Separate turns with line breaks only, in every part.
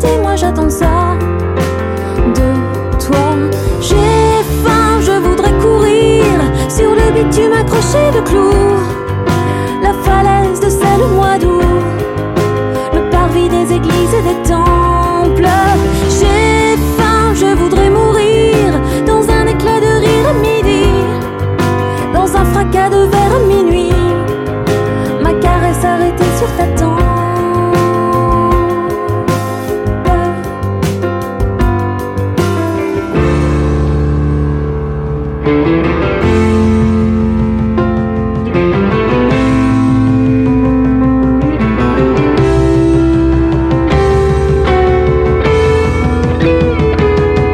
toi, j'attends ça de toi. J'ai faim, je voudrais courir sur le bitume accroché de clous. La falaise de celle mois d'août, le parvis des églises et des temples. J'ai faim, je voudrais mourir dans un éclat de rire à midi, dans un fracas de verre à minuit. Ma caresse arrêtée sur ta tempe.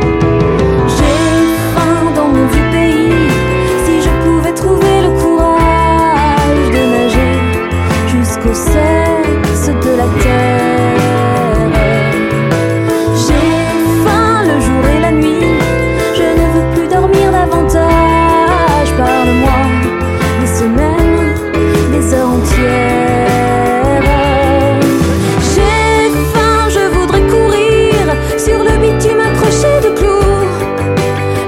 J'ai faim dans mon vieux pays. Si je pouvais trouver le courage de nager jusqu'au sexe de la terre. J'ai faim le jour et la nuit. Je ne veux plus dormir davantage. Parle-moi des semaines, des heures entières. J'ai faim, je voudrais courir sur le bitume accroché de clous.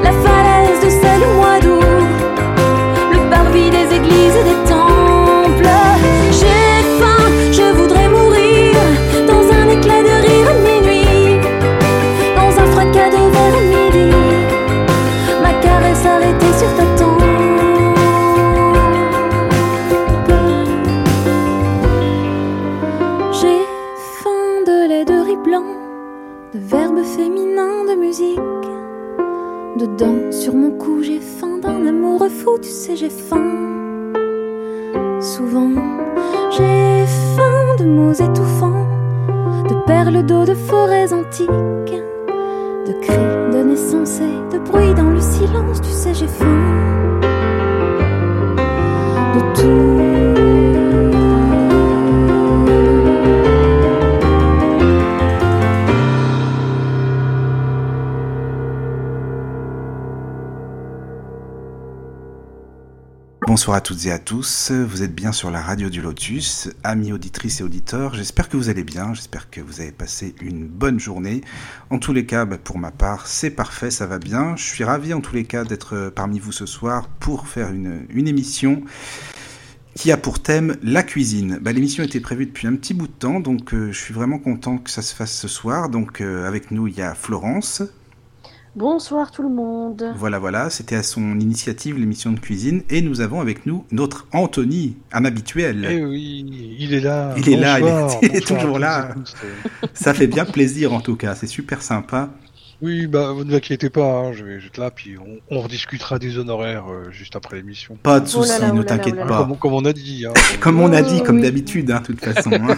La falaise de celle au mois d'août, le parvis des églises et des temples. J'ai faim, je voudrais mourir dans un éclat de rire à minuit, dans un fracas de verre à midi, ma caresse arrêtée sur ta tempe. J'ai faim de lait de riz blanc, de verbes féminins, de musique. Dedans, sur mon cou, j'ai faim d'un amour fou, tu sais, j'ai faim. Souvent, j'ai faim de mots étouffants, de perles d'eau, de forêts antiques, de cris de naissance et de bruit dans le silence, tu sais, j'ai faim. De tout.
Bonsoir à toutes et à tous, vous êtes bien sur la radio du Lotus, amis auditrices et auditeurs, j'espère que vous allez bien, j'espère que vous avez passé une bonne journée. En tous les cas, bah, pour ma part, c'est parfait, ça va bien, je suis ravi en tous les cas d'être euh, parmi vous ce soir pour faire une, une émission qui a pour thème la cuisine. Bah, L'émission était prévue depuis un petit bout de temps, donc euh, je suis vraiment content que ça se fasse ce soir. Donc euh, avec nous, il y a Florence,
Bonsoir tout le monde.
Voilà, voilà, c'était à son initiative l'émission de cuisine. Et nous avons avec nous notre Anthony, un habituel.
Eh oui, il est là.
Il est là, il est-
Bonsoir,
il est
bonsoir
toujours
à
là.
tous et à tous.
Ça fait bien plaisir en tout cas, c'est super sympa.
Oui, bah, vous ne vous inquiétez pas, hein, je vais je vais être là, puis on, on rediscutera des honoraires euh, juste après l'émission.
Pas de
Oh là
soucis,
là, oh
ne
là là,
t'inquiète
oh là
Hein,
là.
pas.
Comme, on- comme on a dit. hein.
Comme on a dit,
Oui,
comme
oui.
d'habitude, hein, de toute façon. hein.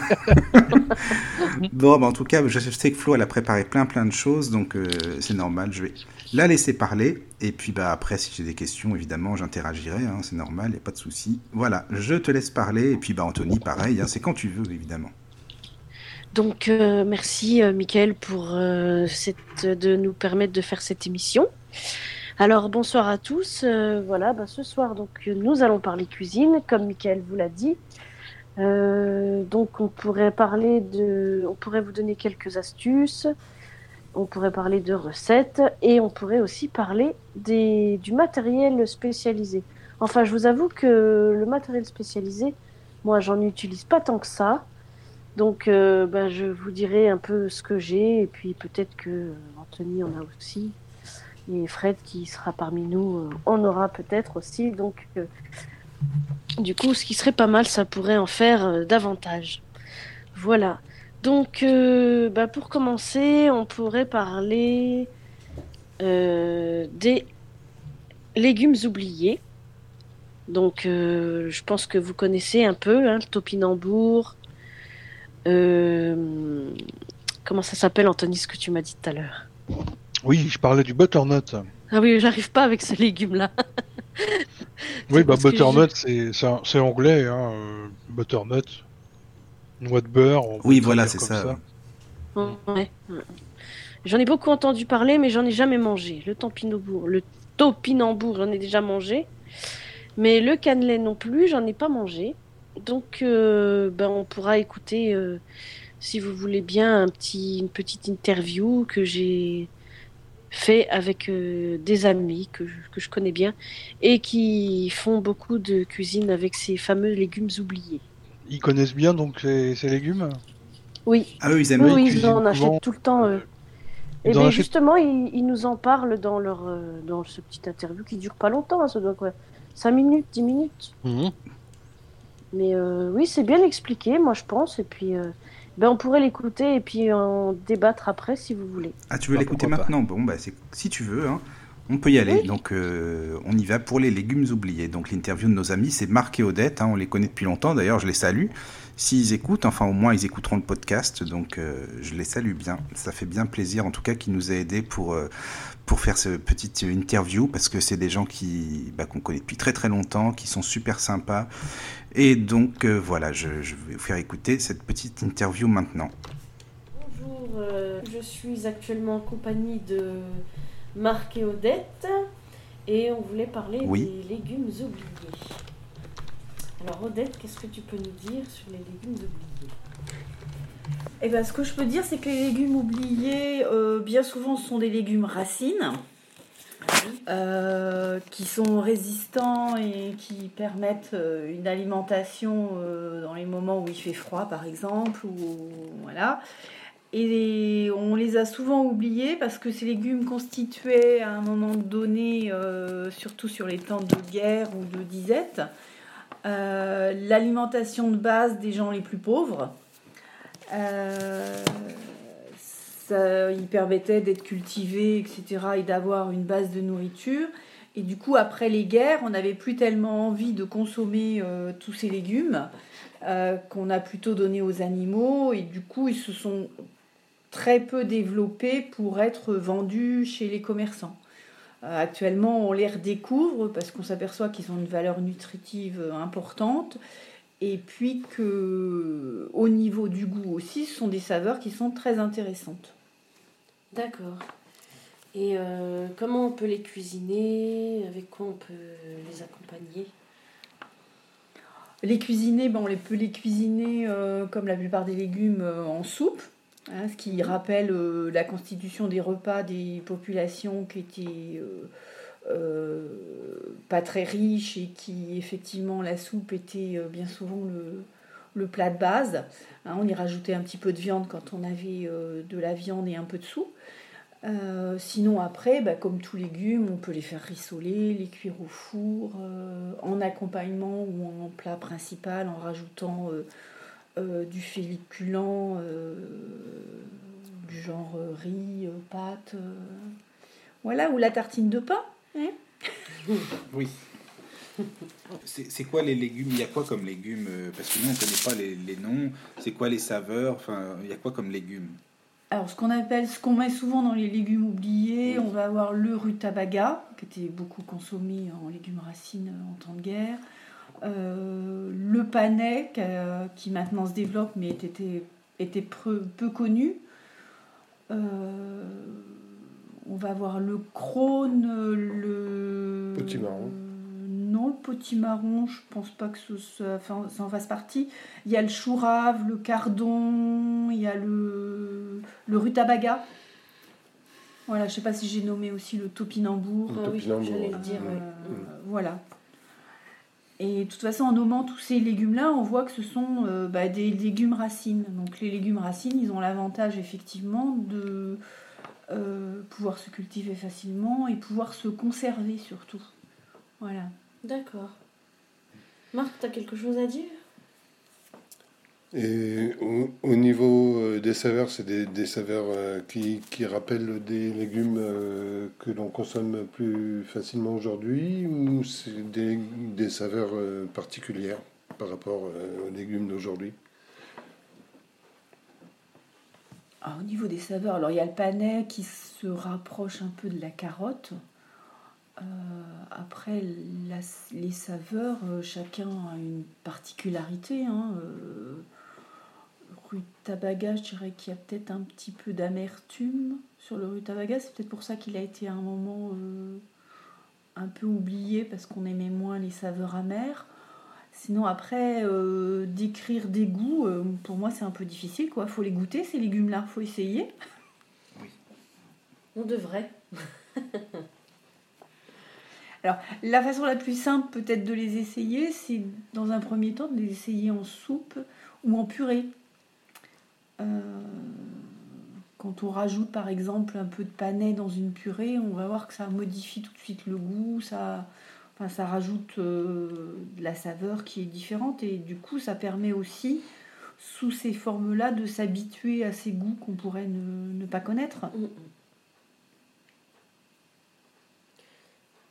bon, bah, en tout cas, je sais que Flo, elle a préparé plein plein de choses, donc euh, c'est normal, je vais la laisser parler. Et puis bah, après, si j'ai des questions, évidemment, j'interagirai, hein, c'est normal, il a pas de souci. Voilà, je te laisse parler. Et puis bah, Anthony, pareil, hein, c'est quand tu veux, évidemment.
Donc euh, merci euh, Mickaël pour euh, cette, de nous permettre de faire cette émission. Alors bonsoir à tous. Euh, voilà, bah, ce soir donc euh, nous allons parler cuisine, comme Mickaël vous l'a dit. Euh, donc on pourrait parler de, on pourrait vous donner quelques astuces. On pourrait parler de recettes et on pourrait aussi parler des, du matériel spécialisé. Enfin, je vous avoue que le matériel spécialisé, moi, j'en utilise pas tant que ça. Donc, euh, ben, je vous dirai un peu ce que j'ai, et puis peut-être que euh, Anthony en a aussi, et Fred qui sera parmi nous euh, en aura peut-être aussi. Donc, euh, du coup, ce qui serait pas mal, ça pourrait en faire euh, davantage. Voilà. Donc, euh, ben, pour commencer, on pourrait parler euh, des légumes oubliés. Donc, euh, je pense que vous connaissez un peu hein, le topinambour, euh, comment ça s'appelle, Anthony, ce que tu m'as dit tout à l'heure
Oui, je parlais du butternut.
Ah oui, j'arrive pas avec ce légume-là.
Oui, bah,
parce que
butternut, c'est- c'est un- c'est anglais, hein, euh, butternut. Noix de beurre. on peut
Oui,
le
voilà, c'est
traduire
ça.
comme
Ouais. J'en ai beaucoup entendu parler, mais j'en ai jamais mangé. Le topinambour, le topinambour, j'en ai déjà mangé, mais le cannelé non plus, j'en ai pas mangé. Donc, euh, ben, on pourra écouter euh, si vous voulez bien, un petit, une petite interview que j'ai fait avec euh, des amis que je, que je connais bien et qui font beaucoup de cuisine avec ces fameux légumes oubliés.
Ils connaissent bien donc ces, ces légumes
Oui,
Ah, eux, ils aiment
oui,
ils
oui, ils
cuisinent
en
souvent.
achètent tout le temps. eux.
Ils
Et
en
bien
achètent-
justement, ils, ils nous en parlent dans leur euh, dans ce petit interview qui dure pas longtemps, hein, ça doit quoi 5 minutes, 10 minutes.
Mhm.
Mais euh, oui, c'est bien expliqué, moi je pense. Et puis, euh, ben, on pourrait l'écouter et puis en débattre après si vous voulez.
Ah, tu veux
Bah,
l'écouter
pourquoi pas.
maintenant Bon, bah, c'est- si tu veux, hein, on peut y aller. Donc, euh, on y va pour les légumes oubliés. Donc, l'interview de nos amis, c'est Marc et Odette. hein, on les connaît depuis longtemps. D'ailleurs, je les salue. S'ils écoutent, enfin, au moins, ils écouteront le podcast. Donc, euh, je les salue bien. Ça fait bien plaisir, en tout cas, qu'ils nous aient aidés pour, euh, pour faire cette petite interview. Parce que c'est des gens qui bah, qu'on connaît depuis très, très longtemps, qui sont super sympas. Et donc, euh, voilà, je, je vais vous faire écouter cette petite interview maintenant.
Bonjour, euh, je suis actuellement en compagnie de Marc et Odette et on voulait parler
Oui.
des légumes oubliés. Alors Odette, qu'est-ce que tu peux nous dire sur les légumes oubliés
Eh ben, ce que je peux dire, c'est que les légumes oubliés, euh, bien souvent, ce sont des légumes racines euh, qui sont résistants et qui permettent euh, une alimentation euh, dans les moments où il fait froid, par exemple, ou voilà. Et on les a souvent oubliés parce que ces légumes constituaient à un moment donné, euh, surtout sur les temps de guerre ou de disette, euh, l'alimentation de base des gens les plus pauvres. Euh, ça, il permettait d'être cultivé, etc., et d'avoir une base de nourriture. Et du coup, après les guerres, on n'avait plus tellement envie de consommer euh, tous ces légumes euh, qu'on a plutôt donné aux animaux. Et du coup, ils se sont très peu développés pour être vendus chez les commerçants. Euh, actuellement, on les redécouvre parce qu'on s'aperçoit qu'ils ont une valeur nutritive euh, importante. Et puis que au niveau du goût aussi, ce sont des saveurs qui sont très intéressantes.
D'accord. Et euh, comment on peut les cuisiner Avec quoi on peut les accompagner
Les cuisiner, ben, on les peut les cuisiner euh, comme la plupart des légumes euh, en soupe, hein, ce qui rappelle euh, la constitution des repas des populations qui étaient euh, euh, pas très riches et qui effectivement la soupe était euh, bien souvent le, le plat de base. Hein, on y rajoutait un petit peu de viande quand on avait euh, de la viande et un peu de soupe. Euh, sinon après, bah, comme tout légume, on peut les faire rissoler, les cuire au four, euh, en accompagnement ou en plat principal, en rajoutant euh, euh, du féliculant, euh, du genre euh, riz, euh, pâte, euh, voilà, ou la tartine de pain. hein.
Oui. C'est c'est quoi les légumes Il y a quoi comme légumes euh, Parce que nous, on ne connaît pas les, les noms. C'est quoi les saveurs Enfin, il y a quoi comme légumes
Alors, ce qu'on appelle, ce qu'on met souvent dans les légumes oubliés, on va avoir le rutabaga, qui était beaucoup consommé en légumes racines euh, en temps de guerre, euh, le panais, qui, a- qui maintenant se développe, mais était, était peu, peu connu. Euh, on va avoir le crône, euh, le...
Potimarron.
Euh, Non, le potimarron, je pense pas que ce, soit- enfin, ça en fasse partie. Il y a le chourave, le cardon, il y a le, le rutabaga. Voilà, je sais pas si j'ai nommé aussi le topinambour.
Le
Ah oui,
topinambour,
j'allais le
ouais. Mm.
dire,
Euh,
ouais.
Voilà. Et de toute façon, en nommant tous ces légumes-là, on voit que ce sont euh, bah, des légumes racines. Donc les légumes racines, ils ont l'avantage effectivement de euh, pouvoir se cultiver facilement et pouvoir se conserver surtout. Voilà.
D'accord. Marc, t'as quelque chose à dire
Et au, au niveau euh, des saveurs, c'est des, des saveurs euh, qui, qui rappellent des légumes euh, que l'on consomme plus facilement aujourd'hui ou c'est des, des saveurs euh, particulières par rapport euh, aux légumes d'aujourd'hui
Ah, au niveau des saveurs, alors il y a le panais qui se rapproche un peu de la carotte. Euh, après, la- les saveurs, euh, chacun a une particularité. Hein. Euh, rutabaga, je dirais qu'il y a peut-être un petit peu d'amertume sur le rutabaga. C'est peut-être pour ça qu'il a été à un moment euh, un peu oublié parce qu'on aimait moins les saveurs amères. Sinon, après, euh, décrire des goûts, euh, pour moi, c'est un peu difficile, quoi. Faut les goûter, ces légumes-là, faut essayer.
On devrait.
La façon la plus simple, peut-être, de les essayer, c'est dans un premier temps de les essayer en soupe ou en purée. Euh, quand on rajoute, par exemple, un peu de panais dans une purée, on va voir que ça modifie tout de suite le goût, ça, enfin, ça rajoute euh, de la saveur qui est différente et du coup, ça permet aussi, sous ces formes-là, de s'habituer à ces goûts qu'on pourrait ne- ne pas connaître.
Mm, mm.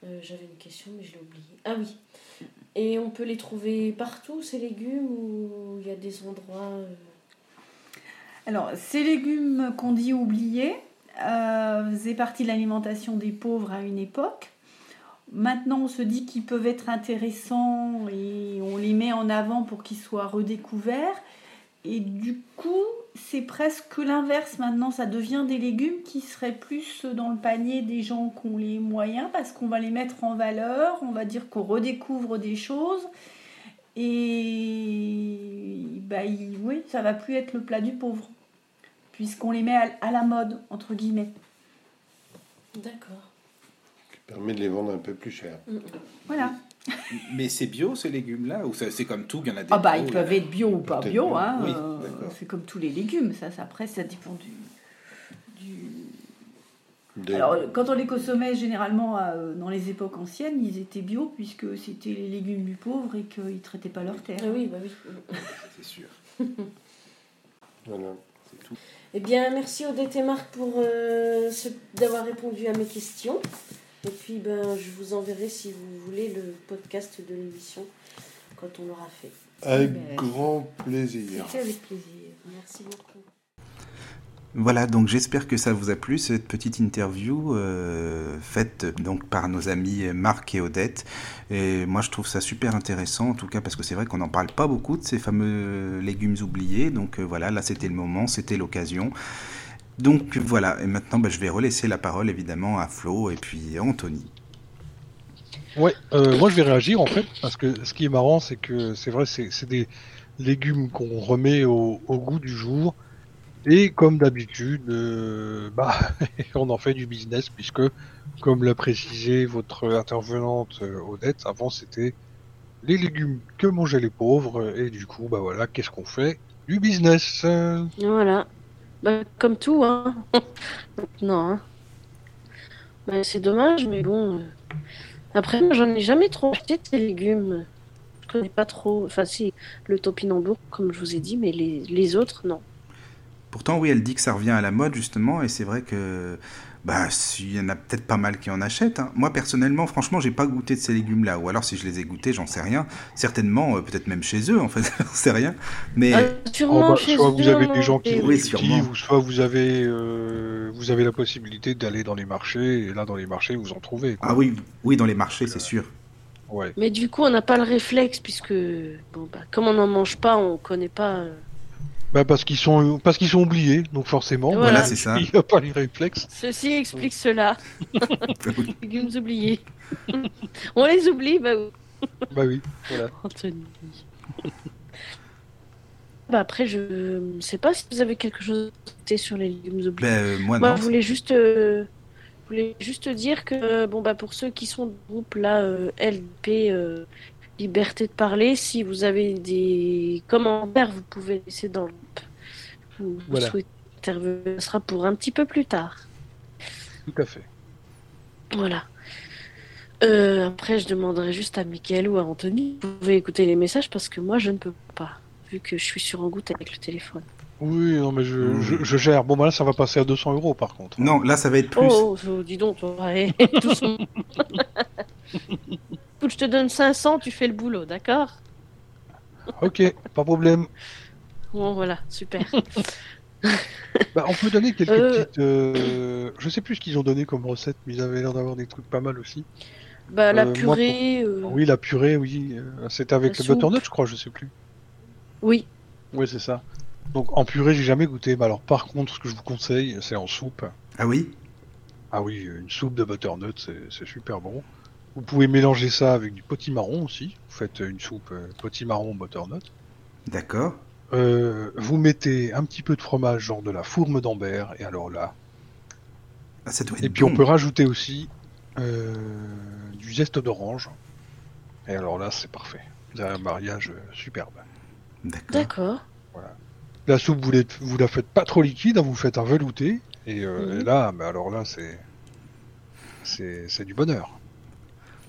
Euh, J'avais une question, mais je l'ai oubliée. Ah oui. Et on peut les trouver partout, ces légumes, ou il y a des endroits. euh,
Alors, ces légumes qu'on dit oubliés euh, faisaient partie de l'alimentation des pauvres à une époque. Maintenant, on se dit qu'ils peuvent être intéressants et on les met en avant pour qu'ils soient redécouverts. Et du coup, c'est presque l'inverse maintenant. Ça devient des légumes qui seraient plus dans le panier des gens qui ont les moyens parce qu'on va les mettre en valeur, on va dire qu'on redécouvre des choses. Et bah, il- oui, ça va plus être le plat du pauvre, puisqu'on les met à, à la mode, entre guillemets.
D'accord.
qui permet de les vendre un peu plus cher.
Mm, mm.
Voilà.
Mais c'est bio ces légumes-là Ou ça- c'est comme tout, il y en a des.
Ah bah, ils
bio, il y en a-
peuvent être bio ou pas
Peut-être
bio,
bio,
hein,
oui,
euh,
d'accord.
c'est comme tous les légumes, ça, ça après, ça dépend du... du-
Des-
Alors, euh, quand on les consommait généralement euh, dans les époques anciennes, ils étaient bio puisque c'était les légumes du pauvre et qu'ils ne traitaient pas leur terre.
Ah oui, bah oui. Mm.
euh.
C'est sûr.
voilà.
C'est tout.
Eh bien, merci Odette et Marc pour euh, ce- d'avoir répondu à mes questions. Et puis, ben, je vous enverrai si vous voulez le podcast de l'émission quand on l'aura fait.
Avec
Mais-
grand plaisir.
C'était avec plaisir.
Merci beaucoup.
Voilà, donc j'espère que ça vous a plu, cette petite interview euh, faite donc par nos amis euh, Marc et Odette. Et moi je trouve ça super intéressant, en tout cas parce que c'est vrai qu'on n'en parle pas beaucoup de ces fameux légumes oubliés. Donc euh, voilà, là c'était le moment, c'était l'occasion. Donc voilà, et maintenant bah, je vais relaisser la parole évidemment à Flo et puis à Anthony.
Ouais, euh, moi je vais réagir en fait, parce que ce qui est marrant, c'est que c'est vrai, c'est c'est des légumes qu'on remet au, au goût du jour. Et comme d'habitude, euh, bah, on en fait du business, puisque, comme l'a précisé votre intervenante euh, Odette, avant c'était les légumes que mangeaient les pauvres, et du coup, bah voilà, qu'est-ce qu'on fait Du business euh.
Voilà. Bah, comme tout, hein. non, hein. Bah, c'est dommage, mais bon. euh. Après, moi, j'en ai jamais trop acheté de ces légumes. Je connais pas trop. Enfin, si, le topinambour, comme je vous ai dit, mais les, les autres, non.
Pourtant, oui, elle dit que ça revient à la mode, justement, et c'est vrai que bah, s'il y en a peut-être pas mal qui en achètent. hein. Moi, personnellement, franchement, j'ai pas goûté de ces légumes-là, ou alors si je les ai goûtés, j'en sais rien. Certainement, euh, peut-être même chez eux, en fait, j'en sais rien. Mais
Ah,
Oh,
sûrement
bah,
chez
soit vous
eux,
avez des gens qui
et-
Oui,
les
sûrement.
cultivent, ou soit vous avez, euh, vous avez la possibilité d'aller dans les marchés, et là dans les marchés vous en trouvez. quoi.
ah oui, oui, dans les marchés, c'est sûr.
Ouais.
Mais du coup, on n'a pas le réflexe, puisque, bon, bah, comme on n'en mange pas, on connaît pas. euh,
Bah parce qu'ils sont parce qu'ils sont oubliés, donc forcément.
Voilà.
Voilà, c'est ça.
Il n'y a pas les réflexes.
Ceci explique cela. Légumes oubliés. on les oublie, bah oui.
Bah oui.
Anthony. bah après, je ne sais pas si vous avez quelque chose à ajouter sur les légumes
Ben,
oubliés.
euh, moi,
Moi,
non.
je voulais juste, euh, je voulais juste dire que euh, bon bah pour ceux qui sont du groupe là euh, LP euh, Liberté de parler, si vous avez des commentaires, vous pouvez laisser dans le groupe. Vous, vous
Voilà.
souhaitez intervenir, ce sera pour un petit peu plus tard.
Tout à fait.
Voilà. Euh, après, je demanderai juste à Mickaël ou à Anthony. Vous pouvez écouter les messages parce que moi, je ne peux pas, vu que je suis sur en goutte avec le téléphone.
Oui, non mais je,
Mm.
je, je gère. Bon bah là ça va passer à 200 euros par contre.
Non, là, ça va être plus.
Oh, oh, dis donc, toi, hé, doucement. Écoute, je te donne 500, tu fais le boulot, d'accord oh.
Ok, pas de problème.
Bon, voilà, super.
Bah on peut donner quelques
Euh.
petites. euh, Je sais plus ce qu'ils ont donné comme recette, mais ils avaient l'air d'avoir des trucs pas mal aussi.
Bah, la
Euh, moi,
purée, euh,
Ah
oui.
Oui, la purée, oui. euh, C'était avec
La
le butternut,
soupe.
je crois, je sais plus. Oui, c'est ça. Donc en purée, j'ai jamais goûté. Mais alors par contre, ce que je vous conseille, c'est en soupe.
Ah oui
Ah oui, une soupe de butternut, c'est c'est super bon. Vous pouvez mélanger ça avec du potimarron aussi. Vous faites une soupe euh, potimarron butternut.
D'accord.
Euh, vous mettez un petit peu de fromage, genre de la fourme d'Ambert, et alors là.
Ah, ça doit être
Et puis
bon.
on peut rajouter aussi euh, du zeste d'orange. Et alors là, c'est parfait. C'est un mariage euh, superbe.
D'accord.
D'accord.
La soupe, vous, l'êtes- vous la faites pas trop liquide, hein, vous faites un velouté. Et, euh,
Mhm.
et là, mais alors là, c'est. C'est c'est du bonheur.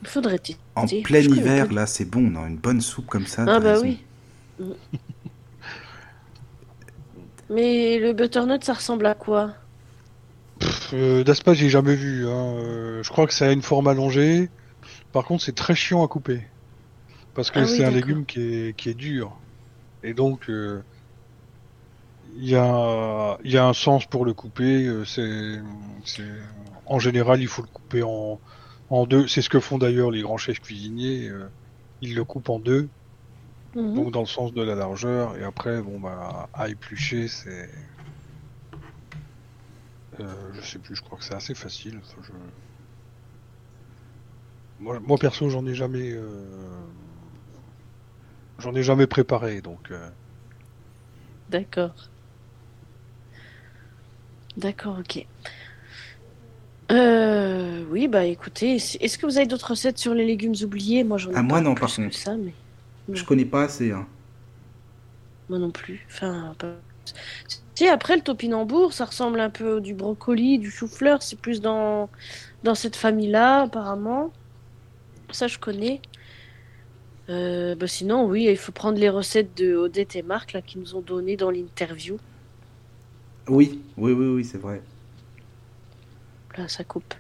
Faudrait tester.
En
Je
plein
connais
hiver,
pas.
là, c'est bon, non, une bonne soupe comme ça.
Ah
t'as
bah
raison.
oui. Mm. Mais le butternut, ça ressemble à quoi
Pff, Euh, D'aspa, j'ai jamais vu. hein, euh, je crois que ça a une forme allongée. Par contre, c'est très chiant à couper. Parce que
Ah oui,
c'est un
d'accord.
légume qui est, qui est dur. Et donc, euh, il y, a, il y a un sens pour le couper. euh, c'est c'est- En général, il faut le couper en, en deux. C'est ce que font d'ailleurs les grands chefs cuisiniers. euh, ils le coupent en deux,
Mhm.
donc dans le sens de la largeur. Et après, bon, bah, à éplucher, c'est. Euh, je sais plus, je crois que c'est assez facile. Enfin, je- moi, moi, perso, j'en ai jamais. euh, J'en ai jamais préparé, donc. euh,
D'accord. D'accord, ok. Euh, oui, bah écoutez, est- est-ce que vous avez d'autres recettes sur les légumes oubliés Moi, j'en ai
Ah, moi,
pas
non,
plus
par
que
contre.
ça, mais
Je connais pas assez. hein.
moi non plus. Enfin, pas... Tu sais, après, le topinambour, ça ressemble un peu au du brocoli, du chou-fleur. C'est plus dans, dans cette famille-là, apparemment. Ça, je connais. Euh, bah sinon, oui, il faut prendre les recettes de Odette et Marc, là, qui nous ont données dans l'interview.
Oui, oui, oui, oui, c'est vrai.
Là, ça coupe.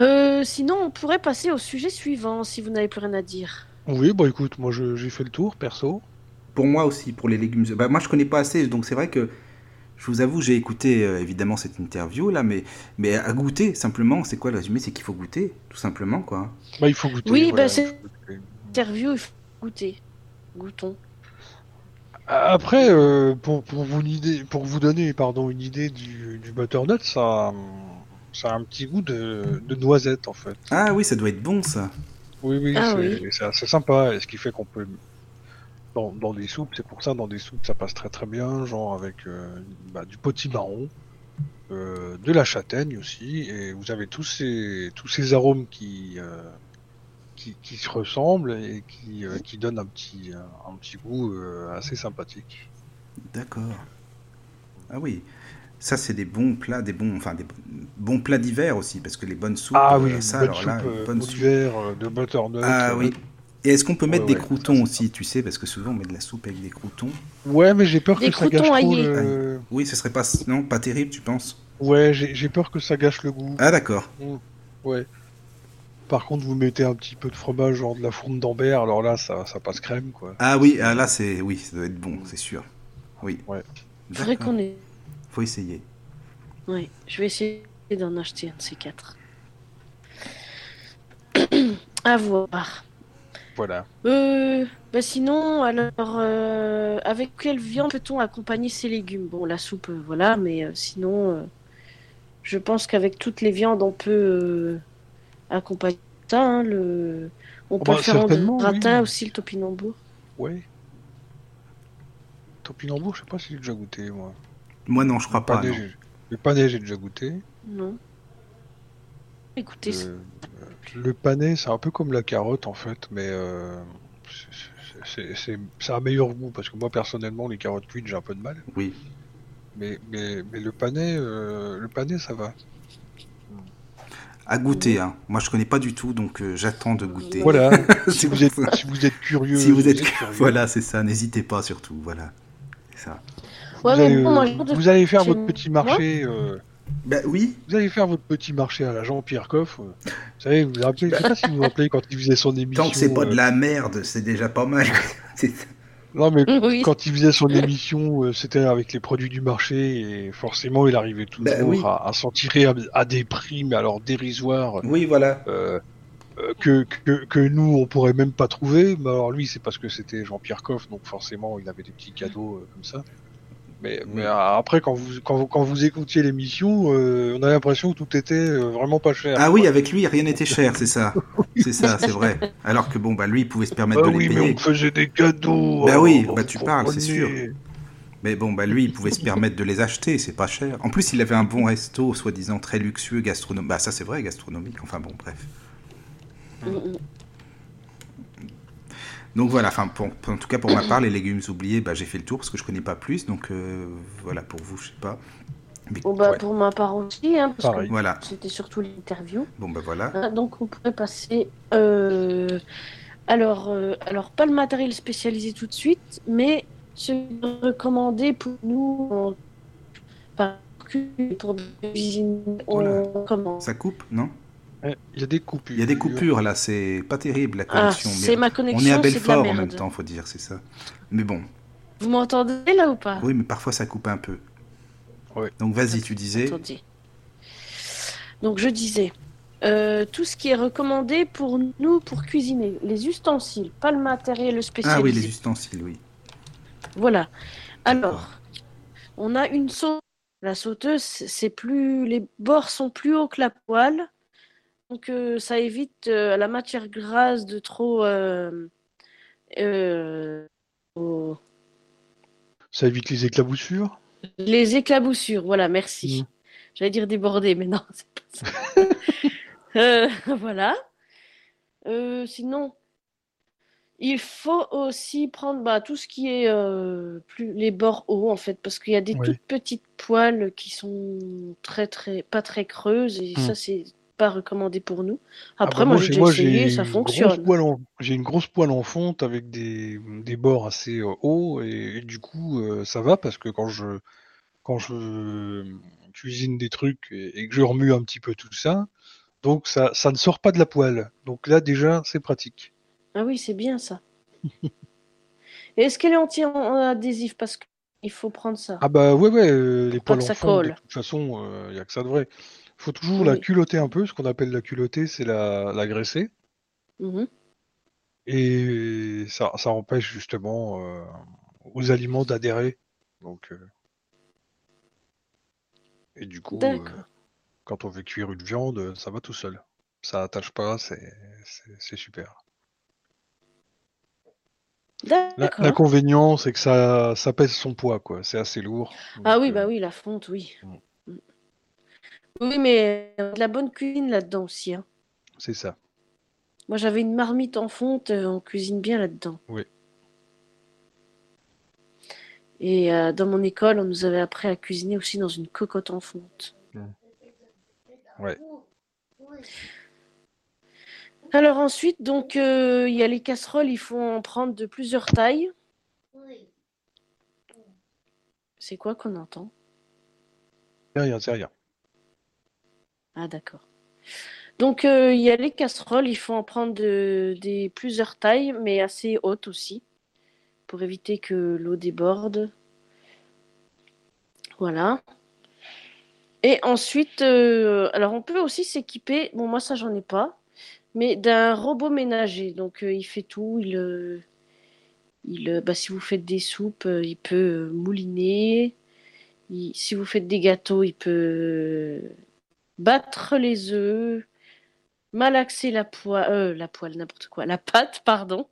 Euh, sinon, on pourrait passer au sujet suivant si vous n'avez plus rien à dire.
Oui, bah écoute, moi je- j'ai fait le tour, perso.
Pour moi aussi, pour les légumes. Bah, moi, je connais pas assez, donc c'est vrai que je vous avoue, j'ai écouté euh, évidemment cette interview là, mais, mais à goûter simplement, c'est quoi le résumé C'est qu'il faut goûter, tout simplement quoi.
Bah, il faut goûter.
Oui, bah,
il
c'est-
faut goûter.
Interview, il faut goûter. Goûtons.
Après, euh, pour, pour, vous une idée, pour vous donner pardon, une idée du, du butternut, ça, a, ça a un petit goût de, de noisette en fait.
Ah oui, ça doit être bon ça.
Oui, oui,
Ah
c'est c'est assez sympa. Et ce qui fait qu'on peut. Dans, dans des soupes, c'est pour ça, dans des soupes, ça passe très très bien, genre avec euh, bah, du potimarron, euh, de la châtaigne aussi, et vous avez tous ces, tous ces arômes qui, euh, qui, qui se ressemblent et qui, euh, qui donnent un petit, un petit goût euh, assez sympathique.
D'accord. Ah oui. Ça, c'est des bons plats, des bons, enfin des bons plats d'hiver aussi, parce que les bonnes soupes.
Ah
euh,
oui,
ça,
une bonne
alors
soupe,
là, une
euh,
bonne soupe.
d'hiver, euh, de butternut.
Ah
euh,
oui. Et est-ce qu'on peut mettre des
Ouais, ouais,
croutons
ça,
aussi, tu sais, parce que souvent on met de la soupe avec des croutons.
Ouais, mais j'ai peur
Des
que ça gâche
croutons
trop
aillés.
le...
Oui, ce serait pas, non, pas terrible, tu penses
Ouais, j'ai j'ai peur que ça gâche le goût. Mm.
Ah d'accord.
Ouais. Par contre, vous mettez un petit peu de fromage, genre de la fourme d'Ambert, alors là, ça, ça passe crème, quoi.
Ah oui, ah, là c'est, oui, ça doit être bon, c'est sûr. Oui.
Ouais.
Faudrait
D'accord.
qu'on ait.
Faut essayer.
Ouais, je vais essayer d'en acheter un de ces quatre. à voir.
Voilà.
Euh, bah sinon, alors, euh, avec quelle viande peut-on accompagner ces légumes Bon, la soupe, euh, voilà, mais euh, sinon, euh, je pense qu'avec toutes les viandes, on peut euh, accompagner ça. hein, le... On
Oh
peut
bah,
le faire en
certainement, oui.
gratin aussi, le topinambour.
Ouais. Topinambour, je sais pas si j'ai déjà goûté, moi.
Moi non, je crois Ah, pas.
Pané,
non.
j'ai- Le panais, j'ai déjà goûté.
Non. Écoutez,
Le, euh, le panais, c'est un peu comme la carotte, en fait, mais... euh, c'est- c'est- C'est c'est un meilleur goût, parce que moi, personnellement, les carottes cuites, j'ai un peu de mal.
Oui.
Mais, mais, mais le panais, euh, le panais, ça va.
À goûter, hein. Moi je connais pas du tout, donc euh, j'attends de goûter.
Voilà, si,
C'est
vous
pour
êtes,
ça.
si vous êtes curieux...
Si vous êtes,
curieux.
voilà, c'est ça. N'hésitez pas surtout, voilà. C'est ça.
ouais,
vous,
mais
allez,
bon,
euh,
moi, je trouve
vous allez faire
chez
votre petit marché. euh,
Bah oui.
vous allez faire votre petit marché à la Jean-Pierre Coff. euh. Vous savez, vous vous rappelez, je sais pas si vous vous rappelez quand il faisait son émission.
Tant que Bah. c'est pas
euh,
de la merde, c'est déjà pas mal. C'est ça.
Non, mais
Oui.
quand il faisait son émission, euh, c'était avec les produits du marché et forcément, il arrivait toujours
Bah oui.
à, à s'en tirer à, à des prix, mais alors dérisoires.
Oui, voilà.
euh, euh, que, que, que nous on pourrait même pas trouver, mais alors lui c'est parce que c'était Jean-Pierre Coff, donc forcément il avait des petits cadeaux euh, comme ça. Mais, mais après, quand vous, quand vous, quand vous écoutiez l'émission, euh, on a l'impression que tout était euh, vraiment pas cher.
Ah oui, avec lui, rien n'était cher, c'est ça. C'est ça, c'est vrai. Alors que bon, bah lui, il pouvait se permettre
Bah
de les
oui, mais
payer.
on faisait des cadeaux.
Bah oui,
alors,
bah tu
vous
parles, c'est sûr.
comprenez.
Mais bon, bah lui, il pouvait se permettre de les acheter, c'est pas cher. En plus, il avait un bon resto, soi-disant très luxueux, gastronomique. Bah ça, c'est vrai, gastronomique. Enfin bon, bref. Mmh.
Mm, mm.
Mmh.
Donc voilà, enfin, pour- pour- en tout cas pour ma part, les légumes oubliés, bah, j'ai fait le tour parce que je connais pas plus. Donc euh, voilà, pour vous, je sais pas. Mais-
Bon, bah,
ouais.
Pour ma part aussi, hein, parce
Pareil.
que
Voilà,
c'était surtout l'interview.
bon bah voilà.
Ah, Donc on pourrait passer. euh, Alors, euh, alors pas le matériel spécialisé tout de suite, mais ce qui est recommandé pour nous en... par pour cuisine, on
Voilà.
recommande.
Ça coupe, non
Eh, Il y a des coupures.
Il y a des coupures là, c'est pas terrible la
Ah,
connexion. mais
c'est ma
on
connexion,
est à
c'est de la
Belfort en
merde.
même temps, faut dire, c'est ça. Mais bon,
Vous m'entendez là ou pas
oui, mais parfois ça coupe un peu.
Ouais.
Donc vas-y, tu disais.
Attendez. Donc je disais, euh, tout ce qui est recommandé pour nous pour cuisiner, les ustensiles, pas le matériel spécialisé.
Ah oui, les ustensiles, oui.
Voilà. Alors, on a une sauteuse. La sauteuse, c'est plus les bords sont plus hauts que la poêle, donc euh, ça évite euh, la matière grasse de trop. euh, euh, au-
Ça évite les éclaboussures.
Les éclaboussures, voilà, merci.
Mm.
J'allais dire débordé, mais non, c'est pas ça. Euh, voilà. Euh, sinon, il faut aussi prendre bah, tout ce qui est euh, plus les bords hauts, en fait, parce qu'il y a des
Oui.
toutes petites poils qui sont très, très, pas très creuses, et
Mm.
ça, c'est pas recommandé pour nous.
Ah
Après,
bah
moi,
chez
j'ai déjà essayé, ça
une grosse
fonctionne.
poêle en- J'ai une grosse poêle en fonte avec des, des bords assez euh, hauts et, et du coup euh, ça va parce que quand je quand je cuisine des trucs et, et que je remue un petit peu tout ça, donc ça ça ne sort pas de la poêle. Donc là déjà c'est pratique.
Ah oui, c'est bien ça. Et Est-ce qu'elle est entière en en adhésif Parce qu'il faut prendre ça.
Ah bah ouais ouais euh, les
Pour pas que
poêles en
ça
fonte de
colle.
toute façon il y a que ça de vrai. Faut toujours la
Oui.
culotter un peu, ce qu'on appelle la culotter c'est la la graisser.
Mhm.
Et ça, ça empêche justement euh, aux aliments d'adhérer. Donc, euh, Et du coup, euh,
D'accord.
quand on veut cuire une viande, ça va tout seul. Ça attache pas, c'est c'est- c'est super. La-
D'accord.
L'inconvénient, c'est que ça, ça pèse son poids, quoi. C'est assez lourd.
Ah
Donc,
oui,
euh,
bah oui, la fonte, oui.
Mm.
Mm. Oui, mais euh, de la bonne cuisine là-dedans aussi. hein.
C'est ça.
Moi, j'avais une marmite en fonte, euh, on cuisine bien là-dedans.
Oui.
Et euh, dans mon école, on nous avait appris à cuisiner aussi dans une cocotte en fonte.
Mm. Ouais.
Alors ensuite, donc, euh, il y a les casseroles, il faut en prendre de plusieurs tailles. C'est quoi qu'on entend
C'est rien, c'est rien.
Ah, d'accord. Donc, euh, il y a les casseroles, il faut en prendre de, des plusieurs tailles, mais assez hautes aussi, pour éviter que l'eau déborde. Voilà. Et ensuite, euh, alors on peut aussi s'équiper, bon, moi ça j'en ai pas, mais d'un robot ménager. Donc, euh, il fait tout, il. euh, il, euh, bah, si vous faites des soupes, euh, il peut euh, mouliner. Il- si vous faites des gâteaux, il peut euh, battre les œufs, malaxer la poêle, euh, la poêle, n'importe quoi, la pâte, pardon.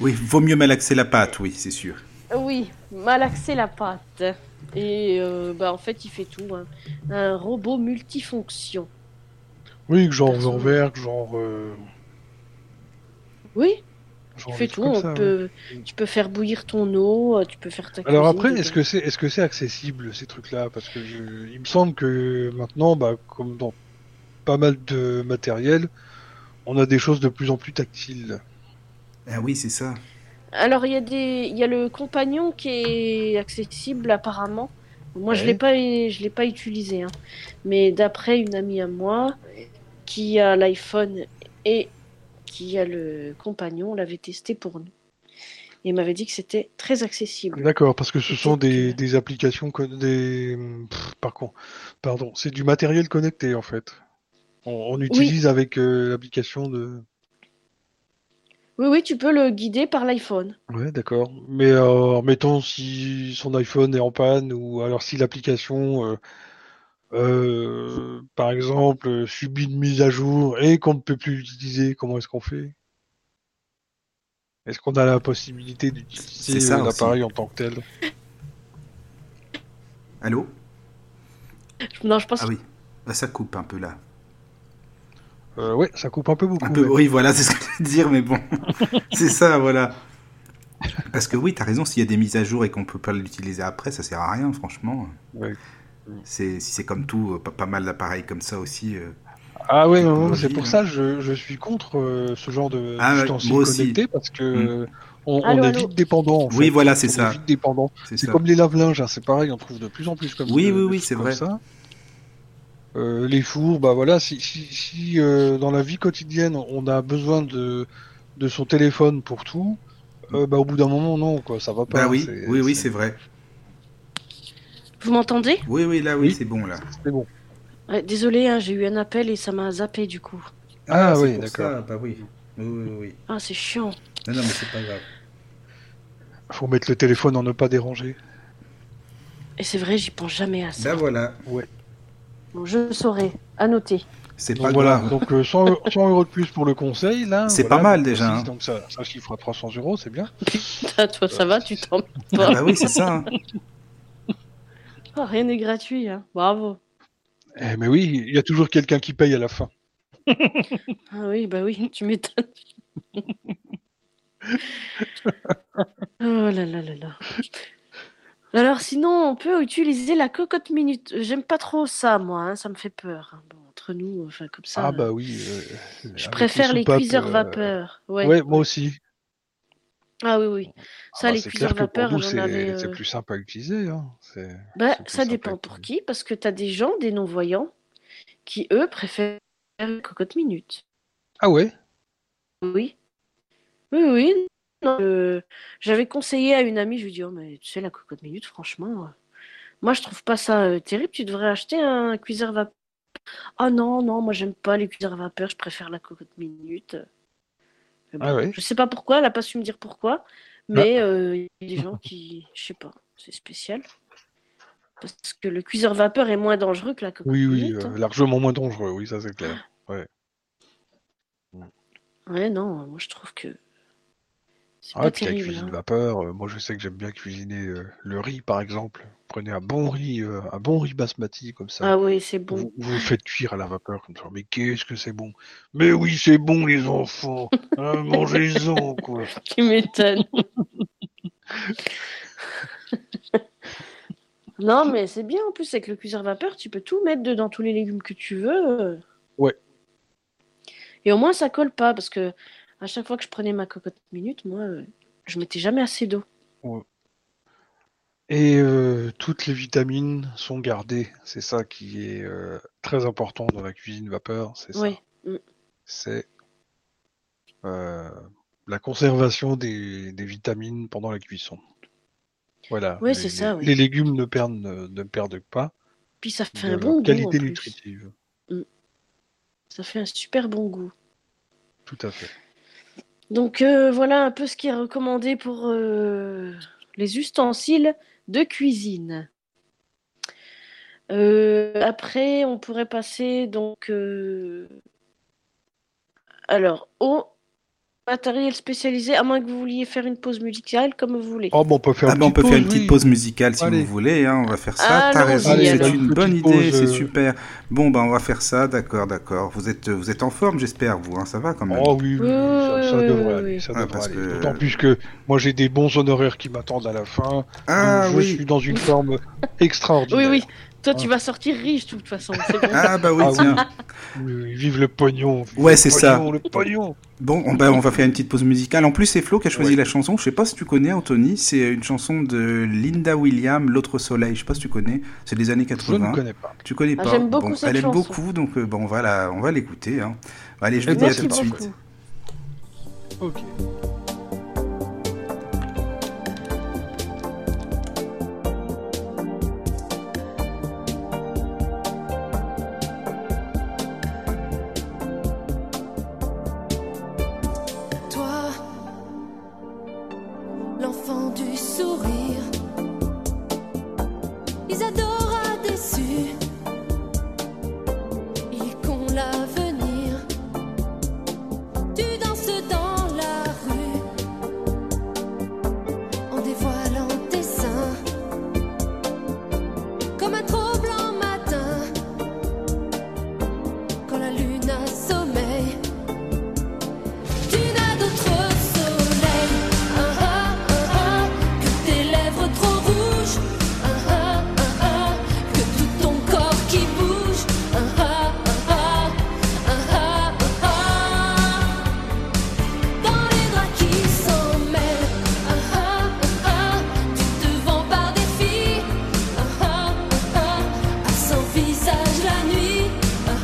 Oui, vaut mieux malaxer la pâte, oui, c'est sûr.
Oui, malaxer la pâte. Et euh, bah, en fait, il fait tout. hein. Un robot multifonction.
Oui, que genre
Perso.
verre, genre. euh,
Oui,
genre
il
des
fait
trucs
tout.
comme
on
ça, ouais.
peut- Tu peux faire bouillir ton eau, euh, tu peux faire ta
Alors
cuisine
après,
dedans.
est-ce que c'est est-ce que c'est accessible ces trucs-là Parce que je- il me semble que maintenant, bah, comme dans pas mal de matériel, on a des choses de plus en plus tactiles.
Ah oui, c'est ça.
Alors, il y, a des... il y a le compagnon qui est accessible apparemment. Moi, je
Ouais.
l'ai pas, je l'ai pas utilisé. hein. Mais d'après une amie à moi qui a l'iPhone et qui a le compagnon, on l'avait testé pour nous. Et il m'avait dit que c'était très accessible.
D'accord, parce que ce sont des,
Peut-être
des applications con- des pff, par con- pardon, c'est du matériel connecté en fait. On, on utilise avec euh, l'application de
Oui, oui, tu peux le guider par l'iPhone.
Ouais, d'accord. Mais euh, mettons si son iPhone est en panne ou alors si l'application, euh, euh, par exemple, euh, subit une mise à jour et qu'on ne peut plus l'utiliser, comment est-ce qu'on fait Est-ce qu'on a la possibilité d'utiliser
C'est ça
euh,
aussi.
l'appareil en tant que tel
Allô
Non, je pense
Ah oui, Bah, ça coupe un peu là.
euh, Ouais, ça coupe un peu beaucoup.
Un peu,
ouais.
oui, voilà, c'est ce que je voulais dire, mais bon, c'est ça, voilà. Parce que oui, t'as raison, s'il y a des mises à jour et qu'on peut pas l'utiliser après, ça sert à rien, franchement.
Ouais.
C'est, si c'est comme tout, euh, pas, pas mal d'appareils comme ça aussi. euh.
Ah ouais, non, non, c'est
Technologie,
pour
hein.
ça que je, je suis contre euh, ce genre de
Ah ouais,
d'ustensiles
moi aussi.
connectés parce que
Mm.
euh, on, on
Allô,
est
allô.
vite dépendant. en
Oui,
fait.
voilà, c'est
On est
ça.
vite dépendant.
C'est
C'est
ça.
comme les lave-linges, hein, c'est pareil, on trouve de plus en plus comme
Oui,
de-
oui,
de
oui,
trucs
c'est
comme
vrai.
ça. Euh, les fours, bah voilà, si, si, si, euh, dans la vie quotidienne on a besoin de, de son téléphone pour tout, euh, bah au bout d'un moment non, quoi, ça va pas.
Bah oui,
c'est-
oui, oui, c'est vrai.
Vous m'entendez
Oui, oui, là, oui,
Oui.
c'est bon, là.
c'est bon.
Ouais, Désolé, hein, j'ai eu un appel et ça m'a zappé du coup.
Ah,
c'est
oui,
pour
d'accord.
ça, Bah oui. Oui, oui, oui, oui.
Ah, c'est chiant.
Non, non, mais c'est pas grave.
Faut mettre le téléphone en ne pas déranger.
Et c'est vrai, j'y pense jamais à ça.
Là, Ben voilà.
Bon, je le saurai. À noter.
C'est
Donc
pas
voilà,
grave.
donc euh, 100, eu- 100 euros de plus pour le conseil, là.
C'est
voilà,
pas mal,
donc,
déjà,
six,
hein.
Donc ça, ça chiffre à 300 euros, c'est bien.
Putain, Ah, toi, ça va, tu t'en.
Ah bah oui, c'est ça. hein.
Oh, rien n'est gratuit, hein. Bravo.
Eh, mais oui, il y a toujours quelqu'un qui paye à la fin.
Ah oui, bah oui, tu m'étonnes. oh là là là là. Alors sinon, on peut utiliser la cocotte minute. J'aime pas trop ça, moi. hein, ça me fait peur. Bon, entre nous, enfin comme ça.
ah bah oui. euh, avec
je préfère les,
soupapes,
cuiseurs
euh,
vapeur. Ouais.
Ouais, moi aussi.
Ah oui, oui. Ça,
Ah bah,
les
c'est
cuiseurs
clair que
vapeur,
pour nous,
j'en
c'est
avais,
c'est
euh,
plus simple à utiliser. Hein. c'est-
Bah,
C'est plus
ça
simple
dépend
avec
pour
les-
qui, parce que t'as des gens, des non-voyants, qui eux préfèrent une cocotte minute.
Ah ouais
Oui. Oui, oui. Non, euh, J'avais conseillé à une amie, je lui ai dit, oh, mais tu sais, la cocotte minute, franchement, euh, moi je trouve pas ça euh, terrible, tu devrais acheter un cuiseur vapeur. Ah non, non, moi j'aime pas les cuiseurs vapeur, je préfère la cocotte minute. Mais bon,
Ah Bah. ouais
Je sais pas pourquoi, elle a pas su me dire pourquoi, mais euh, il y a des gens qui, je sais pas, c'est spécial. Parce que le cuiseur vapeur est moins dangereux que la cocotte
Oui, oui,
minute.
euh, largement moins dangereux, oui, ça c'est clair.
Ah, Ouais, non, moi je trouve que c'est
Ah,
pas
puis la
terrible.
cuisine
hein.
vapeur, euh, moi je sais que j'aime bien cuisiner euh, le riz par exemple. Prenez un bon riz, euh, un bon riz basmati comme ça.
Ah oui, c'est bon.
Vous, vous le faites cuire à la vapeur comme ça. Mais qu'est-ce que c'est bon Mais oui, c'est bon les enfants Hein, Mangez-en quoi
Tu m'étonnes. non, mais c'est bien en plus avec le cuiseur vapeur, tu peux tout mettre dedans tous les légumes que tu veux. euh.
Ouais.
Et au moins ça colle pas parce que à chaque fois que je prenais ma cocotte minute, moi, euh, je mettais jamais assez d'eau.
Et euh, toutes les vitamines sont gardées. C'est ça qui est euh, très important dans la cuisine vapeur, c'est ça.
Oui. Mm.
c'est euh, la conservation des, des vitamines pendant la cuisson. Voilà.
Ouais,
les-
c'est ça,
les-
oui.
Les légumes ne perdent, ne, ne perdent pas
Puis ça fait
de
un
leur
bon goût. en
qualité
plus.
nutritive.
Ça fait un super bon goût.
Tout à fait.
Donc euh, voilà un peu ce qui est recommandé pour euh, les ustensiles de cuisine. Euh, après, on pourrait passer donc euh, alors au matériel spécialisé, à moins que vous vouliez faire une pause musicale comme vous voulez.
Oh, bah, on peut faire,
Ah
une
bah on
petite
peut faire une
pause,
petite
oui.
pause musicale si
Allez.
vous voulez, hein, on va faire ça, t'as
Allons-y,
raison,
Allez,
c'est
alors.
une
Petite
bonne
pause,
idée, c'est
euh.
super. Bon ben on va faire ça, d'accord, d'accord. Vous êtes vous êtes en forme j'espère vous, hein, ça va quand même.
Oh oui, oui, oui, ça, ça
Oui, oui,
devrait
oui,
aller.
oui.
ça
Ah,
devrait
parce
aller.
que-
D'autant plus que moi j'ai des bons honoraires qui m'attendent à la fin.
ah
Donc, je
oui,
suis dans une forme
Oui,
extraordinaire.
oui. Toi, tu vas sortir riche de toute façon. c'est bon.
Oh. ah bah oui
Ah oui.
tiens.
Oui, oui, Vive le pognon. vive
Ouais,
le
c'est ça.
pognon, Le pognon.
Bon, on, bah, on va faire une petite pause musicale. En plus, c'est Flo qui a choisi
Ouais.
la chanson. Je sais pas si tu connais, Anthony. C'est une chanson de Linda Williams, L'autre soleil. Je sais pas si tu connais. C'est des années
Je ne
80.
connais pas.
Tu connais
Ah,
pas.
j'aime beaucoup
Bon,
cette
elle aime
chanson.
beaucoup, donc euh, bon, on va la, on va l'écouter. hein. Allez,
Eh
je vous
ben,
dis à
Eh ben, Merci
tout de
beaucoup.
suite.
Ok.
Toi,
Ah, Ah, Ah, ah. Ah,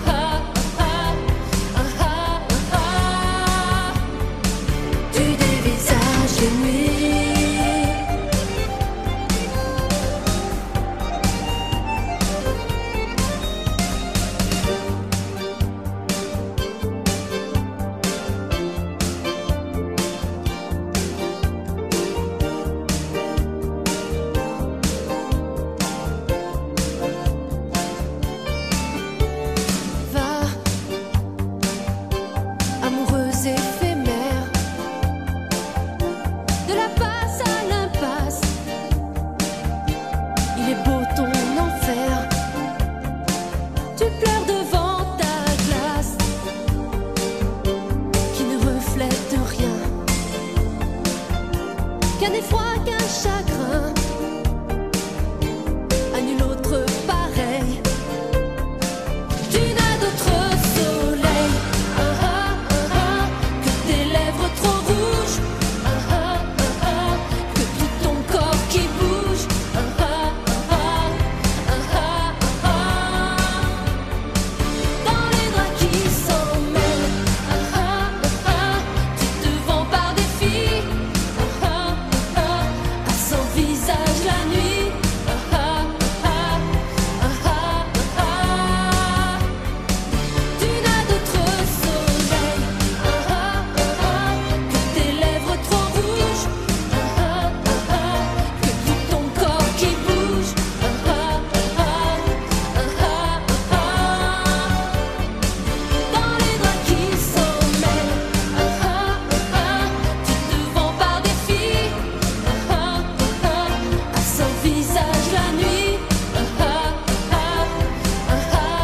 Ah, Ah, ah. Tu pleures devant ta glace qui ne reflète rien qu'un effroi, qu'un chagrin, à nul autre pareil. Tu n'as d'autre soleil ah, ah, ah, ah, que tes lèvres trop rouges, ah, ah, ah, ah, que tout ton corps qui bouge. ah, ah, ah, ah, ah, ah, ah, ah. Dans les draps qui s'emmènent, ah ah ah ah, tu te vends par défi, ah ah ah ah, à son visage la nuit, ah ah ah ah, ah ah Tu n'as d'autre soleil, ah ah ah que tes lèvres trop rouges, ah ah ah ah, que tout ton corps qui bouge, ah ah ah ah, ah ah ah. Dans les doigts qui s'emmènent, ah ah ah, tu te vends par défi, ah ah ah, à son visage la nuit, ah ah ah, ah ah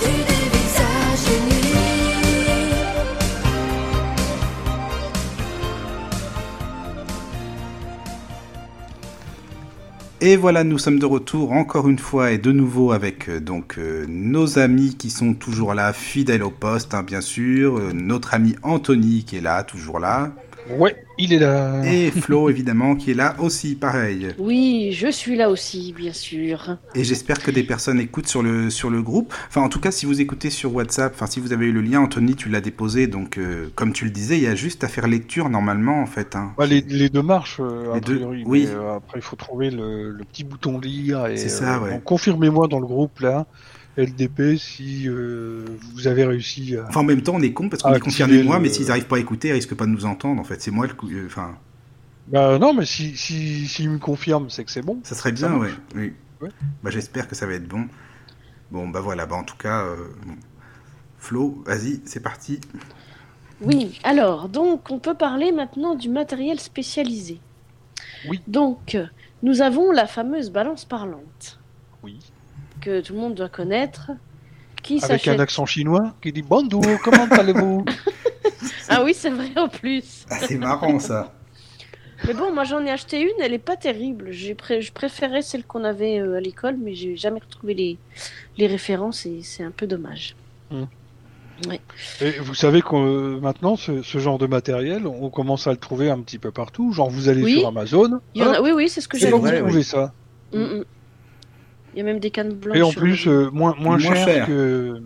tu dévisages les nuits.
Et voilà, nous sommes de retour encore une fois et de nouveau avec euh, donc euh, nos amis qui sont toujours là, fidèles au poste, hein, bien sûr. euh, notre ami Anthony qui est là, toujours là.
Ouais, il est là.
Et Flo, évidemment, qui est là aussi, pareil.
Oui, je suis là aussi, bien sûr.
Et j'espère que des personnes écoutent sur le, sur le groupe. Enfin, en tout cas, si vous écoutez sur WhatsApp, enfin, si vous avez eu le lien, Anthony, tu l'as déposé. Donc, euh, comme tu le disais, il y a juste à faire lecture normalement, en fait. hein.
Bah, les, les deux marches, euh, a
Les deux,
priori,
oui.
mais, euh, après, il faut trouver le, le petit bouton lire. et,
C'est ça, ouais.
donc, Confirmez-moi dans le groupe, là, LDP, si euh, vous avez réussi à...
Enfin, en même temps, on est con parce qu'on
Ah,
est concerné
activer
moi,
le-
mais s'ils n'arrivent pas à écouter, ils risquent pas de nous entendre, en fait. C'est moi le coup. euh, Enfin,
Bah, non, mais si, si, s'il me confirme, c'est que c'est bon.
ça serait
Ça
bien, ouais.
marche.
Oui.
Ouais.
Bah, j'espère que ça va être bon. Bon, bah voilà, bah, en tout cas, euh, bon. Flo, vas-y, c'est parti.
Oui, alors, donc, on peut parler maintenant du matériel spécialisé.
Oui.
Donc, euh, nous avons la fameuse balance parlante,
Oui.
que tout le monde doit connaître, qui
Avec un
s'achète...
accent chinois qui dit Bonjour, comment allez-vous
Ah oui, c'est vrai, en plus
Ah, c'est marrant, ça.
Mais bon, moi, j'en ai acheté une, elle est pas terrible. J'ai pré- Je préférais celle qu'on avait euh, à l'école, mais j'ai jamais retrouvé les, les références, et c'est un peu dommage.
Mmh. Et vous savez que euh, maintenant, ce, ce genre de matériel, on commence à le trouver un petit peu partout. Genre, vous allez
Oui.
sur Amazon,
Il y en
hop,
a... Oui, oui, c'est ce que
et
C'est
j'avais
vrai,
là, vous trouvez ça.
dit. Mm, mm. Il y a même des cannes blanches.
Et en
sur-
plus, euh, moins,
Moins
moins, cher,
cher.
que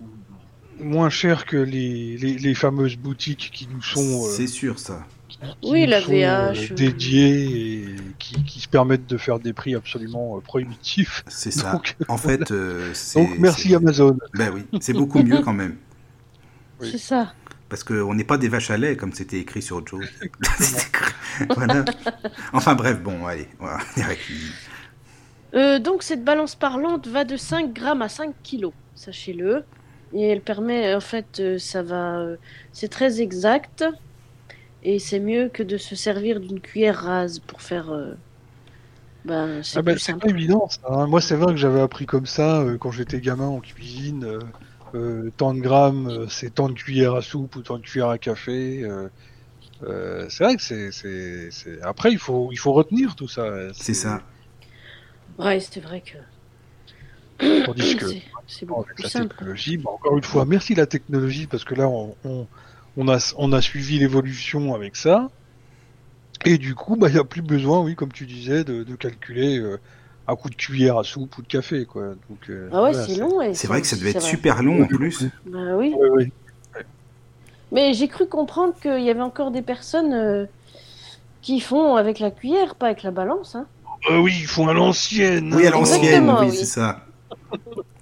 moins cher que les, les, les fameuses boutiques qui nous sont, euh,
C'est sûr, ça.
qui
Oui,
nous
la
sont, euh,
VH, euh.
dédiées et qui, qui se permettent de faire des prix absolument euh, prohibitifs.
C'est ça.
Donc,
en fait, euh, c'est.
Donc merci
c'est-
Amazon.
Ben oui, c'est beaucoup mieux quand même.
oui.
C'est ça.
Parce qu'on n'est pas des vaches à lait, comme c'était écrit sur Joe. voilà. Enfin bref, bon, allez, on va dire avec lui.
Euh, donc cette balance parlante va de 5 grammes à 5 kilos, sachez-le. Et elle permet, en fait, euh, ça va, euh, c'est très exact. Et c'est mieux que de se servir d'une cuillère rase pour faire. euh, ben, c'est
Ah ben,
plus
c'est
simple.
pas évident. ça, hein. Moi, c'est vrai que j'avais appris comme ça euh, quand j'étais gamin en cuisine. euh, euh, tant de grammes, euh, c'est tant de cuillères à soupe ou tant de cuillères à café. euh, euh, c'est vrai que c'est, c'est, c'est- Après, il faut, il faut retenir tout ça. hein.
C'est ça.
Ouais, c'est vrai que
Tandis que
c'est- c'est beaucoup
avec
plus
la
simple.
technologie, bah, encore une fois, merci la technologie parce que là, on, on, on a, on a suivi l'évolution avec ça. Et du coup, bah, il n'y a plus besoin, oui, comme tu disais, de, de calculer euh, à coup de cuillère à soupe ou de café. Quoi. Donc, euh,
Ah ouais,
voilà, Euh,
c'est long. et
C'est vrai que ça devait être
vrai.
super long en plus.
Bah oui.
Ouais, ouais.
Mais j'ai cru comprendre qu'il y avait encore des personnes euh, qui font avec la cuillère, pas avec la balance. Hein.
Euh, oui, ils font à l'ancienne.
Oui, à
hein.
l'ancienne,
Exactement,
oui,
oui.
c'est ça.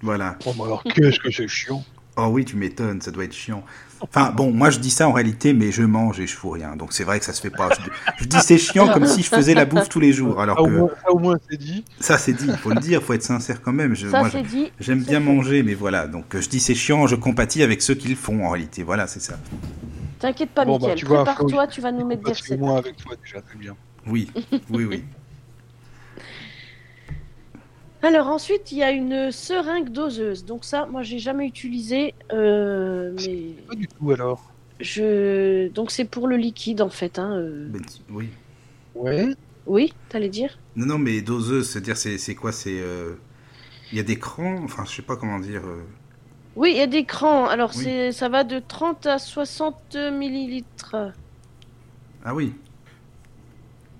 Voilà.
Oh, mais alors qu'est-ce que c'est chiant.
Oh oui, tu m'étonnes, ça doit être chiant. Enfin bon, moi je dis ça en réalité, mais je mange et je fous rien. Donc c'est vrai que ça se fait pas. Je, je dis c'est chiant comme si je faisais la bouffe tous les jours. Alors
Ah, au
que
moins, ça, au moins, c'est dit.
ça c'est dit, il faut le dire, faut être sincère quand même. Je-
Ça,
moi, je-
c'est dit.
J'aime
c'est
bien
fait.
manger, mais voilà. Donc euh, je dis c'est chiant, je compatis avec ceux qui le font en réalité. Voilà, c'est ça.
T'inquiète pas,
Bon, bah,
Mickaël.
tu vois,
Prépare-toi,
Flo,
tu vas nous mettre des
Parce que
recettes.
moi, avec toi, déjà, c'est bien.
Oui, oui, oui.
Alors ensuite, il y a une seringue doseuse. Donc ça, moi, j'ai jamais utilisé, euh, mais
Pas du tout alors.
je. Donc c'est pour le liquide en fait. Hein, euh.
Ben, tu- oui.
Ouais.
Oui, t'allais dire.
Non, non, mais doseuse, c'est-à-dire, c'est c'est quoi C'est. euh, Il y a des crans Enfin, je sais pas comment dire. euh,
Oui, il y a des crans. Alors
Oui.
c'est, ça va de 30 à 60 millilitres
Ah oui.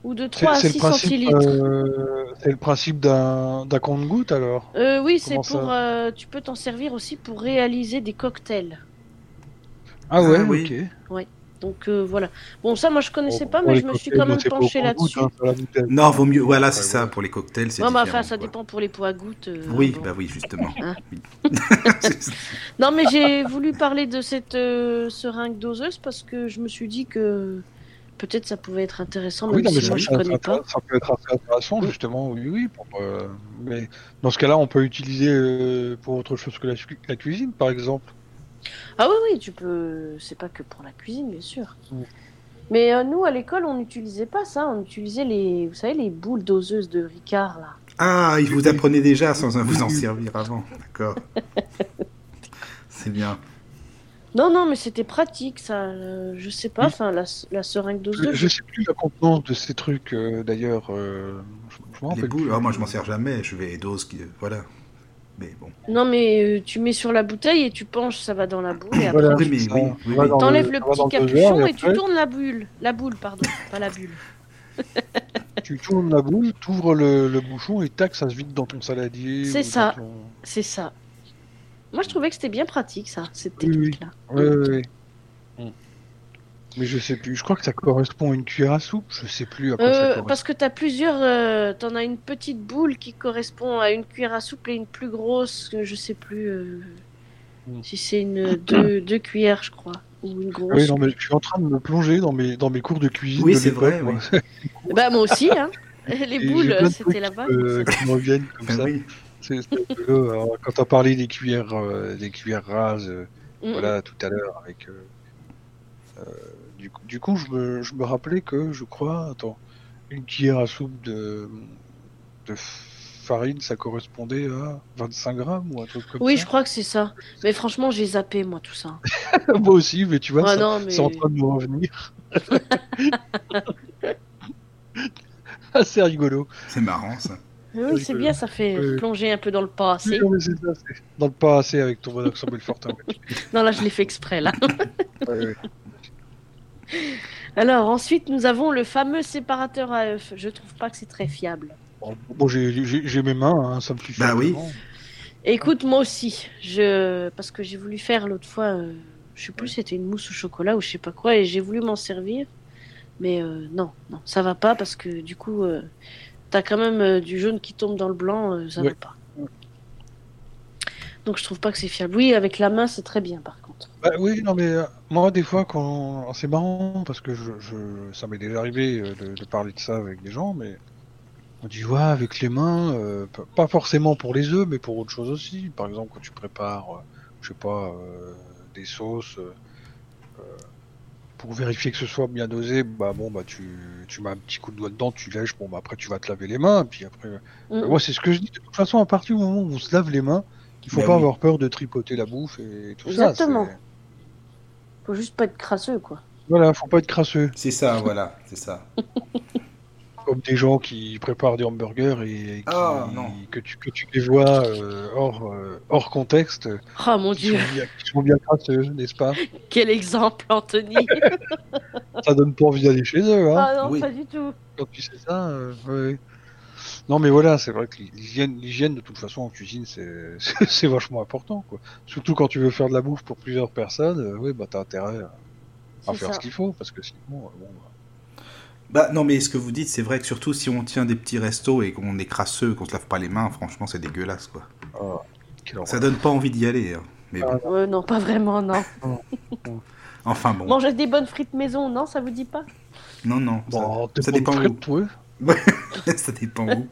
ou de
C'est
3 à
c'est
6
le principe.
centilitres.
euh, c'est le principe d'un d'un compte-goutte alors.
Euh, oui, c'est
Comment
pour. euh, tu peux t'en servir aussi pour réaliser des cocktails.
Ah ouais.
oui.
Ok.
Donc euh, voilà. Bon, ça, moi, je connaissais pas,
Pour
mais
les
je me suis
cocktails,
quand même
donc, c'est pas au
penché
compte-goutte,
là-dessus.
hein, sur la bouteille.
Non, vaut mieux. Voilà, c'est
Ouais,
ça, pour les cocktails, c'est
Ouais, mais enfin,
différent,
ça
quoi.
dépend pour les pots à gouttes. euh,
Oui,
bon.
bah oui, justement.
Hein
Oui.
Non, mais j'ai voulu parler de cette euh, seringue doseuse parce que je me suis dit que peut-être ça pouvait être intéressant, même
Ah Oui, non, mais
Ah, si
ça,
moi je
ça-
connais
ça-
pas.
ça peut être assez intéressant, justement, oui, oui. pour, euh, mais dans ce cas-là, on peut l'utiliser euh, pour autre chose que la, cu- la cuisine, par exemple.
Ah oui, oui, tu peux. C'est pas que pour la cuisine, bien sûr.
Mm.
Mais euh, nous, à l'école, on n'utilisait pas ça. On utilisait les, vous savez, les boules doseuses de Ricard là.
Ah, il vous apprenait déjà sans vous en servir avant. D'accord. C'est bien.
Non, non, mais c'était pratique, ça. euh, je sais pas.
Oui.
Enfin, la, la seringue
Je,
doseuse.
euh, je sais plus la contenance de ces trucs, euh, d'ailleurs. euh, je, je m'en
Les
rappelle
boules,
plus.
ah, moi je m'en sers jamais, je vais dose, qui... voilà. Mais bon.
Non, mais euh, tu mets sur la bouteille et tu penches, ça va dans la boule. Et après,
Voilà,
Oui,
c'est
mais
ça.
oui,
On
oui,
va
oui.
dans
T'enlèves le
on va dans
petit
doseur,
capuchon et tu
après,
tournes la bulle. La boule, pardon, pas la bulle.
tu tournes la boule, t'ouvres le, le bouchon et tac, ça se vide dans ton saladier.
C'est
ou
ça.
dans ton-
C'est ça. Moi, je trouvais que c'était bien pratique, ça, cette
Oui, oui.
technique-là.
Ouais, ouais, ouais. Mais je sais plus. Je crois que ça correspond à une cuillère à soupe. Je sais plus à quoi ça
Euh,
correspond.
parce que t'as plusieurs. euh, T'en as une petite boule qui correspond à une cuillère à soupe et une plus grosse, que je sais plus euh,
Mm.
si c'est une euh, deux, deux cuillères, je crois, ou une grosse.
Oui, non, mais je suis en train de me plonger dans mes, dans mes cours de cuisine.
Oui,
de
c'est vrai,
l'époque,
oui.
moi.
Bah moi aussi, hein. Les
Et j'ai
boules,
plein de
c'était
trucs,
là-bas.
euh, qui me reviennent comme
Ben
ça.
oui.
C'est- c'est rigolo. Alors, quand on parlait des cuillères, euh, des cuillères rases, euh,
Mm.
voilà, tout à l'heure, avec. euh, euh, du, coup- du coup, je me, je me rappelais que, je crois, attends, une cuillère à soupe de, de farine, ça correspondait à 25 grammes ou un truc comme
Oui, je
ça.
crois que c'est ça. Mais franchement, j'ai zappé moi tout ça.
Moi aussi, mais tu vois,
Ah
ça-
non, mais
c'est en train de nous revenir. ah, c'est rigolo.
C'est marrant ça.
oui, c'est bien, ça fait
Oui.
plonger un peu dans le passé.
Non, mais c'est ça, c'est dans le pas assez avec ton bon accent belfortin.
Non, là, je l'ai fait exprès là.
Ouais, ouais.
Alors ensuite, nous avons le fameux séparateur à œufs. Je trouve pas que c'est très fiable.
Bon, bon, j'ai- j'ai j'ai mes mains, hein, ça me suffit.
Bah oui.
vraiment.
Écoute, moi aussi, je parce que j'ai voulu faire l'autre fois, euh, je sais plus, c'était une mousse au chocolat ou je sais pas quoi, et j'ai voulu m'en servir, mais euh, non, non, ça va pas parce que du coup, euh, t'as quand même euh, du jaune qui tombe dans le blanc, euh, ça
Ouais.
va pas. Donc je trouve pas que c'est fiable. Oui, avec la main, c'est très bien par contre.
Bah oui, non mais euh, moi des fois quand alors, c'est marrant parce que je, je- ça m'est déjà arrivé euh, de, de parler de ça avec des gens, mais on dit ouais avec les mains, euh, p- pas forcément pour les œufs, mais pour autre chose aussi. Par exemple quand tu prépares, euh, je sais pas, euh, des sauces. euh, euh, pour vérifier que ce soit bien dosé, bah bon bah tu, tu mets un petit coup de doigt dedans, tu lèches, bon bah après tu vas te laver les mains, puis après euh, bah,
Mm.
Moi, c'est ce que je dis. De toute façon, à partir du moment où on se lave les mains, il faut
Bah
pas
oui.
avoir peur de tripoter la bouffe et tout
Exactement.
ça. c'est-
Faut juste pas être crasseux quoi.
Voilà, faut pas être crasseux.
C'est ça, voilà, c'est ça.
Comme des gens qui préparent des hamburgers et, et qui-
Ah, non.
que, tu, que tu les vois euh, hors, euh, hors contexte,
Oh mon
qui sont
dieu,
bien, qui sont bien crasseux, n'est-ce pas
quel exemple, Anthony
Ça donne pas envie d'aller chez eux. Hein.
Ah non,
Oui.
pas du tout.
Quand tu sais ça, euh, ouais. Non, mais voilà, c'est vrai que l'hygiène, l'hygiène, de toute façon, en cuisine, c'est c'est vachement important. quoi. Surtout quand tu veux faire de la bouffe pour plusieurs personnes, euh, ouais, bah t'as intérêt à- à
C'est
faire
ça.
ce qu'il faut, parce que sinon, euh, bon, bah,
Bah non, mais ce que vous dites, c'est vrai que surtout si on tient des petits restos et qu'on est crasseux, qu'on se lave pas les mains, franchement, c'est dégueulasse quoi.
Ah, quelle horreur. Ah,
Ça donne pas envie d'y aller. hein. Mais bon.
Euh, non, pas vraiment, non.
Enfin bon.
Manger des bonnes frites maison, non, ça vous dit pas
Non, non. ça- ça,
Bon, Bah, t'es pas
dépend
prêt,
où.
toi
ça dépend où.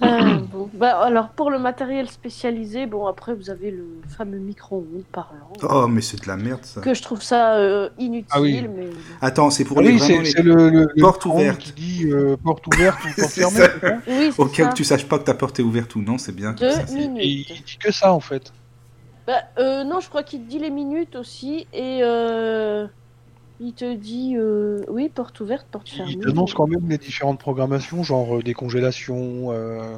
Ah, bon. Bah, alors, pour le matériel spécialisé, bon, après, vous avez le fameux micro-ondes parlant.
Oh, mais c'est de la merde ça.
Que je trouve ça euh, inutile,
Ah oui.
mais.
Attends, c'est pour
Ah
les,
oui,
vraiment
c'est
les-
c'est le, le, le
portes
micro-ondes
ouvertes.
qui dit euh, porte ouverte ou porte
C'est
fermée.
ça.
c'est ça
Oui, c'est
Au cas
ça.
où tu saches pas que ta porte est ouverte ou non, c'est bien. comme
Deux
ça, c'est-
Et il il
minutes.
dit que ça en fait.
Bah, euh, non, je crois qu'il te dit les minutes aussi, et euh, il te dit. euh, Oui, porte ouverte, porte
Il-
fermée.
Il annonce quand même les différentes programmations, genre euh, décongélation, euh,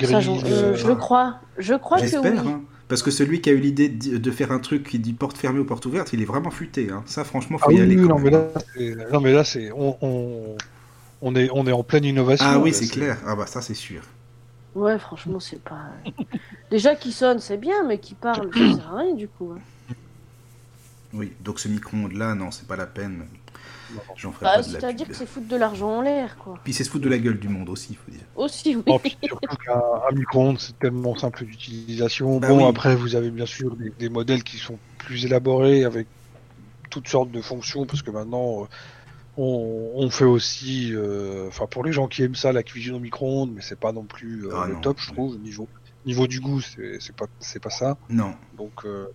Ça, j'en-
grille,
euh,
euh,
je le crois. Je crois que oui.
J'espère, hein. parce que celui qui a eu l'idée de de faire un truc qui dit porte fermée ou porte ouverte, il est vraiment futé. hein. Ça, franchement, faut
Ah
y
oui,
aller.
oui,
quand même.
non, mais là, c'est- non, mais là, c'est on, on, on est on est en pleine innovation.
ah oui,
là,
c'est clair. Ah bah ça, c'est sûr.
Ouais, franchement, c'est pas. Déjà qui sonne, c'est bien, mais qui parle, ça sert à rien du coup. hein.
Oui, donc ce micro-ondes là, non, c'est pas la peine. J'en ferai
Bah,
pas de la
C'est-à-dire
pub.
que c'est foutre de l'argent en l'air, quoi.
Puis c'est se foutre de la gueule du monde aussi, il faut dire.
Aussi, oui.
Oh, puis surtout qu'un un micro-ondes, c'est tellement simple d'utilisation.
Bah
bon,
oui.
après, vous avez bien sûr des, des modèles qui sont plus élaborés avec toutes sortes de fonctions, parce que maintenant, euh, on, on fait aussi. euh, Enfin, pour les gens qui aiment ça, la cuisine au micro-ondes, mais c'est pas non plus euh,
Ah
le
non,
top, je
oui.
trouve, niveau, niveau du goût, c'est c'est pas, c'est pas ça.
Non.
Donc, euh,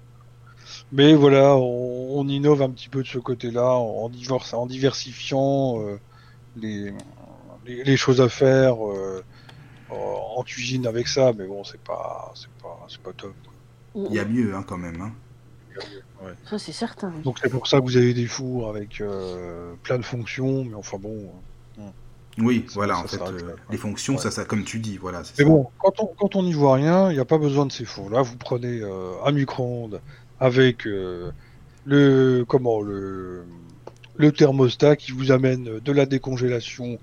mais voilà, on, on innove un petit peu de ce côté-là en, en divorce- en diversifiant euh, les, les, les choses à faire euh, en en cuisine avec ça. Mais bon, c'est pas, c'est pas, c'est pas top.
Il y a mieux hein, quand même. hein.
Ça, c'est certain. oui.
Donc c'est pour ça que vous avez des fours avec euh, plein de fonctions, mais enfin bon.
Oui,
Ça,
voilà,
ça
en fait,
s'arrête
euh,
là, quoi.
les fonctions,
Ouais.
ça, ça, comme tu dis, voilà. c'est
Mais
ça.
bon, quand on quand on n'y voit rien, il n'y a pas besoin de ces fours-là. Vous prenez euh, un micro-ondes avec euh, le comment le le thermostat qui vous amène de la décongélation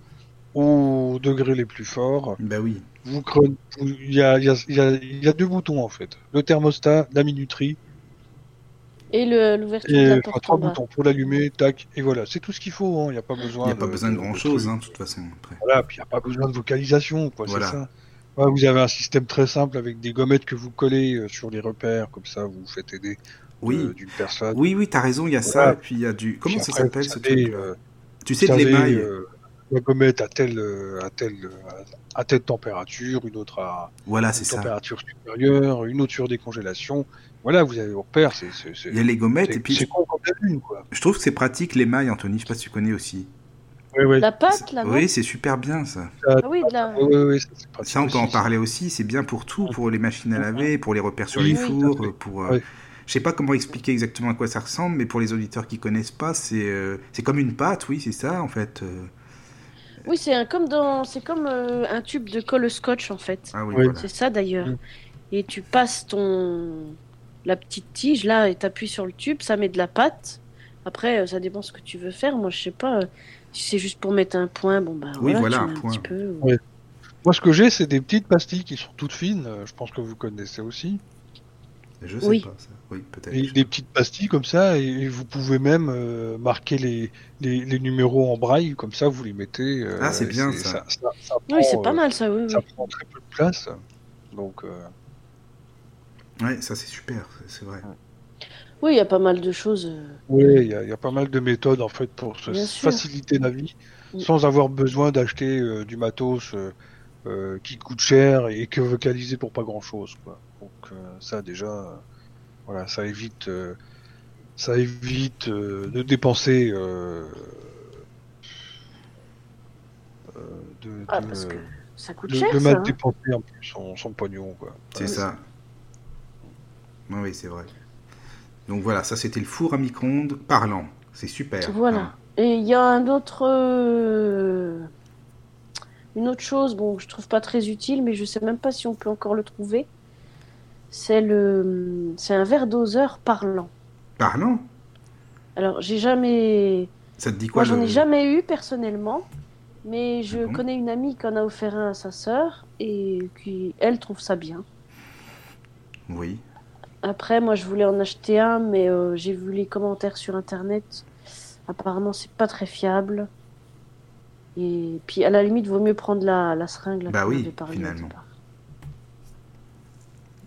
au degré les plus forts.
Bah oui.
Vous cre- vous- il y a, il y, a- il y a- il y a deux boutons en fait, le thermostat, la minuterie
Et le- l'ouverture de
et
la
enfin,
porte en
trois
bas.
boutons pour l'allumer, tac et voilà, c'est tout ce qu'il faut. hein. Il n'y a pas
Il
besoin.
n'y a pas besoin de grand chose,
trucs.
hein, de toute façon. Après.
Voilà, puis il n'y a pas besoin de vocalisation, quoi,
Voilà.
c'est ça. Ouais, vous avez un système très simple avec des gommettes que vous collez euh, sur les repères, comme ça vous vous faites aider
Oui,
euh, d'une personne.
oui, oui, t'as raison, il y a ça.
Voilà.
Et puis il y a du. Comment
Puis
ça s'appelle
après, vous
ce
savez,
truc
euh,
Tu sais,
vous
de
savez,
l'émail.
euh, La gommette à telle, euh, à, telle, euh, à telle température, une autre à
Voilà,
une
c'est ça.
température supérieure, une autre sur décongélation. Voilà, vous avez vos repères, c'est c'est- c'est-
Il y a les gommettes, et
c'est-
puis
c'est con comme la lune, quoi.
je trouve que c'est pratique l'émail, Anthony, je sais pas si tu connais aussi.
Oui, oui,
La pâte, là, non
Oui, c'est super bien ça.
Ah oui, de la...
oui, oui, oui, ça, c'est pratique
Ça, on peut en
aussi.
parler aussi, c'est bien pour tout, pour les machines
Mhm.
à laver, pour les repères sur
Oui,
les
oui, tout
fours,
à fait.
euh, pour... euh,
Oui.
Je sais pas comment expliquer exactement à quoi ça ressemble, mais pour les auditeurs qui connaissent pas, c'est euh, c'est comme une pâte, oui, c'est ça en fait. euh.
Oui, c'est un- comme, dans... c'est comme euh, un tube de colle scotch, en fait.
Ah oui,
Oui.
voilà.
C'est ça, d'ailleurs.
Mm.
Et tu passes ton... la petite tige, là, et t'appuies sur le tube, ça met de la pâte. Après, euh, ça dépend ce que tu veux faire. Moi, je sais pas. euh, Si c'est juste pour mettre un point, bon, bah
Oui, voilà,
tu
un
mets un
point.
petit peu. ou-
Ouais. Moi, ce que j'ai, c'est des petites pastilles qui sont toutes fines. euh, Je pense que vous connaissez aussi.
Je sais
Oui.
pas ça. Oui, peut-être.
Des, des petites pastilles comme ça, et, et vous pouvez même euh, marquer les, les, les numéros en braille, comme ça vous les mettez. euh,
Ah, c'est
et
bien, ça.
Oui, c'est
prend,
pas
euh,
mal, ça, oui. oui.
Ça prend très peu de place. Donc, euh,
Ouais, ça c'est super, c'est- c'est vrai.
Oui, il y a pas mal de choses. euh,
ouais, il y, a- il y a pas mal de méthodes en fait pour se
Bien sûr. Mm.
faciliter la vie,
Oui.
sans avoir besoin d'acheter euh, du matos euh, euh, qui coûte cher et que vocaliser pour pas grand chose. Quoi. Donc, euh, ça déjà, euh, voilà, ça évite, euh, ça évite euh, de dépenser. euh, euh, de,
Ah,
de-
parce que ça coûte
de,
cher,
de
ça.
mal
hein.
dépenser un peu son, son pognon quoi.
C'est
Voilà.
ça. Ah Oui, oui, c'est vrai. Donc voilà, ça c'était le four à micro-ondes parlant. C'est super.
Voilà.
hein.
Et il y a un autre. euh, Une autre chose, bon, je trouve pas très utile, mais je sais même pas si on peut encore le trouver. C'est le. C'est un verre doseur parlant.
Parlant
Alors, j'ai jamais.
Ça te dit
Moi,
quoi
j'en
le-
ai jamais eu personnellement, mais je
Ah bon
connais une amie qui en a offert un à sa sœur et qui, elle, trouve ça bien.
Oui.
Après, moi, je voulais en acheter un, mais euh, j'ai vu les commentaires sur Internet. Apparemment, c'est pas très fiable. Et puis, à la limite, vaut mieux prendre la, la seringue. là,
Bah
qu'on
oui,
avait parlé au
finalement.
départ.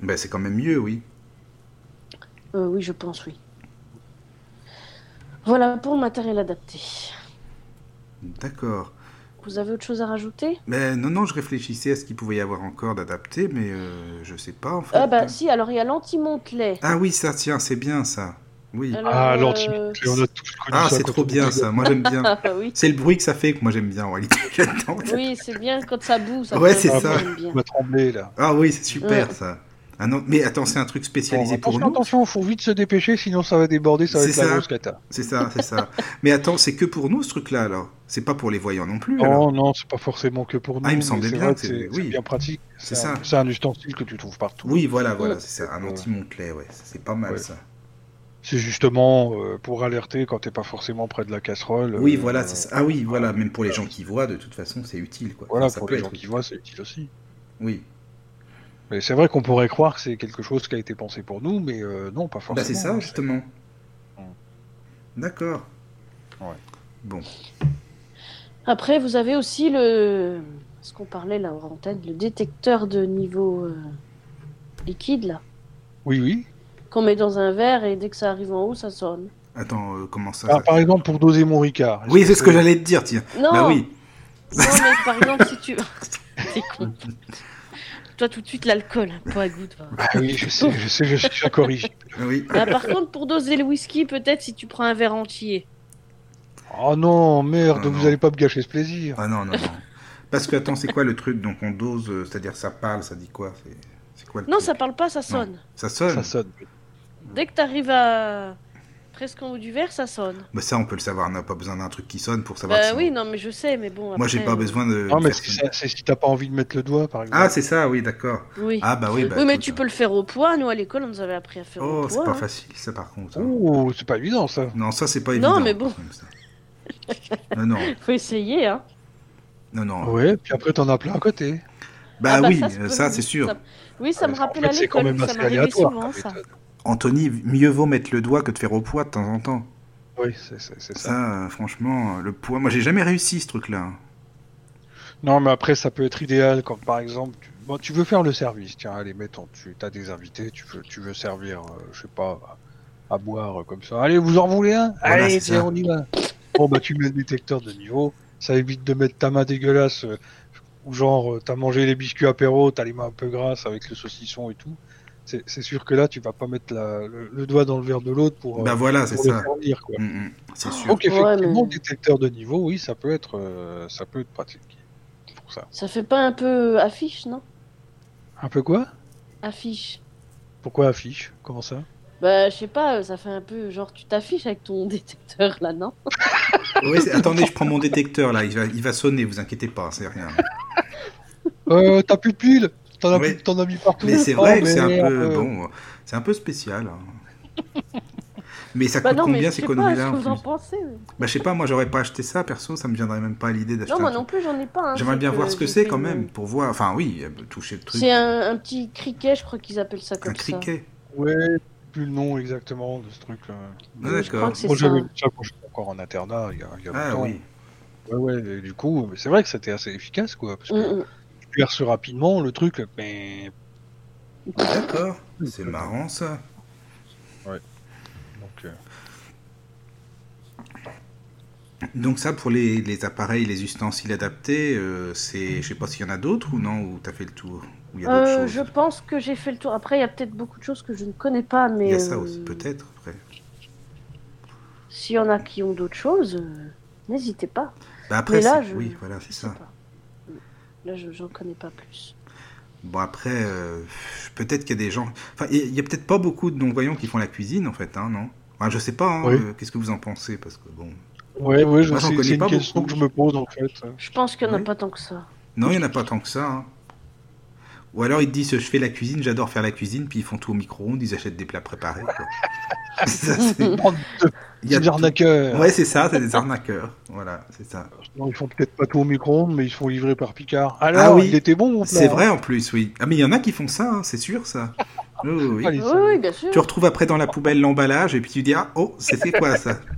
Ben, c'est quand même mieux, oui.
Euh, oui, je pense, oui. Voilà pour le matériel adapté.
D'accord.
Vous avez autre chose à rajouter
Mais non, non, je réfléchissais à ce qu'il pouvait y avoir encore d'adapté, mais euh, je sais pas. En fait.
Ah bah si, alors il y a l'anti-montelet.
Ah oui, ça, tiens, c'est bien ça. Oui.
Alors,
Ah,
euh,
l'anti on a tous connu
Ah,
ça
c'est
quand
trop
on
bien
était
ça, moi j'aime bien.
Ah, oui,
C'est le bruit que ça fait que moi j'aime bien en réalité. là-dedans.
oui c'est bien quand ça boue. Ça
Ouais,
fait-
c'est
ça.
j'aime bien.
On va trembler là.
Ah oui, c'est super
Ouais.
ça. Ah non, mais attends, c'est un truc spécialisé
Bon,
pour
attention,
nous.
attention, faut vite se dépêcher, sinon ça va déborder, ça va
C'est
être la
ça.
grosse cata.
C'est ça, c'est ça. mais attends, c'est que pour nous ce truc-là alors. C'est pas pour les voyants non plus alors.
Oh, Non, non, c'est pas forcément que pour nous.
Ah, il me
mais
semblait
c'est
bien
vrai
que
que
c'est-
c'est
oui.
c'est bien pratique.
C'est
un-
ça.
C'est un ustensile que tu trouves partout.
Oui, voilà, voilà,
Ouais.
c'est ça, un
Ouais.
anti-montelet, ouais. C'est pas mal
Ouais.
ça.
C'est justement euh, pour alerter quand t'es pas forcément près de la casserole.
Oui,
euh,
voilà, c'est ça. Ah oui, voilà, même pour les gens qui voient, de toute façon, c'est utile quoi.
Voilà,
Enfin, ça
pour
peut
les
être
gens qui
utile.
voient, c'est utile aussi.
Oui.
Mais c'est vrai qu'on pourrait croire que c'est quelque chose qui a été pensé pour nous, mais euh, non, pas forcément.
Bah, c'est ça, justement.
Mm.
D'accord.
Ouais.
Bon.
Après, vous avez aussi le. Ce qu'on parlait là, hors antenne, le détecteur de niveau euh, liquide là,
Oui, oui.
qu'on met dans un verre et dès que ça arrive en haut, ça sonne.
Attends, euh, comment ça,
Ah,
ça-
par exemple, pour doser mon Ricard.
Oui, c'est ce que j'allais te dire, tiens.
Non
Bah oui.
Non, mais par exemple, si tu. T'es con. Toi, tout de suite, l'alcool, hein, pas à goût, toi.
Ah oui, je sais, je sais, je suis je corrige.
Oui.
Ah, par contre, pour doser le whisky, peut-être si tu prends un verre entier.
Oh non, merde,
Ah, Non, non.
vous allez pas me gâcher ce plaisir.
Ah non, non, non. Parce que, attends, c'est quoi le truc Donc, on dose, euh, c'est-à-dire ça parle, ça dit quoi C'est- C'est quoi le
Non,
truc
ça parle pas, ça sonne.
Ça sonne
Ça sonne.
Dès que t'arrives à. presque en haut du verre, ça sonne.
Bah, ça, on peut le savoir, on n'a pas besoin d'un truc qui sonne pour savoir
Bah
si-
oui, non, mais je sais, mais bon.
Moi, j'ai
après,
pas
euh,
besoin de.
Non, mais
faire
c'est
sonner.
ça, c'est si t'as pas envie de mettre le doigt, par exemple.
Ah, c'est ça, oui, d'accord.
Oui.
Ah, bah oui, bah.
oui, mais
écoute,
tu peux le faire au poids. Nous, à l'école, on nous avait appris à faire
Oh,
au
c'est
poids.
pas
hein.
facile, ça, par contre. hein.
Oh, c'est pas évident ça.
Non, ça, c'est pas évident. hein,
Non, mais bon.
comme ça. non, non,
Faut essayer, hein.
non, non.
Ouais, puis après t'en as plein à côté.
Bah,
Ah
oui,
se
euh,
peut.
ça c'est sûr.
Ça- Oui, ça
Ouais,
me rappelle
en
à
fait, c'est quand
l'école.
même
Ça
assez
m'arrivait
aléatoire.
souvent, ça.
m'étonne.
Anthony, mieux vaut mettre le doigt que de faire au poids de temps en temps.
Oui, c'est- c'est c'est ça.
Ça, euh, franchement, euh, le poids. Moi, j'ai jamais réussi ce truc-là. hein.
Non, mais après, ça peut être idéal quand, par exemple, tu, bon, tu veux faire le service. Tiens, allez, mettons, tu as des invités, tu veux, tu veux servir, euh, je sais pas, à, à boire euh, comme ça. Allez, vous en voulez un
Voilà,
Allez,
c'est
tiens,
ça.
on y va. bon, bah, tu mets le détecteur de niveau. Ça évite de mettre ta main dégueulasse, euh, ou genre, euh, t'as mangé les biscuits apéro, t'as les mains un peu grasses avec le saucisson et tout. C'est c'est sûr que là, tu vas pas mettre la- le, le doigt dans le verre de l'autre pour, euh,
bah voilà, c'est
pour le
ça.
servir, quoi.
Mm, mm, C'est sûr.
Donc,
Ouais,
effectivement,
mais-
le détecteur de niveau, oui, ça peut être, euh, ça peut être pratique pour ça.
Ça fait pas un peu euh, affiche, non
Un peu quoi
Affiche.
Pourquoi affiche Comment ça
Bah, je sais pas, euh, ça fait un peu genre tu t'affiches avec ton détecteur là, non
Ouais, c'est- attendez, je prends mon détecteur là, il va, il va sonner, vous inquiétez pas, c'est rien.
Euh, t'as plus de piles T'en as,
Oui.
plus- t'en as mis partout
Mais c'est
Oh,
vrai que c'est un
merde.
peu bon, euh, c'est un peu spécial. hein. Mais ça
Bah
coûte
non, mais
combien
je
ces
sais pas
conneries-là
ce que
en
vous en
plus
pensez. mais-
Bah je sais pas, moi j'aurais pas acheté ça perso, ça me viendrait même pas à l'idée d'acheter.
Non,
un
moi
truc.
non plus, j'en ai pas. hein,
J'aimerais
c'est
bien
que
voir ce que
j'ai
c'est
fait
quand
une-
même pour voir. Enfin oui, euh, toucher le truc.
C'est un, un petit criquet, je crois qu'ils appellent ça comme
Un
ça.
criquet.
Ouais, plus le nom exactement de ce truc-là.
Ah,
Je crois
D'accord.
que c'est
Moi
ça.
j'avais vu ça quand j'étais encore en internat il y a, il y a
Ah
longtemps.
oui.
Ouais, ouais, et du coup, c'est vrai que c'était assez efficace quoi. Parce que
Mm, mm.
tu perces rapidement le truc, mais.
D'accord. C'est marrant ça.
Donc, euh,
Donc ça pour les, les appareils, les ustensiles adaptés, euh, c'est, je sais pas s'il y en a d'autres ou non, ou t'as fait le tour, ou il y a d'autres
Euh,
choses.
je pense que j'ai fait le tour. Après, il y a peut-être beaucoup de choses que je ne connais pas, mais.
Il y a ça
euh,
aussi peut-être. Après. Bah,
S'il y en a qui ont d'autres choses, euh, n'hésitez pas.
Bah, après,
Mais là,
c'est-
je-
oui, voilà, c'est
Je sais
ça.
pas. Là, je j'en connais pas plus.
Bon après, euh, peut-être qu'il y a des gens. Enfin, il il y a peut-être pas beaucoup de non-voyants qui font la cuisine en fait, hein, non Enfin, je sais pas. hein,
Oui.
euh, Qu'est-ce que vous en pensez Parce que bon,
Ouais, ouais, je-
Moi, j'en
c'est
connais
c'est une
pas
question
beaucoup.
que je me pose en fait.
Je pense qu'il n'y en a
Oui.
pas tant que ça.
non, il y en a pas tant que ça. hein. Ou alors ils te disent, je fais la cuisine, j'adore faire la cuisine, puis ils font tout au micro-ondes, ils achètent des plats préparés. Quoi. ça, c'est-
Bande de
il y a
petits arnaqueurs.
Ouais, c'est ça, c'est des arnaqueurs. Voilà, c'est ça.
Non, ils font peut-être pas tout au micro-ondes, mais ils se font livrer par Picard. Alors,
Ah oui.
il était bon mon
C'est
plat.
vrai en plus, oui. Ah, mais il y en a qui font ça, hein, c'est sûr, ça. Oui, oui, oui.
Allez,
Oui,
ça-
oui, bien sûr.
Tu retrouves après dans la poubelle l'emballage et puis tu dis Ah, oh, c'était quoi ça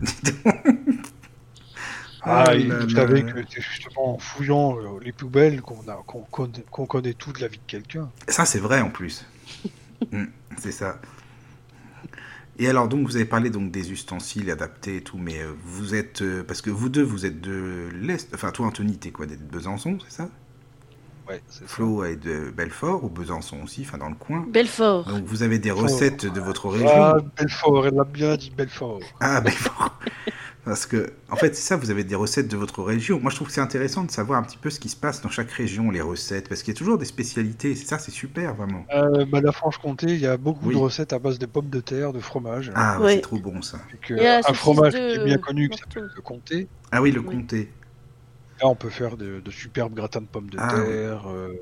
Ah,
Oh
et
là
vous
là
savez
là.
que c'est justement en fouillant euh, les poubelles qu'on a, qu'on connaît, qu'on connaît tout de la vie de quelqu'un.
Ça, c'est vrai en plus. Mm, c'est ça. Hmm, Et alors, donc, vous avez parlé donc des ustensiles adaptés et tout, mais euh, vous êtes. euh, parce que vous deux, vous êtes de l'Est. Enfin, toi, Anthony, t'es quoi T'es de Besançon, c'est ça
Ouais, c'est ça.
Flo est de Belfort, ou Besançon aussi, enfin, dans le coin.
Belfort.
Donc, vous avez des recettes de votre région.
Ah, Belfort, elle l'a bien dit, Belfort.
Ah, ben bon. Parce que, en fait, c'est ça, vous avez des recettes de votre région. Moi, je trouve que c'est intéressant de savoir un petit peu ce qui se passe dans chaque région, les recettes, parce qu'il y a toujours des spécialités. C'est ça, c'est super, vraiment.
Euh, bah, la Franche-Comté, il y a beaucoup
Oui.
de recettes à base de pommes de terre, de fromage.
Ah, ouais,
Ouais.
c'est trop bon, ça.
Et que,
Et la
un
saucisse
fromage
de-
qui est bien connu, qui s'appelle
partout.
le comté.
Ah oui, le
Oui.
comté.
Là, on peut faire de, de superbes gratins de pommes de
Ah,
terre. euh,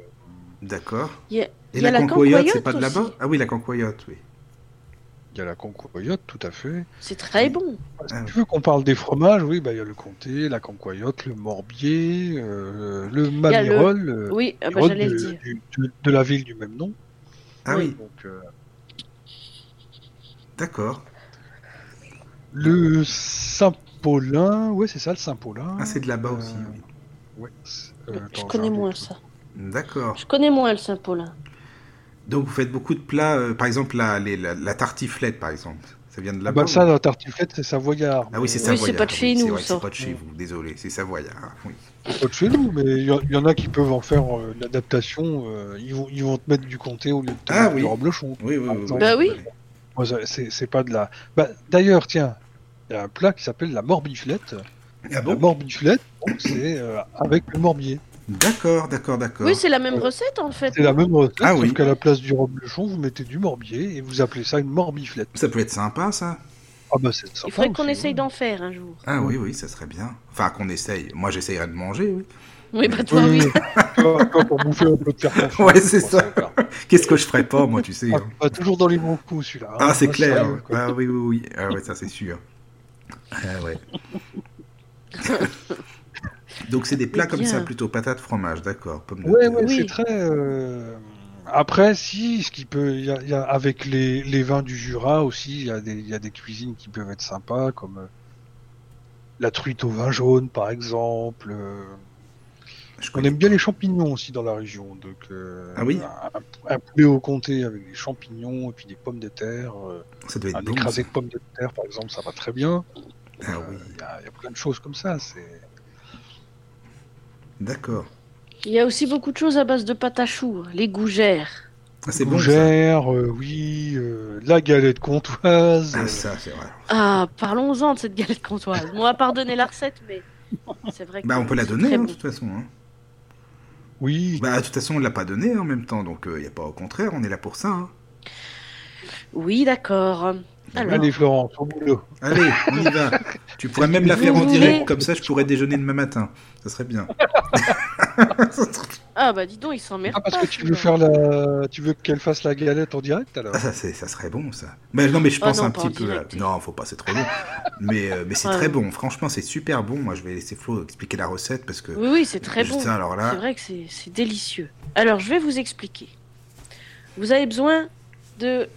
D'accord.
Il y a-
Et
il y
la,
a la
cancoyote, c'est
cancoyote
pas de là-bas
aussi.
Ah oui, la cancoyote, oui.
Il y a la concoyote, tout à fait.
C'est très bon.
Si
Ah oui.
tu veux qu'on parle des fromages, oui, bah, il y a le comté, la concoyote, le morbier, euh, le mamirol. euh,
Oui, ah bah,
mamirol
j'allais
de,
le dire.
du- de- de la ville du même nom.
Ah oui,
Donc, euh,
d'accord.
le Saint-Paulin, ouais, c'est ça, le Saint-Paulin.
Ah, c'est de là-bas aussi,
Euh,
oui.
Ouais, c'est- euh,
Je
attends,
connais
j'ai un
moins
doute.
ça.
Mm. D'accord.
Je connais moins le Saint-Paulin.
Donc, vous faites beaucoup de plats, euh, par exemple, la, les- la- la tartiflette, par exemple. Ça vient de
Ah
là-bas
bah, ça,
ou-
la tartiflette, c'est savoyard.
Ah oui, c'est
Oui,
savoyard.
c'est pas de
oui,
chez
c'est
nous, Mm.
vrai que
ça.
C'est pas de chez vous, désolé, c'est savoyard. hein. Oui.
pas de chez nous, mais il y, a- il y en a qui peuvent en faire euh, l'adaptation. euh, ils, vont, ils vont te mettre du comté au lieu de te
Ah
mettre
oui.
du reblochon.
Oui, oui, oui.
Bah
oui.
Moi, ça- c'est c'est pas de la. Bah, D'ailleurs, tiens, il y a un plat qui s'appelle la morbiflette.
Ah
la
bon
morbiflette, donc, c'est euh, avec le morbier. Euh,
D'accord, d'accord, d'accord.
Oui, c'est la même recette en fait.
C'est la même recette,
Euh, Ah
sauf
oui.
qu'à la place du reblochon, vous mettez du morbier et vous appelez ça une morbiflette.
ça peut être sympa, ça.
Ah bah, c'est sympa.
Il faudrait qu'on
aussi,
essaye
oui.
d'en faire un jour.
Ah oui, oui, ça serait bien. Enfin, qu'on essaye. Moi, j'essayerai de manger, oui.
Oui, bah
Oui,
toi, oui.
oui. Toi, toi, pour bouffer, on peut te faire confiance.
Ouais, c'est
Bon,
ça. Qu'est-ce que je ferais pas, moi, tu sais.
Ah,
hein.
bah, toujours dans les bons coups, celui-là.
Ah, c'est
Ah,
clair.
sérieux, quoi.
Ah oui, oui, oui. Ah ouais, ça, c'est sûr. Ah ouais. Donc, c'est des plats
Mais
comme
Eh bien.
ça, plutôt patates, fromage, d'accord. Pommes de
Ouais,
terre.
ouais,
Oui.
c'est très. euh, Après, si, ce qui peut, il y a, il y a- avec les, les vins du Jura aussi, il y, a des- il y a des cuisines qui peuvent être sympas, comme euh, la truite au vin jaune, par exemple. euh,
Je
On
connais
aime bien les champignons aussi dans la région, donc euh,
Ah oui
un, un poulet au comté avec des champignons et puis des pommes de terre, euh,
pas. Ça doit être
un
bon.
écrasé
ça.
de pommes de terre, par exemple, ça va très bien.
Ah
Euh,
oui,
Il y a- il y, a plein de choses comme ça. C'est
d'accord.
Il y a aussi beaucoup de choses à base de pâte à choux, les gougères.
Ah, c'est bon, ça.
gougère, euh, oui, euh, la galette comtoise.
Ah,
euh,
ça, c'est vrai.
Ah, parlons-en de cette galette comtoise. Bon, à part donner la recette, mais c'est vrai que.
Bah, on peut la
c'est
donner,
très
hein, de
bon.
toute façon. hein.
Oui,
Bah, de toute façon, on l'a pas donné en même temps, donc il n'y a pas au contraire, on est là pour ça. hein.
Oui, d'accord. Alors,
Allez Florence, au boulot.
Allez, on y va. Tu pourrais même la
Vous
faire en
voulez-
direct, comme ça je pourrais déjeuner demain matin. Ça serait bien.
ah bah dis donc, il s'emmerde.
Ah parce
pas,
que tu veux
celui-là.
faire la, tu veux qu'elle fasse la galette en direct alors
Ah, ça, c'est- ça serait bon, ça. Mais, non, mais je
Oh
pense
non,
un
pas
petit
en
peu.
direct.
là. Non, faut pas, c'est trop long. mais euh, mais c'est
Ouais.
très bon, franchement, c'est super bon. Moi, je vais laisser Flo expliquer la recette parce que.
Oui, oui, c'est très
Juste
bon.
ça, alors
C'est
là.
vrai que c'est c'est délicieux. Alors, je vais vous expliquer. Vous avez besoin de...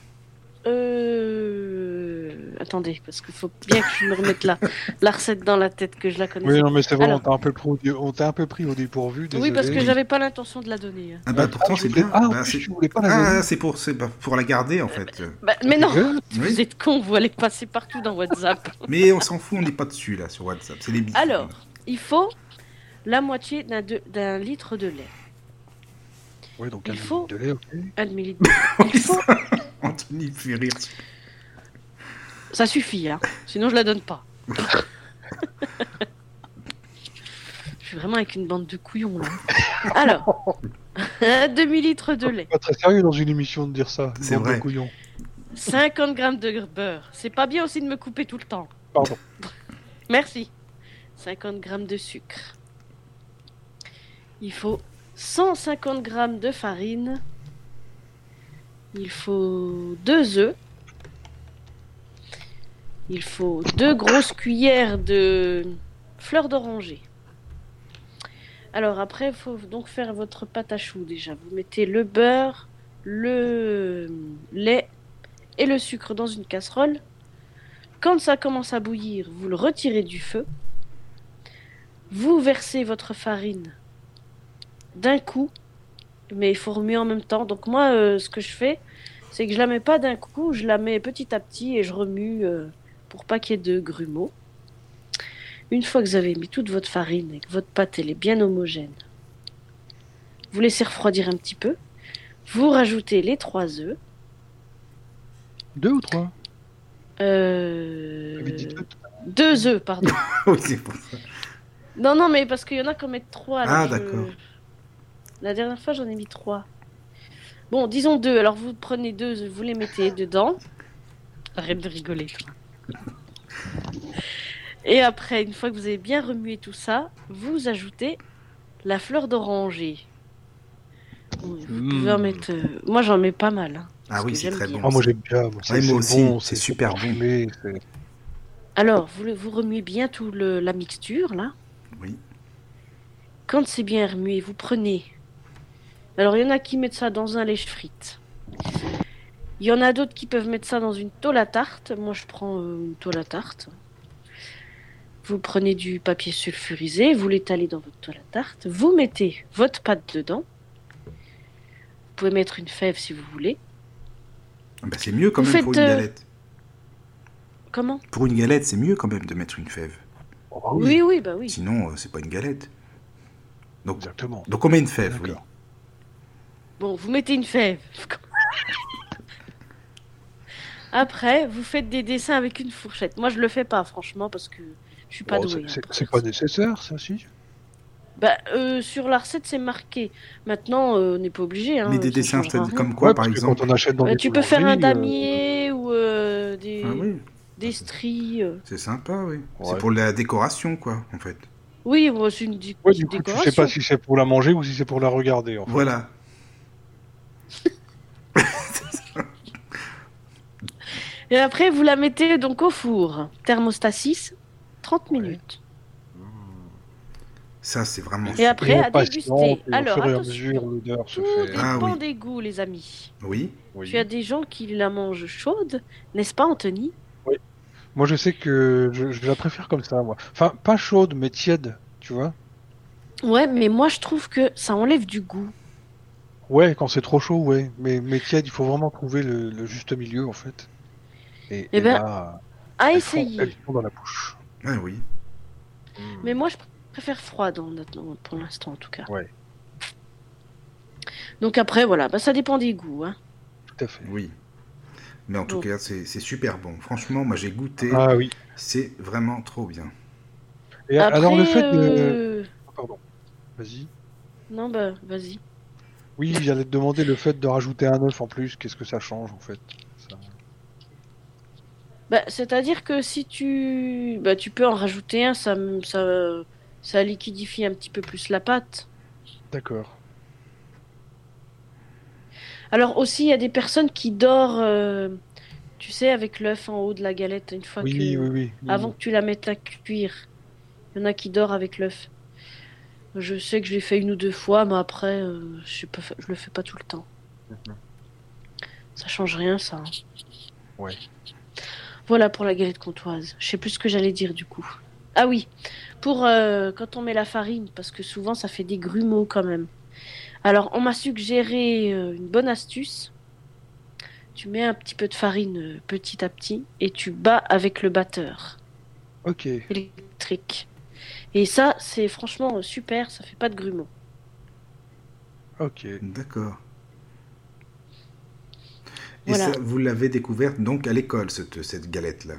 Euh... Attendez, parce qu'il faut bien que je me remette la, la recette dans la tête, que je la connaisse.
Oui non mais c'est vrai,
Alors-
on t'a un peu pris, au- on t'a un peu pris au dépourvu.
Oui,
Désolé.
parce que j'avais pas l'intention de la donner. hein.
Ah, bah
Ah,
pourtant,
tu
c'est
voulais-
bien.
Ah, en
Bah,
plus,
c'est-
tu voulais pas la
Ah,
donner.
c'est pour, c'est pas pour la garder, en fait.
Bah, mais non, vous
Oui.
êtes con, vous allez passer partout dans WhatsApp.
Mais on s'en fout, on n'est pas dessus, là, sur WhatsApp. C'est les bisous.
Alors, il faut la moitié d'un de- d'un litre de lait.
Oui donc
Il
elle
faut-
de lait, ok.
Un demi-litre. de lait. Il faut...
Anthony me fait rire.
Ça suffit, hein. sinon je la donne pas. je suis vraiment avec une bande de couillons là. Alors, un demi-litre de lait,
Pas très sérieux dans une émission de dire ça.
C'est
bande de
vrai.
couillons.
50 grammes de beurre. C'est pas bien aussi de me couper tout le temps.
Pardon.
Merci. 50 grammes de sucre. Il faut 150 grammes de farine. Il faut deux œufs. Il faut deux grosses cuillères de fleurs d'oranger. Alors après, il faut donc faire votre pâte à choux déjà. Vous mettez le beurre, le lait et le sucre dans une casserole. Quand ça commence à bouillir, vous le retirez du feu. Vous versez votre farine d'un coup, mais il faut remuer en même temps. Donc moi, euh, ce que je fais, C'est que je la mets pas d'un coup, je la mets petit à petit et je remue euh, pour pas qu'il y ait de grumeaux. Une fois que vous avez mis toute votre farine et que votre pâte elle est bien homogène, vous laissez refroidir un petit peu. Vous rajoutez les trois œufs.
Deux ou trois
Euh,
J'avais dit deux.
Deux œufs, pardon.
Oui, c'est pour ça.
Non, non, mais parce qu'il y en a qui en mettent trois.
Ah,
donc je-
d'accord.
La dernière fois, j'en ai mis trois. Bon, disons deux. Alors, vous prenez deux, vous les mettez dedans. Arrête de rigoler, toi. Et après, une fois que vous avez bien remué tout ça, vous ajoutez la fleur d'oranger. Oui, Vous pouvez en
Mm.
mettre. euh, Moi, j'en mets pas mal. hein,
Ah
parce
oui,
que
c'est
j'aime
très
bien.
bon.
Ah, moi j'aime bien. Moi,
Ouais, moi aussi,
bon,
c'est super bon.
parfumé, c'est-
Alors, vous, le- vous remuez bien tout le- la mixture, là.
Oui.
Quand c'est bien remué, vous prenez. Alors, il y en a qui mettent ça dans un lèche frites. Il y en a d'autres qui peuvent mettre ça dans une tôle à tarte. Moi, je prends euh, une tôle à tarte. Vous prenez du papier sulfurisé, vous l'étalez dans votre tôle à tarte, vous mettez votre pâte dedans. Vous pouvez mettre une fève si vous voulez.
Ah bah, c'est mieux quand
Vous
même pour une
faites, euh,
galette.
Comment
Pour une galette, c'est mieux quand même de mettre une fève.
Oh, bah oui,
oui. oui, bah oui.
Sinon, euh, c'est pas une galette. Donc,
Exactement.
donc on met une fève, oui.
D'accord.
Bon, vous mettez une fève. Après, vous faites des dessins avec une fourchette. Moi, je le fais pas, franchement, parce que je suis pas
Oh,
Bon,
douée.
c'est-
hein,
c'est-
pour
C'est
faire
pas
ça.
nécessaire, ça, si
Bah, euh, sur la recette, c'est marqué. Maintenant, euh, on n'est pas obligé. Hein,
Mais des
ça
dessins,
changera
c'est-à-dire
rien.
comme quoi,
Ouais,
par
parce que
exemple
Quand on achète dans
Euh,
les
tu peux faire un
boulangeries, euh,
damier ou euh, des,
Ah oui,
des stries. euh.
c'est sympa, oui. C'est
Ouais.
pour la décoration, quoi, en fait.
Oui, bon, c'est une dé-
Ouais, du coup, tu
décoration.
sais pas si c'est pour la manger ou si c'est pour la regarder. En fait.
Voilà.
Et après, vous la mettez donc au four. Thermostat 6, 30 minutes.
Ça, c'est vraiment.
Et après, à
patiente,
déguster.
et
Alors,
au fur et à
attention.
mesure, l'odeur se
Tout
fait.
Ah,
dépend
oui.
des goûts, les amis.
Oui.
Oui.
Tu as des gens qui la mangent chaude, n'est-ce pas, Anthony
Moi, je sais que je, je la préfère comme ça, moi. Enfin, pas chaude, mais tiède, tu vois.
Ouais, mais moi je trouve que ça enlève du goût.
Ouais, quand c'est trop chaud, ouais. Mais, mais tiède, il faut vraiment trouver le, le juste milieu, en fait. Et,
Eh
et
ben,
là,
À
elles font-
essayer.
elles font dans la bouche.
Ah oui.
Hmm.
Mais moi je pr- préfère froide en attendant, pour l'instant en tout cas.
Ouais.
Donc après, voilà, bah, ça dépend des goûts. Hein.
Tout à fait.
Oui. Mais en tout
Bon.
cas, c'est c'est super bon. Franchement, moi, j'ai goûté.
Ah oui.
C'est vraiment trop bien.
Et
Après,
alors, le fait de...
euh,
Pardon. Vas-y.
Non, bah vas-y.
Oui, j'allais te demander le fait de rajouter un œuf en plus, qu'est-ce que ça change, en fait ça...
Bah, C'est-à-dire que si tu... Bah, tu peux en rajouter un, ça, m- ça, ça liquidifie un petit peu plus la pâte.
D'accord.
Alors aussi, il y a des personnes qui dorent, euh, tu sais, avec l'œuf en haut de la galette une fois
Oui,
que...
oui, oui, oui.
avant que tu la mettes à cuire. Il y en a qui dort avec l'œuf. Je sais que je l'ai fait une ou deux fois, mais après, euh, je, sais pas, fa- je le fais pas tout le temps.
Mhm.
Ça change rien, ça. hein.
Ouais.
Voilà pour la galette comtoise. Je sais plus ce que j'allais dire du coup. Ah oui, pour euh, quand on met la farine, parce que souvent ça fait des grumeaux quand même. Alors on m'a suggéré euh, une bonne astuce. Tu mets un petit peu de farine euh, petit à petit et tu bats avec le batteur
Ok.
électrique. Et ça, c'est franchement euh, super, ça fait pas de grumeaux.
Ok.
D'accord. Et
Voilà.
ça, vous l'avez découverte donc à l'école, cette, cette galette-là.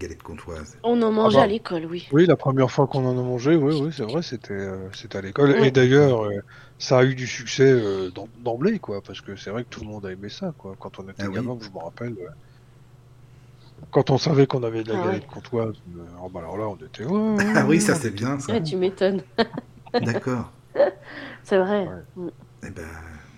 Galette comtoise.
On en mangeait
bah.
à l'école, oui.
Oui, la première fois qu'on en a mangé, oui, oui, c'est vrai, c'était euh, c'était à l'école.
Ouais.
Et d'ailleurs, euh, ça a eu du succès euh, d'em- d'emblée, quoi, parce que c'est vrai que tout le monde a aimé ça, quoi. Quand on était
Ah oui.
gamin, je me rappelle, euh, quand on savait qu'on avait de la
Ah ouais.
galette comtoise, euh, oh, bah, alors là, on était... ouais, ouais,
Ah oui, ça
ouais.
c'est bien, ça.
Ouais, tu m'étonnes.
D'accord.
C'est vrai.
Ouais.
Mm.
Eh ben,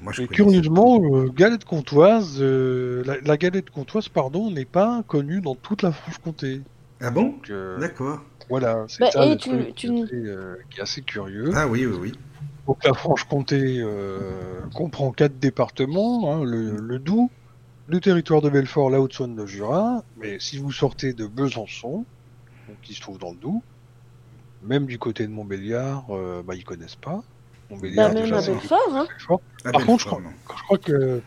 moi je
Et
connaissais
curieusement, euh, galette comtoise, euh, la, la galette comtoise, pardon, n'est pas connue dans toute la Franche-Comté.
pas. Ah bon
Donc, euh,
D'accord.
voilà, c'est
Bah,
ça
et
le
tu-
truc
tu-
qui est assez, euh, qui est assez curieux.
Ah oui, oui, oui.
Donc la Franche-Comté euh, comprend quatre départements, hein, le, le Doubs, le territoire de Belfort, la Haute-Saône, le Jura. Mais si vous sortez de Besançon, donc, qui se trouve dans le Doubs, même du côté de Montbéliard, euh, bah, ils connaissent pas.
Bah,
Eh
Montbéliard,
même à
déjà, c'est
Belfort, hein.
Belfort.
Ah,
Par
ben,
contre, je
vraiment.
Je crois que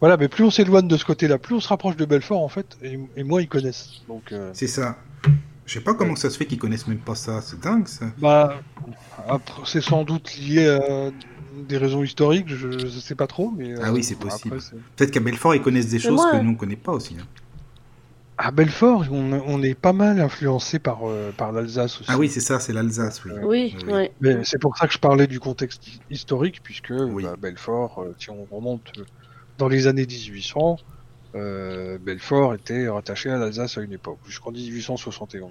Voilà, mais plus on s'éloigne de ce côté-là, plus on se rapproche de Belfort en fait, et, et moins ils connaissent. Donc, euh,
C'est ça. Je sais pas comment ça se fait qu'ils connaissent même pas ça. C'est dingue ça.
bah, après, c'est sans doute lié à des raisons historiques, je, je sais pas trop, mais euh,
Ah oui, c'est possible.
après, c'est-
Peut-être qu'à Belfort, ils connaissent des choses
moi,
que
euh,
nous on connaît pas aussi. hein.
À Belfort, on, on est pas mal influencé par, euh, par l'Alsace aussi.
Ah oui, c'est ça, c'est l'Alsace. Oui.
Oui,
Oui.
ouais.
Mais c'est pour ça que je parlais du contexte hi- historique, puisque
Oui.
bah, Belfort, euh, si on remonte euh, dans les années 1800, euh, Belfort était rattaché à l'Alsace à une époque, jusqu'en 1871.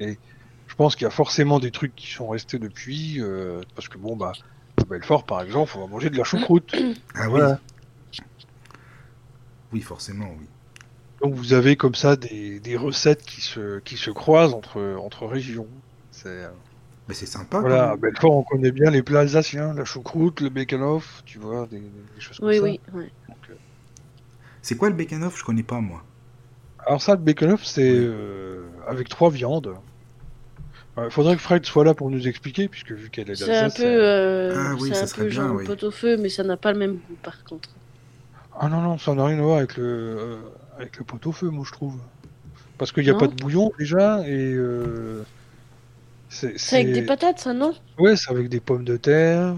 Et je pense qu'il y a forcément des trucs qui sont restés depuis, euh, parce que bon, bah, à Belfort, par exemple, on va manger de la choucroute.
Ah oui.
Voilà.
Oui, forcément, oui.
Donc vous avez comme ça des, des recettes qui se, qui se croisent entre, euh, entre régions. C'est, euh,
Mais c'est sympa.
voilà,
quand
à
même.
Belfort, on connaît bien les plats alsaciens, la choucroute, le bacon-off, tu vois, des, des choses comme
oui,
ça.
oui. ouais.
euh,
C'est quoi le bacon off Je connais pas moi.
Alors ça, le bacon off, c'est euh, avec trois viandes. Il faudrait que Fred soit là pour nous expliquer, puisque vu qu'elle est
C'est un
d'Alsace...
peu,
elle-
euh,
Ah oui,
c'est
ça
un
serait
peu
bien,
genre
oui.
pot au feu, mais ça n'a pas le même goût par contre.
Ah non, non, ça n'a rien à voir avec le, euh, avec le pot-au-feu, moi, je trouve. Parce qu'il n'y a
Non
pas de bouillon, déjà, et... euh, c'est
C'est avec
c'est-
des patates, ça, non
Ouais, c'est avec des pommes de terre.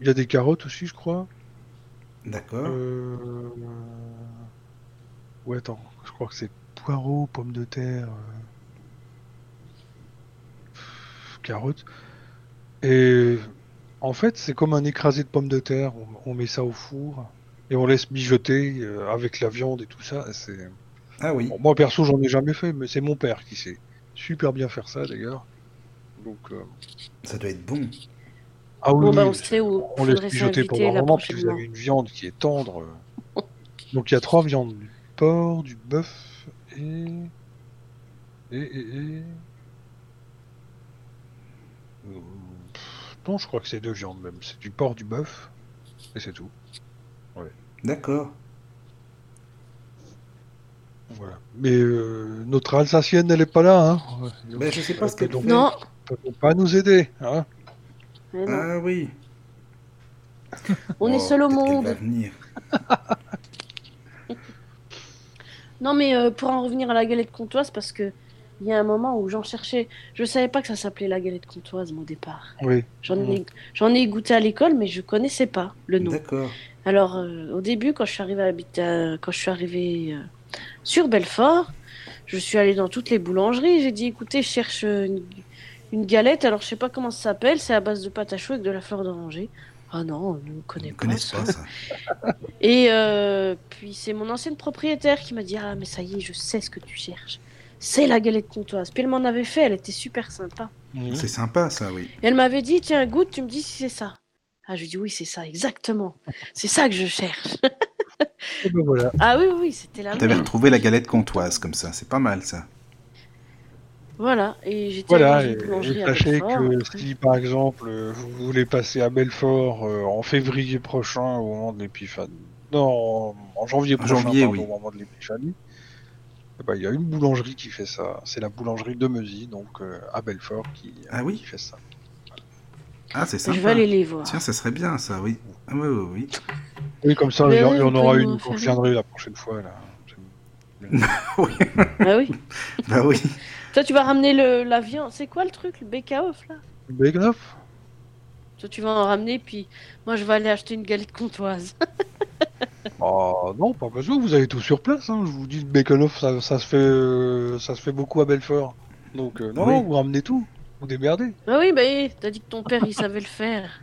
Il y a des carottes aussi, je crois.
D'accord.
Euh... Ouais, attends, je crois que c'est poireaux, pommes de terre, euh, pff, carottes. Et en fait, c'est comme un écrasé de pommes de terre. On, on met ça au four et on laisse mijoter euh, avec la viande et tout ça. C'est...
Ah oui.
Bon, moi, perso, j'en ai jamais fait, mais c'est mon père qui sait super bien faire ça d'ailleurs. Donc, euh,
Ça doit être bon.
ah oui,
Bon,
oui,
bah, on
c'est-
sait où
on laisse
faudrait
mijoter
s'inviter
pendant
la
un moment, puis
prochaine
vous
fois.
avez une viande qui est tendre. euh. Donc il y a trois viandes, du porc, du bœuf et... Et, et, et- Euh, pff, Non, je crois que c'est deux viandes même. C'est du porc, du bœuf, et c'est tout.
D'accord.
Voilà. Mais euh, notre Alsacienne, elle est pas là, hein Donc,
Ben, je sais pas
elle
ce qu'elle
peut donc-
fait.
Non,
peut pas nous aider, hein
mais non.
Ah oui.
on
Oh,
est seul au
peut-être qu'elle
monde.
va venir.
Non, mais euh, pour en revenir à la galette comtoise, parce que il y a un moment où j'en cherchais. Je savais pas que ça s'appelait la galette comtoise, moi, au départ.
Oui.
J'en ai, j'en ai goûté à l'école, mais je connaissais pas le nom.
Ah. D'accord.
Alors, euh, au début, quand je suis arrivée, à habiter à- quand je suis arrivée euh, sur Belfort, je suis allée dans toutes les boulangeries. J'ai dit, écoutez, je cherche euh, une, une galette. Alors, je sais pas comment ça s'appelle. C'est à base de pâte à choux avec de la fleur d'oranger. Ah non, on ne connaît
Ils
pas.
connaissent
ça.
pas ça.
Et euh, puis, c'est mon ancienne propriétaire qui m'a dit, ah, mais ça y est, je sais ce que tu cherches. C'est la galette comtoise. Puis elle m'en avait fait, elle était super sympa.
Mhm.
C'est sympa ça, oui.
Et elle m'avait dit, tiens, goûte, tu me dis si c'est ça. Ah, je lui ai dit, oui, c'est ça, exactement. C'est ça que je cherche.
Et ben voilà.
Ah oui, oui, oui, c'était la
T'avais
même.
retrouvé la galette comtoise comme ça. C'est pas mal ça.
Voilà, et j'étais
Voilà,
dans
et,
une boulangerie
et
à
sachez
Belfort,
que
après.
si par exemple euh, vous voulez passer à Belfort euh, en février prochain au moment de l'épiphanie, non, en- en janvier
En
prochain
janvier,
pardon,
oui.
au moment de l'épiphanie, eh ben, il y a une boulangerie qui fait ça. C'est la boulangerie de Meusy, donc euh, à Belfort, qui, euh,
Ah oui
qui fait ça.
Ah, c'est sympa.
je vais aller les voir.
Tiens, ça serait bien ça, oui. Ah, oui, oui, oui.
Oui, comme ça,
Mais
il y en-
oui,
il y en
on
aura
peut
une,
nous
quand je
faire
viendrai la prochaine fois. Là.
Ah oui.
Bah oui.
Toi, tu vas ramener le, la viande. C'est quoi le truc, le BK off là
Bacon off
Toi, tu vas en ramener, puis moi, je vais aller acheter une galette comtoise.
Ah non, pas besoin, vous avez tout sur place. hein. Je vous dis, le bacon off, ça, ça se fait, euh, ça se fait beaucoup à Belfort. Donc euh, non,
Oui.
non, vous ramenez tout, vous démerdez.
ah oui, bah, eh, t'as dit que ton père, il savait le faire.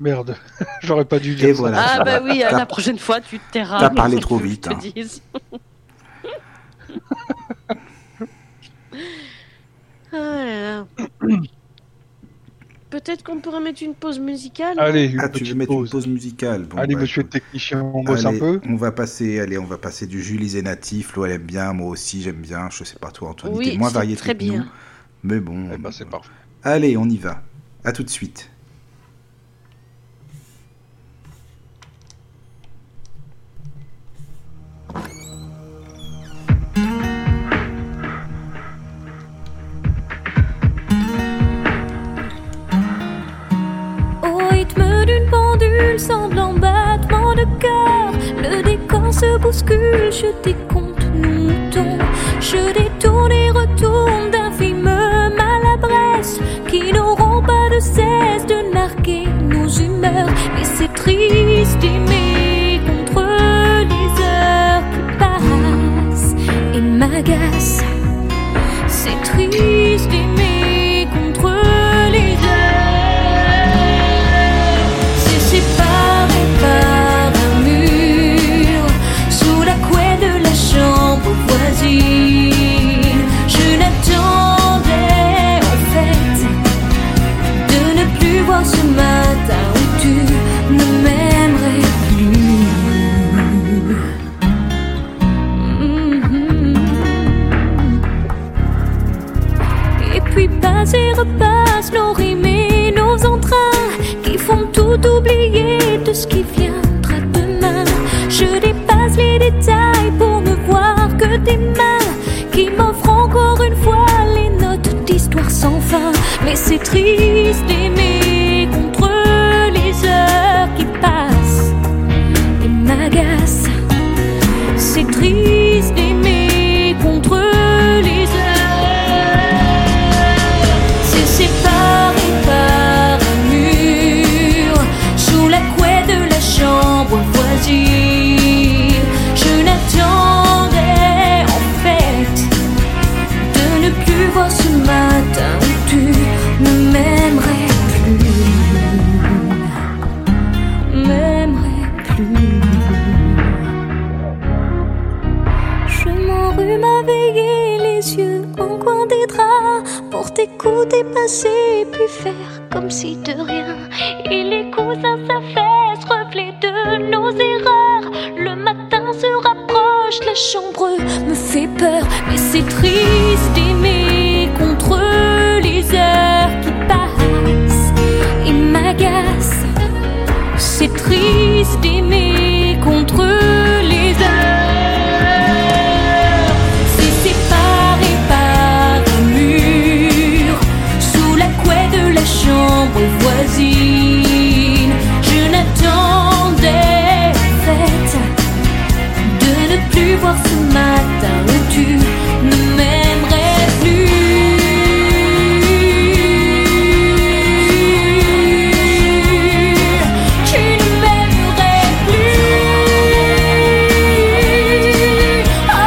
Merde, j'aurais pas dû dire
Et
ça.
voilà.
Ah bah oui, à
T'as-
la prochaine fois, tu te tairas.
t'as parlé
Je
trop
te
vite, hein.
dise. Ah là là. Peut-être qu'on pourrait mettre une pause musicale.
Allez, une
Ah, tu
petite
veux mettre
pause.
une pause musicale. Bon,
Allez,
bah,
monsieur le
écoute.
technicien, on bosse un
Allez,
peu.
On va passer, allez, on va passer du Jules Natif. Flo, elle aime bien, moi aussi, j'aime bien. Je sais pas toi, Anthony,
Oui,
t'es moins
c'est
varié
très
que nous,
bien.
Mais bon.
Eh ben, c'est parfait.
Allez, on y va. À tout de suite.
Au rythme d'une pendule bouscule, semblant battement de cœur. Le décor se bouscule, je décompte, nous moutons. Je détourne et retourne d'infimes maladresses qui n'auront pas de cesse de narguer nos humeurs. Mais c'est triste d'aimer contre les heures qui passent et m'agacent. C'est triste d'aimer contre les heures. C'est séparé par un mur, sous la couette de la chambre voisine. Je n'attendais en fait de ne plus voir ce matin où tu ne m'aimerais plus. Mhm. Et puis passe et repasse nos rimes et nos entrains qui font tout oublier de ce qui viendra demain. Je dépasse les détails pour ne voir que tes mains qui m'offrent encore une fois les notes d'histoire sans fin. Mais c'est triste d'aimer contre les heures qui passent et m'agacent. C'est triste d'aimer contre les heures. C'est séparé par un mur, sous la couette de la chambre voisine. Je n'attendais en fait de ne plus voir ce matin où tu ne m'aimerais plus. M'aimerais plus. Je m'enrhume à veiller les yeux en coin des draps pour t'écouter passer puis faire comme si de rien. Et les cousins s'affaissent, reflet de nos erreurs. Le matin se rapproche, la chambre me fait peur. Mais c'est triste d'aimer contre les heures qui passent et m'agacent. C'est triste d'aimer contre les heures. C'est séparé par un mur, sous la couette de la chambre voisine. Je n'attendais en fait de ne plus voir ce matin où tu ne m'aimerais plus. Tu ne m'aimerais plus.
Ah.
Oh.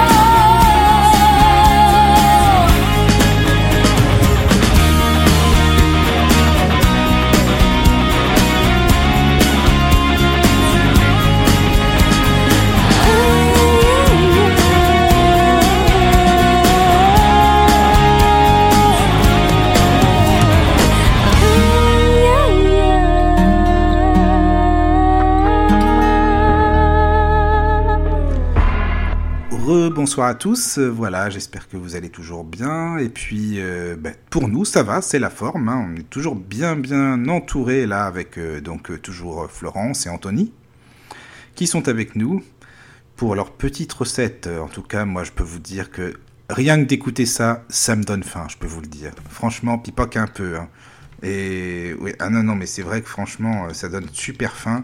Rebonsoir à tous, euh, voilà, j'espère que vous allez toujours bien. Et puis, euh, bah, pour nous, ça va, c'est la forme. hein. On est toujours bien, bien entourés là avec euh, donc euh, toujours euh, Florence et Anthony qui sont avec nous pour leur petite recette. Euh, En tout cas, moi, je peux vous dire que rien que d'écouter ça, ça me donne faim, je peux vous le dire. Franchement, pipoque un peu. hein. Et oui, ah non, non, mais c'est vrai que franchement, euh, ça donne super faim.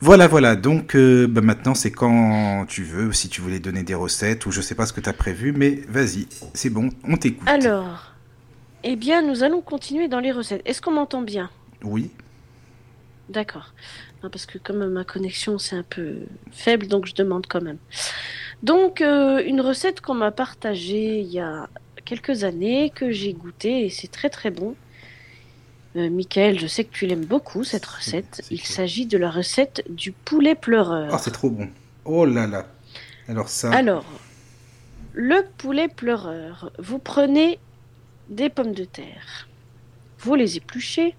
Voilà, voilà. Donc euh, bah, maintenant, c'est quand tu veux, si tu voulais donner des recettes ou je sais pas ce que tu as prévu, mais vas-y, c'est bon, on t'écoute.
Alors, eh bien, nous allons continuer dans les recettes. Est-ce qu'on m'entend bien
Oui,
D'accord. Non, parce que comme ma connexion c'est un peu faible, donc je demande quand même. Donc euh, une recette qu'on m'a partagée il y a quelques années, que j'ai goûtée et c'est très très bon. Euh, Michael, je sais que tu l'aimes beaucoup cette recette.
c'est
Il
cool.
s'agit de la recette du poulet pleureur.
oh, c'est trop bon. Oh là là. Alors ça,
Alors, le poulet pleureur, vous prenez des pommes de terre, vous les épluchez,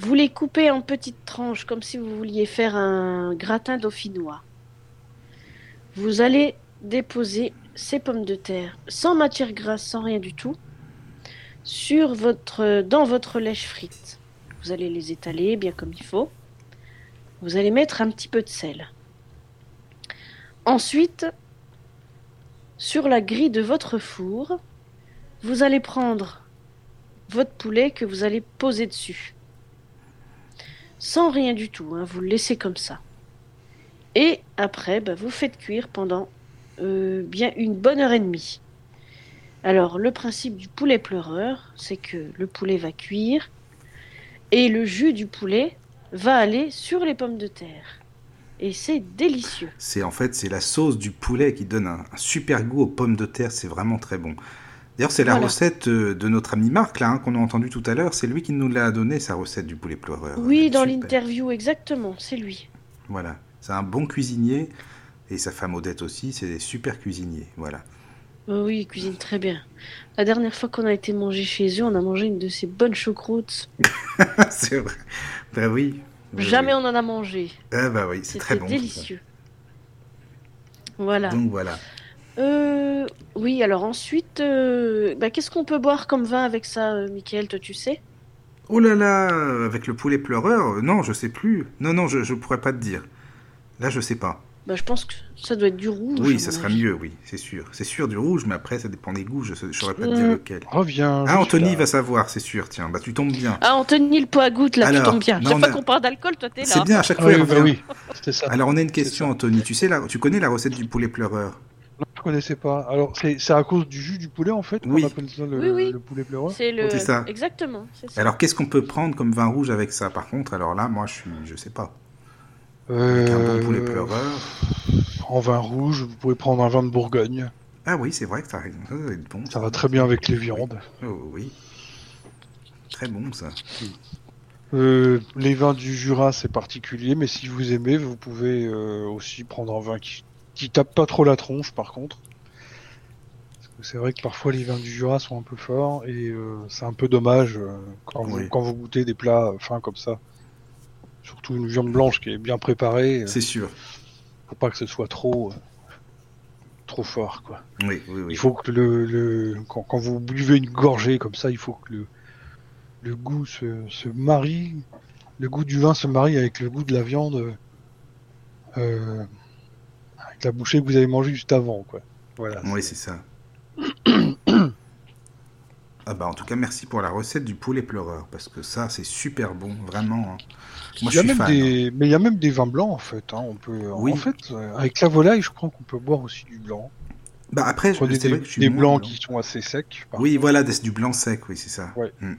vous les coupez en petites tranches comme si vous vouliez faire un gratin dauphinois. Vous allez déposer ces pommes de terre sans matière grasse, sans rien du tout, sur votre, dans votre lèche frite. Vous allez les étaler bien comme il faut. Vous allez mettre un petit peu de sel. Ensuite, sur la grille de votre four, vous allez prendre votre poulet que vous allez poser dessus. sans rien du tout. hein, vous le laissez comme ça. Et après, bah, vous faites cuire pendant euh, bien une bonne heure et demie. Alors, le principe du poulet pleureur, c'est que le poulet va cuire et le jus du poulet va aller sur les pommes de terre. Et c'est délicieux.
C'est en fait c'est la sauce du poulet qui donne un, un super goût aux pommes de terre. C'est vraiment très bon. D'ailleurs, c'est la
Voilà.
recette euh, de notre ami Marc là hein, qu'on a entendu tout à l'heure. C'est lui qui nous l'a donné sa recette du poulet pleureur.
Oui,
Euh,
dans
super.
l'interview, exactement, c'est lui.
Voilà. C'est un bon cuisinier et sa femme Odette aussi. C'est des super cuisiniers. Voilà.
Oui, oui, il cuisine très bien. La dernière fois qu'on a été manger chez eux, on a mangé une de ces bonnes choucroutes.
c'est vrai. Ben oui. Oui,
Jamais
oui.
on en a mangé.
Ah bah oui, c'est très bon.
C'était
tout ça.
délicieux. Voilà.
Donc voilà.
Euh, oui, alors ensuite, euh, bah, qu'est-ce qu'on peut boire comme vin avec ça, euh, Michael, toi tu sais
Oh là là, euh, avec le poulet pleureur, euh, non, je sais plus. Non, non, je, je pourrais pas te dire. Là, je sais pas.
bah, Je pense que ça doit être du rouge. à
Oui,
mon
ça sera
avis.
mieux, oui, c'est sûr. C'est sûr du rouge, mais après, ça dépend des goûts, je sa- je saurais pas te dire
Mm.
lequel.
Reviens. je
Ah, Anthony
suis là.
va savoir, c'est sûr, tiens, bah tu tombes bien.
Ah, Anthony, le pot à gouttes, là,
Alors,
tu tombes bien.
non,
Chaque
on
fois
a-
qu'on parle d'alcool, toi t'es là.
C'est bien, à chaque
Ah
fois.
oui,
il
bah
revient.
oui, c'était ça.
Alors, on a une question, Anthony. Tu sais, la... tu connais la recette du poulet pleureur
Non, je connaissais pas. Alors, c'est c'est à cause du jus du poulet, en fait,
Oui.
qu'on appelle ça le,
Oui, oui.
le poulet pleureur
C'est le.
Oh, C'est ça.
Exactement. c'est ça.
Alors, qu'est-ce qu'on peut prendre comme vin rouge avec ça Par contre, alors là, moi, je suis, je sais pas. Avec un bon poulet pleureur.
Euh, En vin rouge, vous pouvez prendre un vin de Bourgogne.
Ah oui, c'est vrai que t'as raison, ça doit être bon.
Ça va très bien avec les viandes.
Oh, oui. Très bon, ça.
Euh, les vins du Jura, c'est particulier, mais si vous aimez, vous pouvez euh, aussi prendre un vin qui, qui tape pas trop la tronche, par contre. Parce que C'est vrai que parfois les vins du Jura sont un peu forts et euh, c'est un peu dommage euh, quand,
Oui.
vous, quand vous goûtez des plats euh, fins comme ça. Surtout une viande blanche qui est bien préparée, euh,
C'est sûr.
faut pas que ce soit trop, euh, trop fort. Quoi.
Oui, oui, oui.
Il faut que le, le quand, quand vous buvez une gorgée comme ça, il faut que le, le goût se, se marie, le goût du vin se marie avec le goût de la viande, euh, avec la bouchée que vous avez mangée juste avant, quoi. Voilà.
Oui, c'est ça. ah bah en tout cas, merci pour la recette du poulet pleureur, parce que ça, c'est super bon, vraiment. hein. Moi,
il y
je
a
suis
même
fan. hein.
des, mais il y a même des vins blancs en fait. hein, On peut,
Oui.
en fait, euh, avec la volaille, je crois qu'on peut boire aussi du blanc.
Bah après, je-
Prenez
c'est
des,
vrai que je suis
des
moins
blancs
blanc.
qui sont assez secs. par
Oui, voilà, des- du blanc sec, oui, c'est ça.
Ouais.
Mm.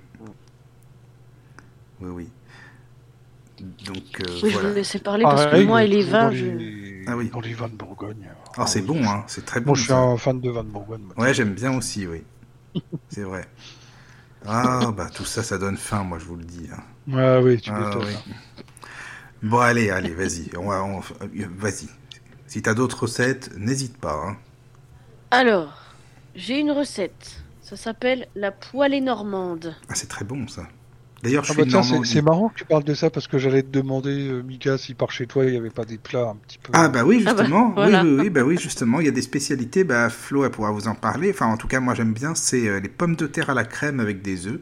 Oui, oui. Donc, euh,
Oui, je vous
voilà.
laissais parler
contre.
parce que
Pareil,
moi et les
dans
vins,
les-
je.
Ah oui.
dans les vins de Bourgogne. euh,
Ah, c'est bon, hein, c'est très bon.
Moi, je suis
ça.
un fan de vins de Bourgogne. moi.
Ouais, j'aime bien aussi, oui. c'est vrai. Ah, bah tout ça, ça donne faim, moi, je vous le dis. hein.
Ah oui, tu
Ah,
m'étonnes. hein.
oui. Bon, allez, allez, vas-y. On va- on- euh, Vas-y. Si t'as d'autres recettes, n'hésite pas. hein.
Alors, j'ai une recette. Ça s'appelle la poêlée normande.
Ah, c'est très bon, ça. D'ailleurs, je
Ah
suis
bah tiens, c'est-
normandie.
c'est marrant que tu parles de ça parce que j'allais te demander, euh, Mika, si par chez toi il n'y avait pas des plats un petit peu.
Ah bah oui,
Ah bah,
justement. Oui,
voilà.
oui, oui, bah oui, justement. Il y a des spécialités. Bah, Flo, elle pourra vous en parler. Enfin, en tout cas, moi, j'aime bien. C'est euh, les pommes de terre à la crème avec des œufs.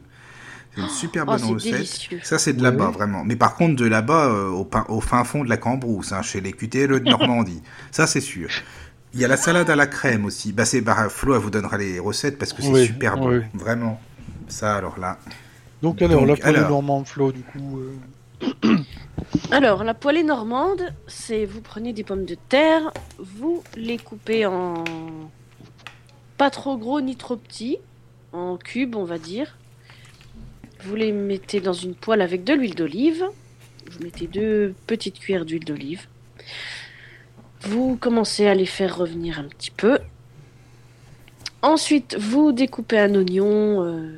C'est une super
Oh,
bonne
c'est
recette.
délicieux.
Ça, c'est de là-bas,
Ouais.
vraiment. Mais par contre, de là-bas, euh, au, pain- au fin fond de la Cambrousse, hein, chez les QTLE de Normandie. ça, c'est sûr. Il y a la salade à la crème aussi. Bah, c'est bah, Flo, elle vous donnera les recettes parce que c'est
Oui,
super
oui.
bon. Vraiment. Ça, alors là.
donc alors,
donc,
là pour
alors.
les Normands Flo, du coup. euh,
Alors, la poêlée normande, c'est vous prenez des pommes de terre, vous les coupez en pas trop gros ni trop petits, en cubes, on va dire. Vous les mettez dans une poêle avec de l'huile d'olive. Vous mettez deux petites cuillères d'huile d'olive. Vous commencez à les faire revenir un petit peu. Ensuite, vous découpez un oignon. euh,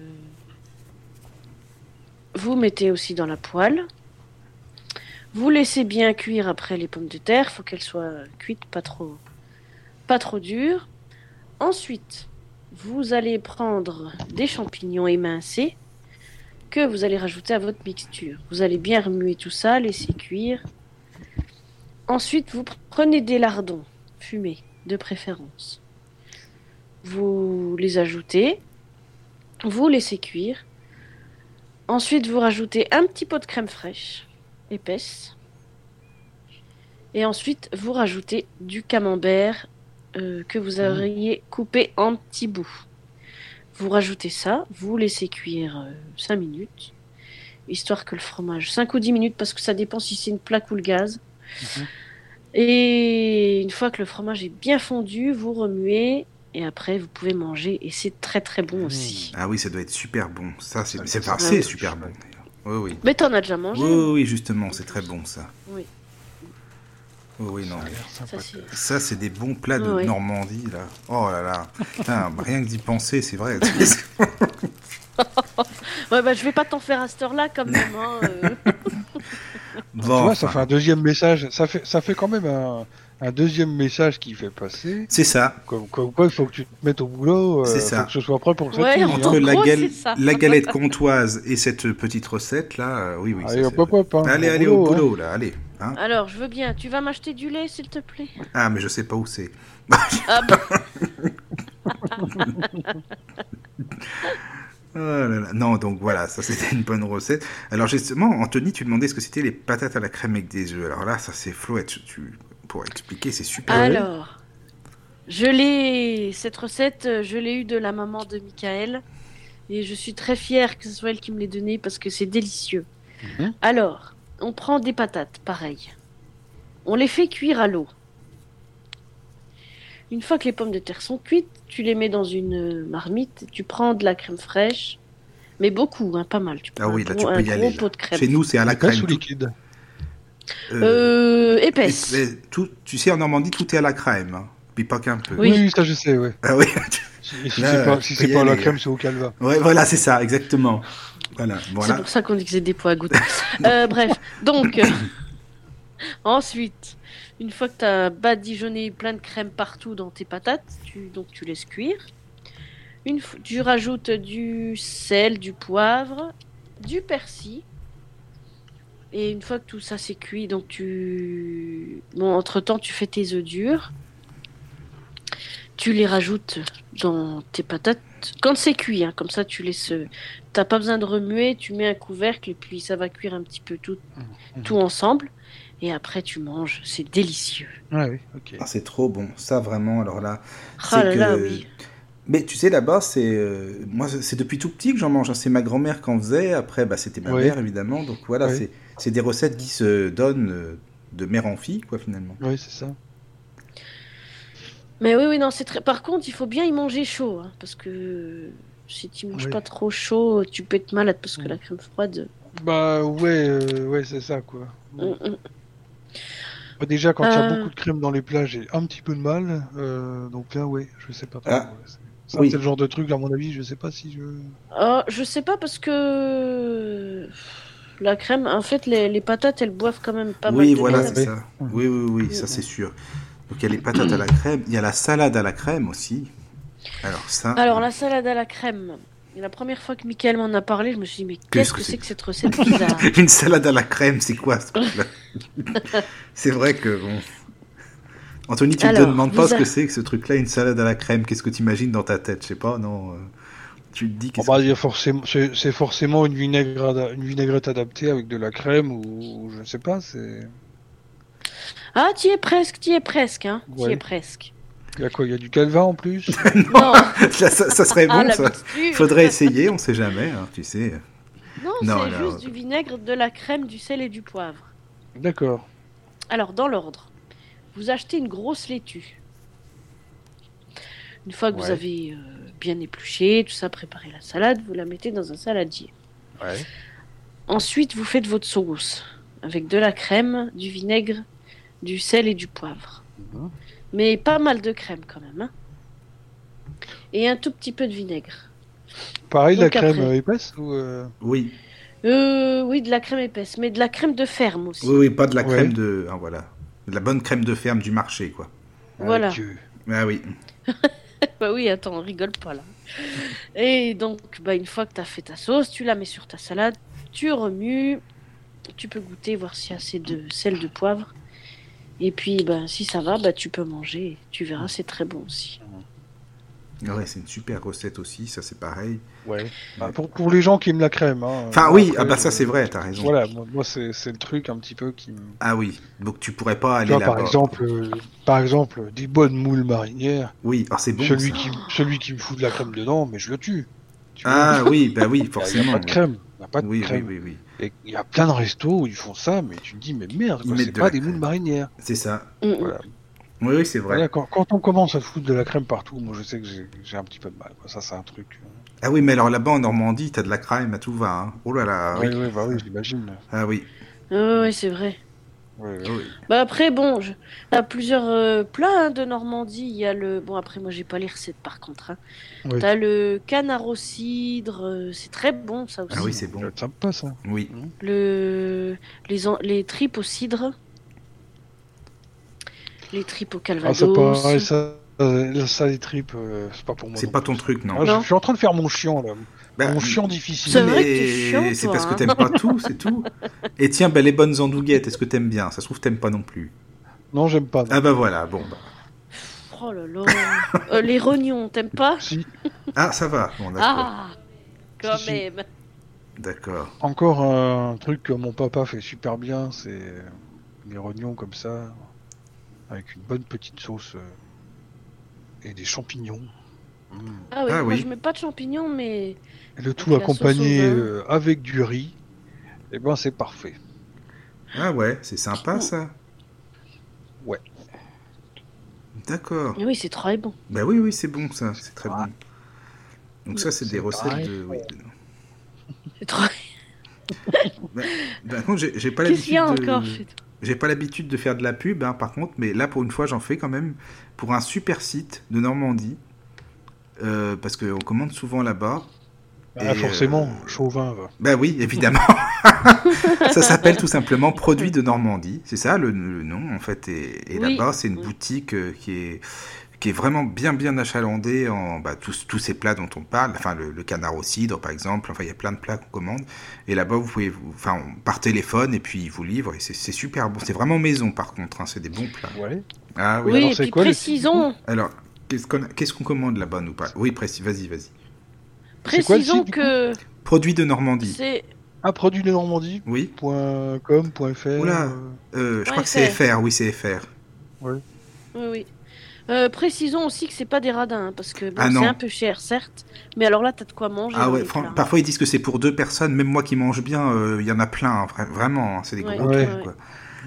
Vous mettez aussi dans la poêle. Vous laissez bien cuire après les pommes de terre, faut qu'elles soient cuites, pas trop, pas trop dures. Ensuite, vous allez prendre des champignons émincés que vous allez rajouter à votre mixture. Vous allez bien remuer tout ça, laisser cuire. Ensuite, vous prenez des lardons fumés, de préférence. Vous les ajoutez, vous laissez cuire. Ensuite, vous rajoutez un petit pot de crème fraîche épaisse. Et ensuite, vous rajoutez du camembert euh, que vous auriez coupé en petits bouts. Vous rajoutez ça, vous laissez cuire 5 euh, minutes. histoire que le fromage. 5 ou 10 minutes, parce que ça dépend si c'est une plaque ou le gaz. Et une fois que le fromage est bien fondu, vous remuez et après vous pouvez manger et c'est très très bon aussi.
Ah oui, ça doit être super bon. Ça, c'est
Ah,
c'est
ça,
par-
ça,
c'est
oui.
super bon. d'ailleurs. Oui, oui.
Mais t'en as déjà mangé
Oui, oui, oui, justement, c'est très bon ça.
Oui.
Oui, oui, non.
Ça, c'est-
Ça, c'est des bons plats de
Oui, oui.
Normandie, là. Oh là là. Putain, bah, rien que d'y penser, c'est vrai.
Ouais, bah, je vais pas t'en faire à cette heure-là quand même. hein, euh.
Bon,
tu vois, ça
enfin,
fait un deuxième message. Ça fait, ça fait quand même un, un deuxième message qui fait passer.
c'est ça.
Comme, comme quoi, il faut que tu te mettes au boulot.
C'est
euh,
ça.
Faut que ce soit prêt pour le
Ouais,
septembre,
on
hein.
En
Entre la,
gros,
gal-
c'est ça.
la galette comtoise et cette petite recette, là, euh, oui, oui. ça,
Allez,
c'est-
hop, hop, hop, hein,
allez, allez, au
hein.
boulot, là, allez. hein.
Alors, je veux bien. Tu vas m'acheter du lait, s'il te plaît
Ah, mais je sais pas où c'est.
Ah bah,
Oh là là. Non, donc voilà, ça c'était une bonne recette. Alors justement, Anthony, tu demandais ce que c'était les patates à la crème avec des œufs. Alors là, ça c'est Flo, tu, tu- pour expliquer, c'est super.
Ah, Alors, je l'ai. Cette recette, euh, je l'ai eue de la maman de Michael. Et je suis très fière que ce soit elle qui me l'ait donnée parce que c'est délicieux.
Mhm.
Alors, on prend des patates, pareil. On les fait cuire à l'eau. Une fois que les pommes de terre sont cuites, tu les mets dans une euh, marmite, tu prends de la crème fraîche, mais beaucoup, hein, pas mal. Tu prends
Ah oui,
un
là,
gros,
tu peux
un
y aller,
gros
là.
pot de crème.
Chez nous, c'est à la
Épaisse
crème.
ou
tout-
liquide
euh,
Euh, épaisse.
épais- tout- tu sais, en Normandie, tout est à la crème. hein. Puis pas qu'un peu.
Oui.
oui. ça je sais, ouais.
Ah oui,
Si, si
Là,
c'est
euh,
pas, si
faut
c'est
y
pas la
aller,
crème, c'est au calva.
ouais, voilà, c'est ça, exactement. Voilà, voilà.
C'est pour ça qu'on dit que c'est des pois à gouttes. Euh, bref, donc, euh, ensuite, une fois que tu as badigeonné plein de crème partout dans tes patates, tu, donc tu laisses cuire. Une, fo- tu rajoutes du sel, du poivre, du persil. Et une fois que tout ça s'est cuit, donc tu. Bon, entre-temps, tu fais tes œufs durs. Tu les rajoutes dans tes patates. Quand c'est cuit, hein, comme ça, tu laisses. euh, T'as pas besoin de remuer, tu mets un couvercle et puis ça va cuire un petit peu tout, tout ensemble. Et après, tu manges. C'est délicieux.
Ouais, oui, ok.
Ah, c'est trop bon, ça vraiment. Alors là,
Ah
C'est
là
que-
là, oui.
Mais tu sais, là-bas, c'est euh, moi, c'est c'est depuis tout petit que j'en mange. hein. C'est ma grand-mère qui en faisait. Après, bah, c'était ma
Oui.
mère, évidemment. Donc voilà,
Oui.
c'est- c'est des recettes qui se donnent euh, de mère en fille, quoi, finalement.
Oui, c'est ça.
Mais oui, oui, non, c'est très. Par contre, il faut bien y manger chaud. hein, parce que si tu manges
Oui.
pas trop chaud, tu peux être malade parce que
Mm.
la crème froide.
Bah ouais, euh, ouais, c'est ça quoi.
Mm, mm.
Bah, Déjà, quand il y a
Euh.
beaucoup de crème dans les plats, j'ai un petit peu de mal. euh, donc là, ouais, je sais pas. trop,
Ah.
ouais, c'est- Ça,
Oui.
c'est le genre de truc, à mon avis, je sais pas si je.
Oh, je sais pas parce que. La crème, en fait, les, les patates, elles boivent quand même pas mal
oui,
de
voilà,
crème.
c'est ça. Oui, oui, oui, ça c'est sûr. Donc il y a les patates à la crème, il y a la salade à la crème aussi. Alors ça.
Alors, la salade à la crème. La première fois que Mickaël m'en a parlé, je me suis dit, mais
Qu'est-ce
qu'est-ce
que
que
c'est
c'est que cette recette bizarre hein.
Une salade à la crème, c'est quoi ce truc-là C'est vrai que bon. Anthony, tu ne te
Alors,
demandes pas
vous
ce que
a-
c'est que ce truc-là, une salade à la crème. Qu'est-ce que tu imagines dans ta tête Je sais pas, non. euh, Tu te dis
Oh,
qu'est-ce
bah, il y a forcément, c'est c'est forcément une vinaigrette, une vinaigrette adaptée avec de la crème ou, ou je sais pas. C'est.
Ah, t'y es presque, t'y es presque, hein. T'y
Ouais.
es presque.
Il y a quoi Il y a du calva en plus.
Non,
que- ça, ça- ça serait bon,
ah, la
ça.
mixture.
Faudrait essayer, on sait jamais, hein, tu sais.
Non,
Non,
c'est
alors-
juste du vinaigre, de la crème, du sel et du poivre.
D'accord.
Alors, dans l'ordre, vous achetez une grosse laitue. Une fois que vous
Ouais.
avez euh, bien épluché, tout ça, préparé la salade, vous la mettez dans un saladier.
Ouais.
Ensuite, vous faites votre sauce avec de la crème, du vinaigre, du sel et du poivre.
Mhm.
Mais pas mal de crème quand même. hein. et un tout petit peu de vinaigre.
Pareil,
Donc
la crème
après.
euh, épaisse ou. euh,
Oui,
Euh, oui, de la crème épaisse, mais de la crème de ferme aussi.
oui, oui, pas de la crème
Ouais.
de. ah, voilà. De la bonne crème de ferme du marché, quoi.
Voilà.
avec, euh,
Ah oui.
Bah oui, attends, on rigole pas là. Et donc, bah, une fois que tu as fait ta sauce, tu la mets sur ta salade, tu remues, tu peux goûter, voir s'il y a assez de sel, de poivre. Et puis, bah, si ça va, bah, tu peux manger. Tu verras, c'est très bon aussi.
Ouais, c'est une super recette aussi, ça c'est pareil.
Ouais. Bah, pour, pour les gens qui aiment la crème. Hein,
Enfin,
euh,
oui,
après,
ah bah ça
euh,
c'est vrai, t'as raison.
Voilà, moi, moi, c'est c'est le truc un petit peu qui me.
Ah oui, donc tu pourrais pas aller
Tu vois,
là-bas.
par exemple, euh, par exemple, euh, des bonnes moules marinières.
Oui, ah, c'est bon.
celui,
ça.
qui, celui qui me fout de la crème dedans, mais je le tue. Tu vois,
Ah oui, bah oui,
il y a- il y a
forcément.
pas de crème. Il y a pas de
oui, oui,
crème.
oui, oui.
Et il y a plein de restos où ils font ça, mais tu te dis, mais merde,
Ils
quoi,
mettent
c'est
de
pas
la
des
crème.
moules marinières.
C'est ça.
Mm,
Voilà.
Oui, oui, c'est vrai.
Voilà, quand, quand on commence à foutre de la crème partout, moi je sais que j'ai- j'ai un petit peu de mal. quoi. Ça, c'est un truc. euh,
Ah oui, mais alors là-bas en Normandie, t'as de la crème à tout va. Hein. Oh là là.
ouais, ouais, bah oui, j'imagine.
Ah oui.
mm. Ouais, ouais, c'est vrai.
Ouais, ouais.
Bah après, bon, je... on a plusieurs euh, plats hein, de Normandie. Il y a le. Bon, après, moi, j'ai pas les recettes par contre. Hein.
Oui.
T'as le canard au cidre, euh, c'est très bon ça aussi.
Ah oui, c'est bon.
Ça va être sympa ça.
Oui.
le... les... en- les tripes au cidre, les tripes au
Ah, ça,
calvados.
pareil, ça, euh, ça, les tripes, euh, c'est pas pour moi.
C'est
non
pas
plus.
ton truc, non.
Ah, je-
Non.
Je suis en train de faire mon chiant là.
Bah,
mon chiant
C'est
difficile.
vrai que t'es
mais
chiant,
C'est
toi,
parce que
hein.
t'aimes pas tout, c'est tout. Et tiens, bah, les bonnes andouillettes, est-ce que t'aimes bien Ça se trouve, t'aimes pas non plus.
Non, j'aime pas. non.
Ah bah voilà, bon. Bah.
Oh là là. Euh, les rognons, t'aimes pas
Si,
Ah, ça va. Bon, d'accord.
Ah, quand
Si, si.
même.
D'accord.
encore un truc que mon papa fait super bien, c'est les rognons comme ça, avec une bonne petite sauce euh, et des champignons. Mm.
Ah oui,
Ah
moi
oui.
je mets pas de champignons, mais
Et le tout
la sauce au
accompagné
vin.
euh, avec du riz, et ben c'est parfait.
Ah ouais, c'est sympa ça.
Ouais.
D'accord.
oui, c'est très bon.
Bah oui, oui, c'est bon ça, c'est très
Ouais.
bon. Donc ça, c'est
C'est
des recettes
pareil.
de... oui, de-
C'est trop-
Par contre, Ben, j'ai j'ai pas
Qu'est-ce qu'il y a
l'habitude de-
encore chez toi
J'ai pas l'habitude de faire de la pub, hein, par contre, mais là pour une fois j'en fais quand même pour un super site de Normandie, Euh, parce qu'on commande souvent là-bas.
Ah,
Et,
forcément,
euh,
chauvin. va.
Bah oui, évidemment. ça s'appelle tout simplement Produits de Normandie, c'est ça le, le nom en fait. Et, et
Oui.
là-bas, c'est une
Oui.
boutique euh, qui est qui est vraiment bien bien achalandée en bah, tous, tous ces plats dont on parle, enfin le, le canard au cidre par exemple, enfin il y a plein de plats qu'on commande. Et là-bas, vous pouvez, vous- enfin par téléphone et puis ils vous livrent et c'est c'est super bon. C'est vraiment maison par contre, hein, c'est des bons plats.
Ouais.
Ah oui.
Oui,
alors
et
c'est
puis
quoi les petits
précisons,
Alors qu'est-ce qu'on qu'est-ce qu'on commande là-bas nous pas Oui, précis. Vas-y, vas-y.
C'est quoi le
précisons
site, du coup
que
Produits de Normandie.
c'est
Ah, produit de Normandie.
Oui.
Point .com, point .fr.
Oula.
euh,
Euh, je
Ouais,
crois que c'est
c'est-
FR. Oui, c'est FR.
Oui, oui. Euh, précisons aussi que c'est pas des radins, hein, parce que bon,
Ah non.
c'est un peu cher, certes, mais alors là, t'as de quoi manger.
Ah
dans
ouais,
les
fran-
plats.
parfois ils disent que c'est pour deux personnes, même moi qui mange bien, euh, il y en a plein, hein, vra- vraiment, hein, c'est des
Ouais,
gros
ouais.
trucs. quoi.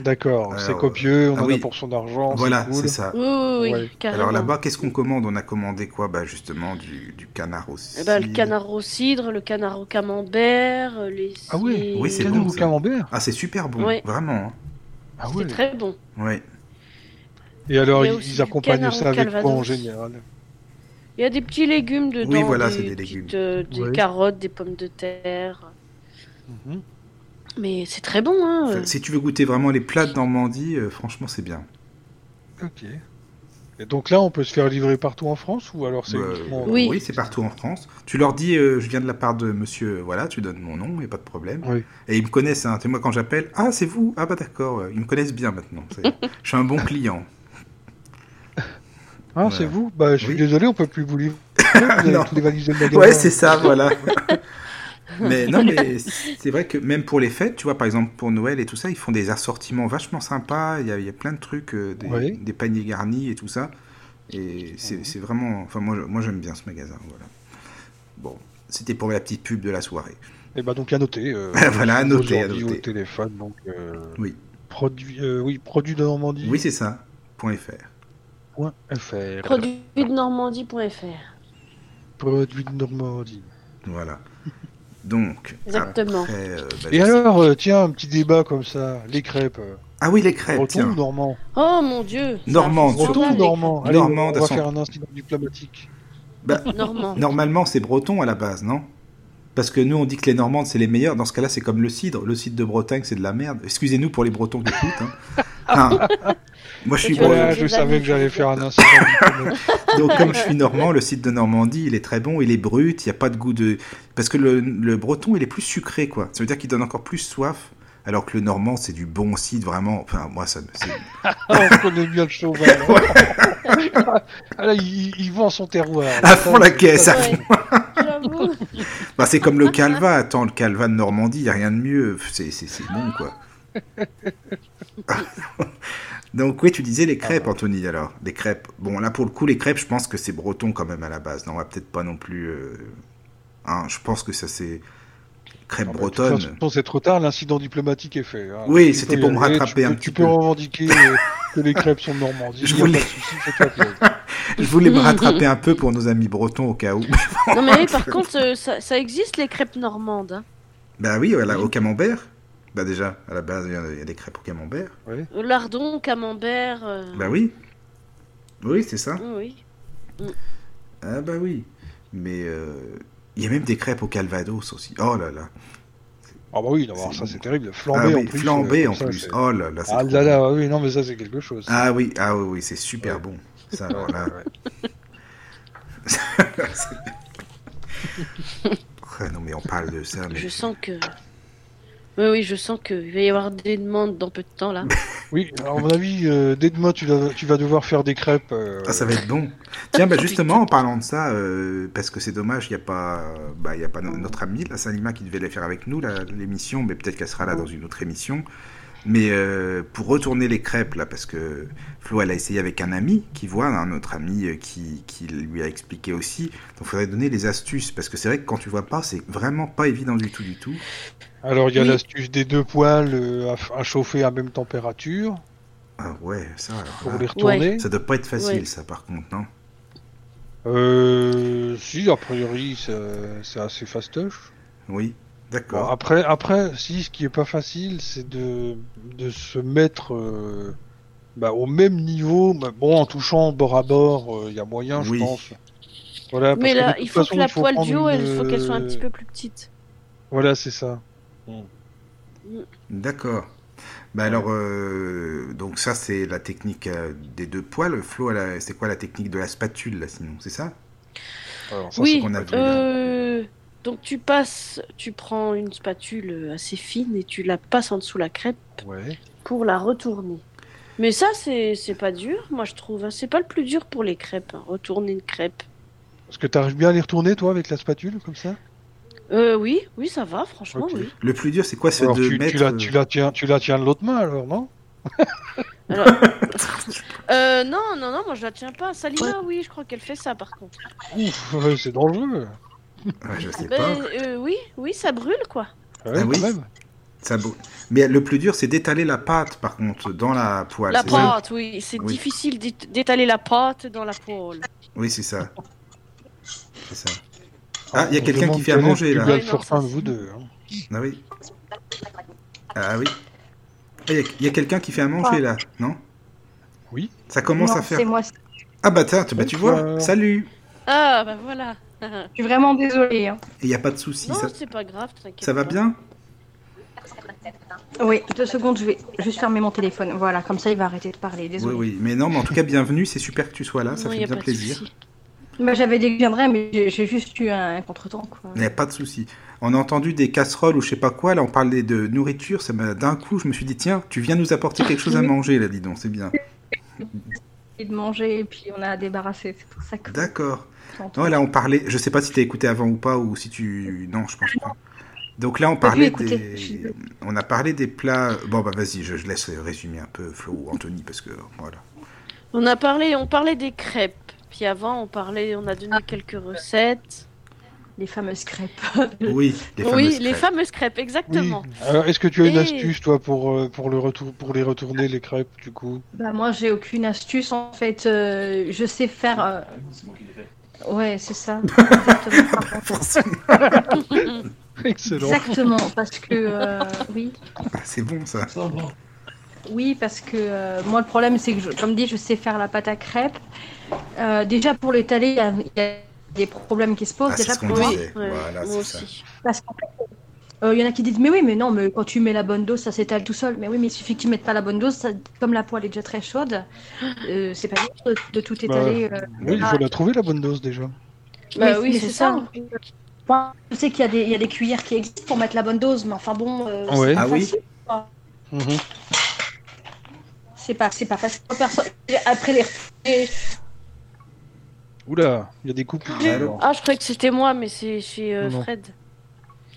D'accord,
Alors,
c'est copieux, on
ah
en
oui.
a pour son argent.
Voilà,
c'est
c'est
cool.
ça.
Oui, oui, oui,
Ouais.
carrément.
Alors là-bas, qu'est-ce qu'on commande On a commandé quoi Bah justement du, du canard aussi.
Eh ben, le canard au cidre, le canard au camembert, euh, les.
Ah ouais,
Oui, c'est
Canard
bon,
au
ça.
camembert.
Ah c'est super bon,
Ouais.
vraiment.
Ah
C'est
ouais.
très bon.
hein. Ouais.
Et alors,
Il y a
ils,
aussi
ils
du
accompagnent
canard au
ça avec quoi en
calvados.
général
Il y a des petits légumes dedans.
Oui, voilà, c'est des
petites,
légumes.
euh, des
Ouais. Mhm.
carottes, des pommes de terre. Mais c'est très bon, hein.
Enfin,
euh.
si tu veux goûter vraiment les plats de Normandie, euh, franchement c'est bien.
Ok. Et donc là, on peut se faire livrer partout en France ou alors c'est
Euh,
uniquement.
Oui.
c'est partout en France. Tu leur dis, euh, je viens de la part de monsieur, euh, voilà, tu donnes mon nom, il n'y a pas de problème.
Oui.
Et ils me connaissent, hein. Tu sais, moi quand j'appelle, ah c'est vous, ah bah d'accord, euh, ils me connaissent bien maintenant. c'est- je suis un bon client.
Ah,
Ouais.
c'est vous Bah, je suis
Oui.
désolé, on peut plus vous livrer. Vous avez
Non.
tous les valises de magasin.
Ouais, c'est ça, voilà. mais non, mais c'est vrai que même pour les fêtes, tu vois, par exemple pour Noël et tout ça, ils font des assortiments vachement sympas. Il y a, il y a plein de trucs, euh, des,
Ouais.
des paniers garnis et tout ça. Et c'est c'est vraiment. Enfin, moi, je- moi j'aime bien ce magasin, voilà. Bon, c'était pour la petite pub de la soirée.
Et bah, donc à noter. euh,
Voilà, à noter, à
aujourd'hui,
noter.
au téléphone, donc. euh,
Oui.
Produit, euh, oui, produit de Normandie.
Oui, c'est ça. Point .fr.
Point .fr.
Produits de Normandie.fr.
Produit de Normandie.
Voilà. Donc.
Exactement.
après, euh, bah,
Et
je-
alors, euh, tiens, un petit débat comme ça, les crêpes. euh,
Ah oui, les crêpes,
Breton
tiens.
ou normand
Oh mon dieu. ça
Normande,
fait
Breton
scandale,
ou
les-
normand Allez,
Normande,
on va
à
faire un incident diplomatique.
Bah,
Normand.
Normalement, c'est breton à la base, non Parce que nous, on dit que les Normandes, c'est les meilleurs. Dans ce cas-là, c'est comme le cidre. Le cidre de Bretagne, c'est de la merde. Excusez-nous pour les Bretons qui écoutent. hein. Enfin, moi, je suis
Tu vois,
breton.
Voilà,
j'ai
je
des
savais
amis.
que j'allais faire un incident diplomatique.
Donc, comme je suis normand, le cidre de Normandie, il est très bon. Il est brut. Il n'y a pas de goût de. Parce que le, le breton, il est plus sucré, quoi. Ça veut dire qu'il donne encore plus soif. Alors que le normand, c'est du bon cidre, vraiment. Enfin, moi, ça me. c'est-
Ah, on connaît bien le chauvin. alors. ah, là, il, il vend son terroir.
À fond la caisse, à
Ouais.
fond.
J'avoue.
Bah, c'est comme le calva. Attends, le calva de Normandie, il n'y a rien de mieux. C'est, c'est, c'est bon, quoi. Donc, oui, tu disais les crêpes, Anthony, alors. Les crêpes. Bon, là, pour le coup, les crêpes, je pense que c'est breton quand même à la base. Non, on va peut-être pas non plus. euh, hein, je pense que ça, c'est. crêpes
Ah bah,
bretonnes.
de toute façon, c'est trop tard, l'incident diplomatique est fait. hein.
Oui,
Tu
c'était
peux y
pour me
aller, tu
rattraper un
peux-
petit
Tu peux
peu.
revendiquer euh, que les crêpes sont de Normandie.
Je
y a pas de
voulais-
souci, fais-toi plaisir.
Je voulais me rattraper un peu pour nos amis bretons au cas où.
Non mais oui, par contre, euh, ça, ça existe les crêpes normandes. hein.
bah oui, voilà, au camembert. Bah déjà, à la base, il y a- il y, a des crêpes au camembert.
Lardon, camembert. euh,
Bah oui. Oui, c'est ça.
Oui.
Ah bah oui. Mais euh, il y a même des crêpes au calvados aussi. Oh là là.
Ah bah oui, non, alors
C'est-
ça c'est terrible.
Ah
Flambé en
oui,
plus.
flambé
euh,
en
ça,
plus.
c'est-
Oh là là, c'est
Ah
trop
là
bon.
là, oui, non mais ça c'est quelque chose.
Ah oui, ah oui, oui, c'est super bon. Ça, alors là. Ah non, mais on parle de ça. Mais...
Je sens que. Oui, oui, je sens qu'il va y avoir des demandes dans peu de temps là.
Oui, à mon avis, euh, dès demain tu, vas- tu vas devoir faire des crêpes. euh,
Ah, ça va être bon. Tiens, bah justement, en parlant de ça, euh, parce que c'est dommage, il n'y a pas, bah, il y a pas no- notre amie, la Salima, qui devait les faire avec nous, la- l'émission, mais peut-être qu'elle sera là dans une autre émission. Mais euh, pour retourner les crêpes, là, parce que Flo, elle a essayé avec un ami qui voit, un autre ami euh, qui, qui lui a expliqué aussi. Donc, il faudrait donner les astuces, parce que c'est vrai que quand tu vois pas, c'est vraiment pas évident du tout, du tout.
Alors il y a
Oui.
l'astuce des deux poils euh, à, f- à chauffer à même température
Ah ouais, ça, alors
pour
là,
les retourner.
ça doit pas être facile,
Ouais.
ça, par contre, non
Euh, si, a priori ça- Euh, c'est assez fastoche.
Oui,
Bon,
d'accord.
après, après, si, ce qui est pas facile, c'est de, de se mettre euh, bah, au même niveau. bah, bon, en touchant bord à bord, euh, il y a moyen,
Oui.
je pense. Voilà, parce
mais
que de
là,
toute
il faut
façon,
que la
il faut
poêle
prendre
du haut,
une,
il faut qu'elle soit un petit
euh,
peu plus petite.
Voilà, c'est ça.
D'accord. Bah alors, euh, donc ça c'est la technique euh, des deux poils. Flo, elle a- c'est quoi la technique de la spatule là sinon, c'est ça
Alors, ça,
oui,
qu'on a vu,
euh, donc tu passes, tu prends une spatule euh, assez fine et tu la passes en dessous la crêpe
c'est- ouais.
pour la retourner. Mais ça, c'est c'est pas dur, moi je trouve. hein. C'est pas le plus dur pour les crêpes, hein, retourner une crêpe.
Est-ce que t'arrives bien à les retourner, toi, avec la spatule, comme ça
Euh, oui, oui, ça va, franchement,
Ok.
oui.
Le plus dur c'est quoi ce
Alors,
de
tu,
mettre
tu, la,
euh,
tu, la tiens, tu la tiens de l'autre main, alors, non
Alors, euh, non, non, non, moi je la tiens pas. Salima, oui, je crois qu'elle fait ça par contre.
Ouf, ouais, c'est dangereux.
ouais, Ah, Je sais pas.
Ben, euh, oui, oui, ça brûle quoi.
Ouais,
Ah
quand
oui.
même.
Ça bou- Mais le plus dur c'est d'étaler la pâte par contre dans la poêle.
la
c'est ça
pâte, oui, c'est
Oui.
difficile d'é- d'étaler la pâte dans la poêle.
Oui c'est ça. C'est ça. Ah, il y a quelqu'un qui fait à manger, là.
Ouais, non,
sur
ça,
un de
c'est-
vous deux. hein.
Ah oui. Ah oui. Il y a, y a quelqu'un qui fait à manger là, non
Oui.
Ça commence
Non,
à faire.
C'est moi. Je
Ah bah tiens, tu- bah, tu vois.
Bonsoir.
Salut.
Ah, bah voilà.
suis vraiment désolée. hein.
Il n'y a pas de souci.
non,
Ça,
c'est pas grave, t'inquiète.
ça va
pas.
bien
Oui, deux secondes, je vais juste fermer mon téléphone. Voilà, comme ça, il va arrêter de parler.
Oui,
Désolée.
oui, mais non, mais en tout cas, bienvenue, c'est super que tu sois là, ça
Non, y
fait
a
bien
pas de
plaisir.
souci.
Bah, J'avais dit que je viendrais, mais j'ai- j'ai juste eu un contretemps. Quoi.
Il n'y a pas de souci. On a entendu des casseroles ou je sais pas quoi, là on parlait de nourriture, ça m'a d'un coup, je me suis dit, tiens, tu viens nous apporter quelque chose à manger, là, dis donc, c'est bien.
Et de manger, et puis on a débarrassé. C'est pour ça que.
D'accord. Non, là on parlait, je sais pas si t'as écouté avant ou pas, ou si tu... Non, je pense pas. Donc là on
T'as
parlait
pu écouter, je suis
des... euh,
désolée.
On a parlé des plats... Bon, bah vas-y, je, je laisse résumer un peu Flo ou Anthony, parce que... Voilà.
On a parlé, on parlait des crêpes. Puis avant, on parlait, on a donné quelques recettes.
Les fameuses crêpes.
Oui, les fameuses
oui, les
crêpes.
fameuses crêpes,
Oui.
exactement.
Alors, Est-ce que tu as une
Et-
astuce, toi, pour, euh, pour, le retour, pour les retourner, les crêpes, du coup
Bah moi j'ai aucune astuce en fait, Euh, je sais faire. euh, Ouais c'est ça. Exactement.
Excellent.
Exactement, parce que euh, oui,
Ah, C'est bon ça.
oui parce que euh, moi le problème c'est que je- comme dit je sais faire la pâte à crêpes. Euh, déjà pour l'étaler il y a- il y, a des problèmes qui se posent
Ah, c'est
déjà
ce qu'on
pour moi,
disait.
Ouais,
Voilà,
moi
c'est ça.
aussi.
parce qu'en fait, euh, il y en a qui disent mais oui mais non mais quand tu mets la bonne dose ça s'étale tout seul mais oui mais il suffit que tu mettes pas la bonne dose ça- comme la poêle est déjà très chaude euh, c'est pas dur de, de tout étaler. euh,
Bah, Oui, il faut la trouver, la bonne dose, déjà.
Bah
Mais-
oui,
mais
c'est ça.
Moi, je sais qu'il y, a des- il y a des cuillères qui existent pour mettre la bonne dose, mais enfin bon, euh,
Ouais.
c'est pas
Ah oui
facile.
Mhm.
C'est pas, c'est pas facile. Perso- Après les et-
Oula, il y a des coupes.
Allô
Ah, je croyais que c'était moi, mais c'est chez euh,
Non, non.
Fred.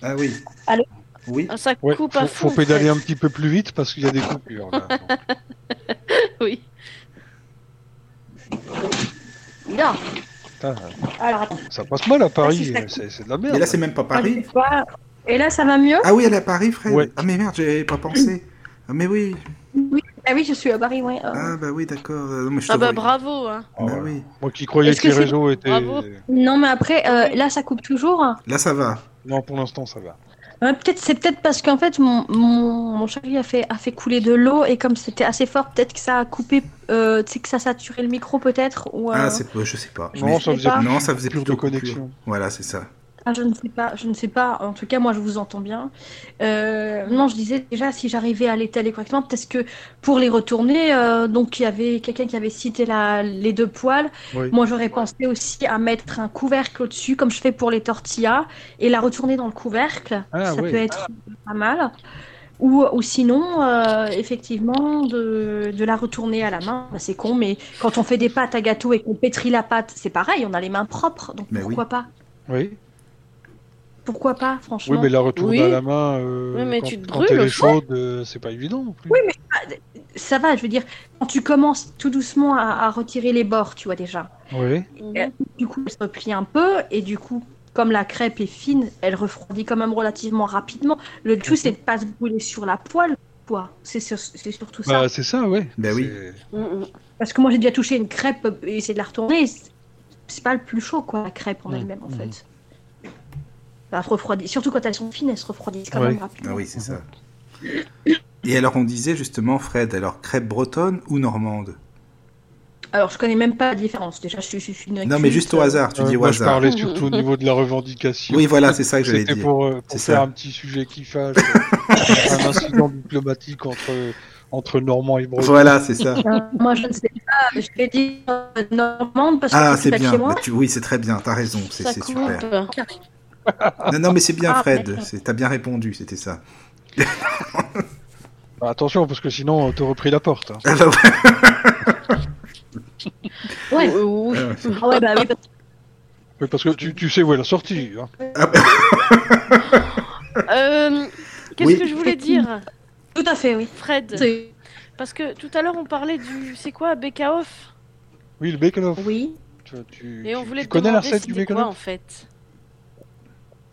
Ah oui.
Allô
Oui.
Ah, ça
Ouais,
coupe
faut,
à
faut
fond.
pédaler
Fred.
un petit peu plus vite parce qu'il y a des coupures. Là.
Oui.
Non,
Putain, euh,
alors attends,
ça passe mal à
Ah, si,
Paris, euh,
je t'ai-
c'est c'est de la Ah, merde.
Ah,
Mais là, c'est même pas
moi, je
Paris.
sais pas. Ah, Et là, ça va mieux
Ah oui, elle est à Paris, Fred
Ouais.
Ah mais merde, j'avais pas pensé. Ah mais oui.
Oui. Ah oui, je suis à Paris, ouais. euh.
Ah bah oui, d'accord. Euh, non, mais je te
Ah bah
vois-
bravo. Hein.
Bah
Ah ouais.
oui.
Moi qui croyais
Est-ce
que,
que
les
c'est-
réseaux étaient.
Bravo.
Non, mais après, euh, là, ça coupe toujours.
Là, ça va.
Non, pour l'instant, ça va.
Ouais, peut-être, c'est peut-être parce qu'en fait, mon, mon, mon chéri a fait, a fait couler de l'eau et comme c'était assez fort, peut-être que ça a coupé, euh, tu sais, que ça saturait le micro peut-être. Ou, euh,
Ah, c'est pas, je sais pas.
Non,
Mais-
ça faisait
pas.
non, ça faisait
plus
plutôt
de
coupure.
connexion.
Voilà, c'est ça.
ah, je ne sais pas, je ne sais pas. En tout cas, moi, je vous entends bien. Euh, non, je disais déjà, si j'arrivais à l'étaler correctement, peut-être que pour les retourner, euh, donc il y avait quelqu'un qui avait cité la, les deux poils.
Oui.
Moi, j'aurais pensé aussi à mettre un couvercle au-dessus, comme je fais pour les tortillas, et la retourner dans le couvercle.
Ah,
ça
ouais.
peut être pas mal. Ou, ou sinon, euh, effectivement, de, de la retourner à la main, Bah, c'est con, mais quand on fait des pâtes à gâteau et qu'on pétrit la pâte, c'est pareil, on a les mains propres, donc
Mais oui.
pourquoi pas
Oui.
Pourquoi pas,
Oui,
franchement
mais la retourne
Oui.
à la main, euh,
Oui, mais
quand,
tu te
quand
brûles
elle
au
est
choix.
chaude, euh, c'est pas évident non plus.
Oui, Ça va, je veux dire, quand tu commences tout doucement à, à retirer les bords, tu vois déjà.
Oui.
Mhm.
Du coup, elle se replie un peu, et du coup, comme la crêpe est fine, elle refroidit quand même relativement rapidement. Le
Mhm.
tout, c'est de pas se brûler sur la poêle, quoi. C'est sur- c'est surtout ça.
Bah, c'est ça, ouais.
Bah oui.
C'est-
Mhm.
Parce que moi, j'ai déjà touché une crêpe et essayé de la retourner. c'est- C'est pas le plus chaud, quoi, la crêpe en
Mhm,
elle-même, en
mhm.
fait. Ça se refroidit. Surtout quand elles sont fines, elles se refroidissent quand
Ouais.
même rapidement.
Ah oui, c'est ça. Et alors, on disait justement, Fred, alors crêpe bretonne ou normande
Alors, je connais même pas la différence. Déjà, je, je suis une.
Non, mais juste au
culte,
hasard, tu
Euh,
dis au
moi, je
hasard.
parlais surtout au niveau de la revendication.
Oui, voilà, c'est ça que j'allais
C'était
dire.
pour, euh, pour
C'est
faire
ça.
un petit sujet qui fâche, euh, un incident diplomatique entre, entre Normands et Bretons.
Voilà, c'est ça.
euh, moi, je ne sais pas. Je vais dire euh, normande parce que
Ah, c'est
je suis pas
bien.
chez moi.
Bah, tu- Oui, c'est très bien. T'as raison. C'est
Ça
c'est
coupe.
super. Non, non, mais c'est bien,
Ah,
Fred.
d'accord.
c'est- T'as bien répondu. C'était ça.
Bah, attention, parce que sinon, on t'aurait pris la porte. hein.
Ah, bah, ouais.
Ouais.
Euh, oui.
Ah,
Ah ouais, bah oui, parce
Oui, parce que tu, tu sais où est la sortie. hein.
Ah, bah.
Euh, Qu'est-ce
Oui.
que je voulais dire,
que- tout à fait, oui.
Fred
C'est-
Parce que tout à l'heure on parlait du, c'est quoi, Bekaoff
Oui, le bacon
Oui.
Tu, tu,
Et on
tu-
voulait
tu
te
connais la
demander
recette du
c'était
bacon
quoi en fait.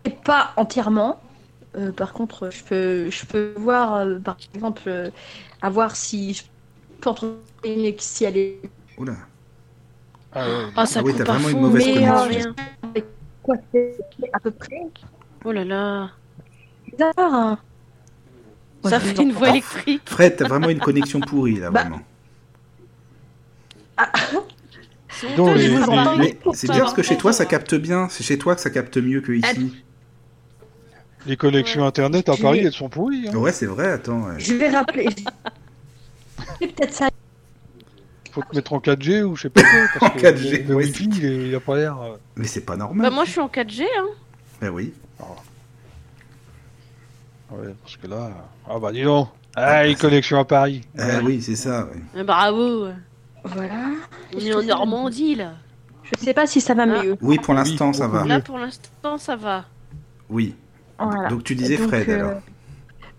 Et Pas entièrement. Euh, par contre, je peux, je peux voir, euh, par exemple, euh, à voir si je peux entre- si elle est
Oula.
Ah, ouais.
Ah ça
Ah oui,
coupe
t'as
à
vraiment une
fond,
mauvaise
mais, euh,
connexion.
rien.
quoi c'est à peu près.
Oh là là,
Bizarre.
ça fait une voix électrique.
Fred, t'as vraiment une connexion pourrie là,
Bah,
vraiment.
C'est
donc,
honteux,
les-
je vous en
les-
parle.
Mais c'est
hein.
bien parce que chez toi ça
va.
capte bien. C'est chez toi que ça capte mieux que ici.
Les connexions internet à Paris, elles sont pourries. hein.
Ouais, c'est vrai. Attends. ouais.
Je vais rappeler. C'est peut-être ça.
Faut te mettre en 4G ou je sais pas quoi. Parce
En
que
4G,
le, le
ouais,
wifi,
c'est-
il, est- il a pas l'air. euh,
Mais c'est pas
Bah
normal.
moi je suis en 4G hein.
Bah oui.
Ouais, parce que là. Ah bah dis donc. Ah, les connexions à Paris.
Ah oui, c'est ça. ouais.
Eh, Bravo,
Voilà.
on est en Normandie là.
Je sais pas si ça va
Ah.
mieux.
Oui, pour
Oui,
l'instant ça
beaucoup
va.
mieux.
Là pour l'instant ça va.
Oui.
Voilà.
Donc tu disais
Donc,
Fred
euh,
alors.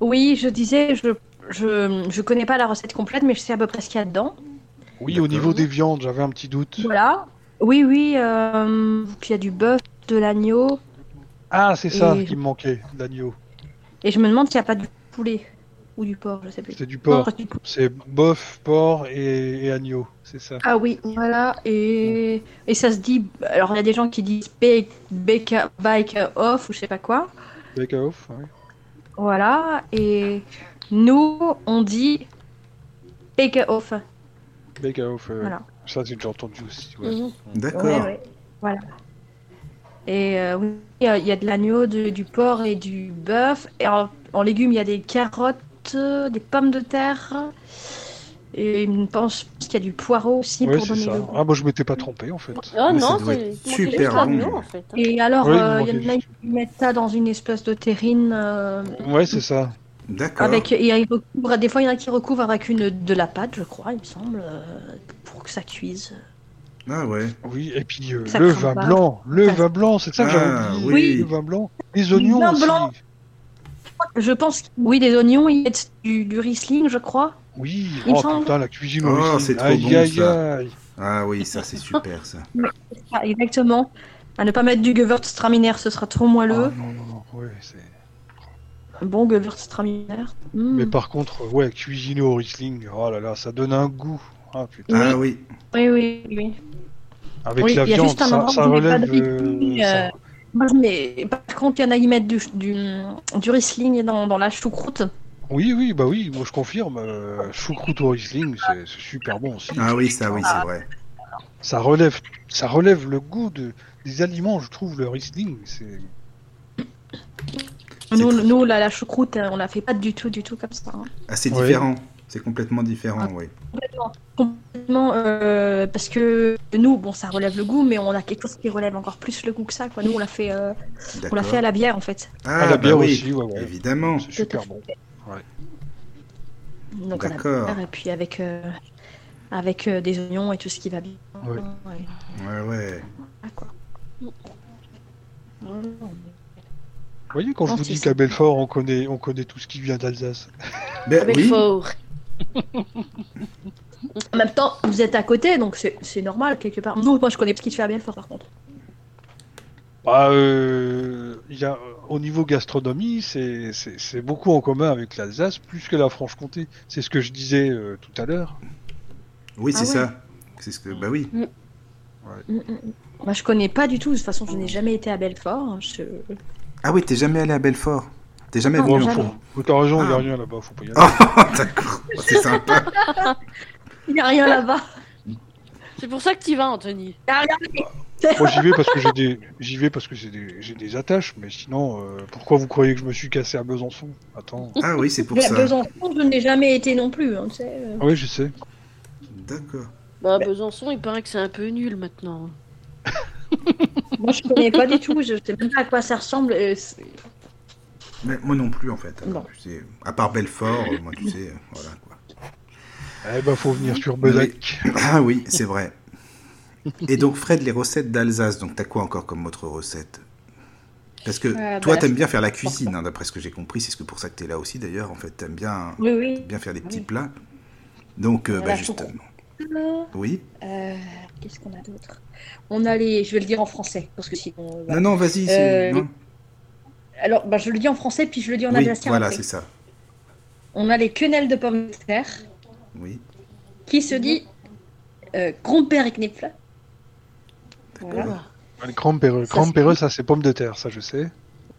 Oui, je disais, je, je, je connais pas la recette complète, mais je sais à peu près ce qu'il y a dedans.
Oui, au
D'accord.
niveau des viandes, j'avais un petit doute.
Voilà. Oui, oui. Euh, donc il y a du bœuf, de l'agneau,
Ah, c'est ça
Et-
qui me manquait, l'agneau.
et je me demande s'il n'y a pas du poulet ou du porc, je sais plus.
C'était du
Non,
porc.
du poulet.
C'est bœuf, porc et, et agneau, c'est ça.
Ah oui, voilà. Et, et ça se dit. Alors il y a des gens qui disent bake, bake, bake off ou je sais pas quoi.
Bake off, ouais.
Voilà. Et nous, on dit bake off.
Bake off, euh,
Voilà.
ça c'est déjà entendu aussi. ouais.
Mhm.
D'accord.
Ouais, ouais. Voilà. Et euh, oui, il y a- il y a de l'agneau, de- du porc et du bœuf. Et en, en légumes, il y a des carottes, euh, des pommes de terre. Et il me pense qu'il y a du poireau aussi
Ouais,
pour
c'est
donner
ça.
le goût.
Ah, moi je m'étais pas trompé en fait.
Oh
Mais ça doit
non, c'est
être
il manquait
super
juste l'agneau,
bon.
en fait. hein.
Et alors,
Oui, il
euh, il
manquait
y en a
juste.
qui mettent ça dans une espèce de terrine. euh,
Ouais, c'est ça.
D'accord.
avec, euh, et ils recouvrent, des fois, il y en a qui recouvrent avec une, de la pâte, je crois, il me semble, euh, pour que ça cuise.
Ah ouais.
Oui, et puis euh,
Ça
le
craint
vin
pas.
blanc, le
Ça-
vin blanc, c'est ça que
Ah,
j'avais oublié.
oui.
Le vin blanc, les oignons
vin
aussi.
blanc. Je pense, que- oui, des oignons, il y a du, du Riesling, je crois.
Oui,
Il me
oh
semble.
putain, la cuisine
Oh,
au
c'est
whisky.
trop
Aïe,
bon,
aïe,
ça.
aïe.
Ah oui, ça c'est super ça.
Ah, exactement. À ne pas mettre du Gewürztraminer, ce sera trop
Ah,
moelleux.
non, non, non, ouais, c'est. Ah.
Un bon gewürztraminer. Mm.
Mais par contre, ouais, cuisiner au Riesling, oh là là, ça donne un goût. Ah putain.
Ah oui,
Oui, oui, oui.
Avec
Oui,
la
il y a
viande,
juste un
ça,
endroit
ça
où il y a pas
relève.
de Riesling,
euh, ça-
euh, Moi, je mets- Par contre, il y en a, ils mettent du, du, du Riesling dans, dans la choucroute.
Oui, oui, bah oui, moi je confirme. euh, choucroute au Riesling, c'est c'est super bon aussi.
ah oui, ça oui, c'est vrai.
Ça relève, ça relève le goût de, des aliments, je trouve, le Riesling. C'est
C'est
Nous,
très-
nous la, la choucroute, euh, on la fait pas du tout, du tout comme ça. hein.
Ah, c'est
Ouais.
différent. C'est complètement différent, oui.
Complètement. Complètement. euh, parce que nous, bon, ça relève le goût, mais on a quelque chose qui relève encore plus le goût que ça. Quoi. Nous, on l'a fait, euh, on l'a
D'accord.
fait à la bière, en fait.
Ah,
la
bah
bière
oui,
aussi, ouais, ouais.
évidemment.
c'est super bon.
Donc, à la
D'accord.
bière, et puis avec, euh, avec euh, des oignons et tout ce qui va bien.
Ouais.
Ouais.
Ouais, ouais.
Ah, quoi.
Mmh. Vous voyez, quand je vous dis
Dentiste.
qu'à Belfort, on connaît, on connaît tout ce qui vient d'Alsace.
Ben
Avec
oui,
Fort.
En même temps, vous êtes à côté, donc c'est c'est normal, quelque part. Nous, moi, je connais ce qui se fait à Belfort, par contre.
Bah, euh, il y a, au niveau gastronomie, c'est- c'est c'est beaucoup en commun avec l'Alsace, plus que la Franche-Comté. C'est ce que je disais euh, tout à l'heure.
oui, c'est
Ah ouais.
ça. C'est ce que. Bah oui.
Mm, mm, mm. Moi, je connais pas du tout. De toute façon, je n'ai jamais été à Belfort. hein. Je...
Ah oui, t'es jamais allé à Belfort. T'es jamais
Non,
venu
jamais.
en
faut... faut- Oh, T'as raison, il n'y
Ah.
a rien là-bas, faut pas y aller.
Oh, d'accord. C'est sympa.
Il n'y a rien là-bas.
C'est pour ça que tu vas, Anthony.
Il y a rien.
Moi, j'y vais parce que j'ai des, j'y vais parce que j'ai des, j'ai des attaches, mais sinon, euh, pourquoi vous croyez que je me suis cassé à Besançon Attends.
Ah oui, c'est pour
J'ai
ça.
deux enfants, je n'ai jamais été non plus. hein, tu sais, euh.
Ah oui, je sais.
D'accord.
Bah, Besançon, il paraît que c'est un peu nul maintenant.
Moi, je connais pas du tout. Je sais même pas à quoi ça ressemble. euh, c'est-
Mais moi non plus, en fait. Alors,
Non.
tu sais, à part Belfort, euh, moi, tu sais, euh, voilà quoi.
Eh ben, faut venir sur Bezac.
Ah oui, c'est vrai. Et donc, Fred, les recettes d'Alsace, donc t'as quoi encore comme autre recette Parce que
Euh,
toi,
bah,
t'aimes bien faire la cuisine, hein, d'après ce que j'ai compris. C'est ce que pour ça que t'es là aussi, d'ailleurs. En fait, t'aimes bien,
Oui, oui.
bien faire des petits
Oui.
plats. Donc, euh, bah,
La
justement.
Euh,
Oui
Qu'est-ce qu'on a d'autre On a les. Je vais le dire en français parce que sinon. euh, voilà.
Non, non, vas-y. c'est-
Euh,
non
Alors, bah, je le dis en français puis je le dis en
Oui,
alsacien.
voilà,
après.
c'est ça.
On a les quenelles de pommes de terre
Oui.
qui se dit euh, Gromperknipfel.
d'accord.
Voilà.
Les crampéreux,
Ça,
crampéreux, ça c'est pommes de terre, ça je sais.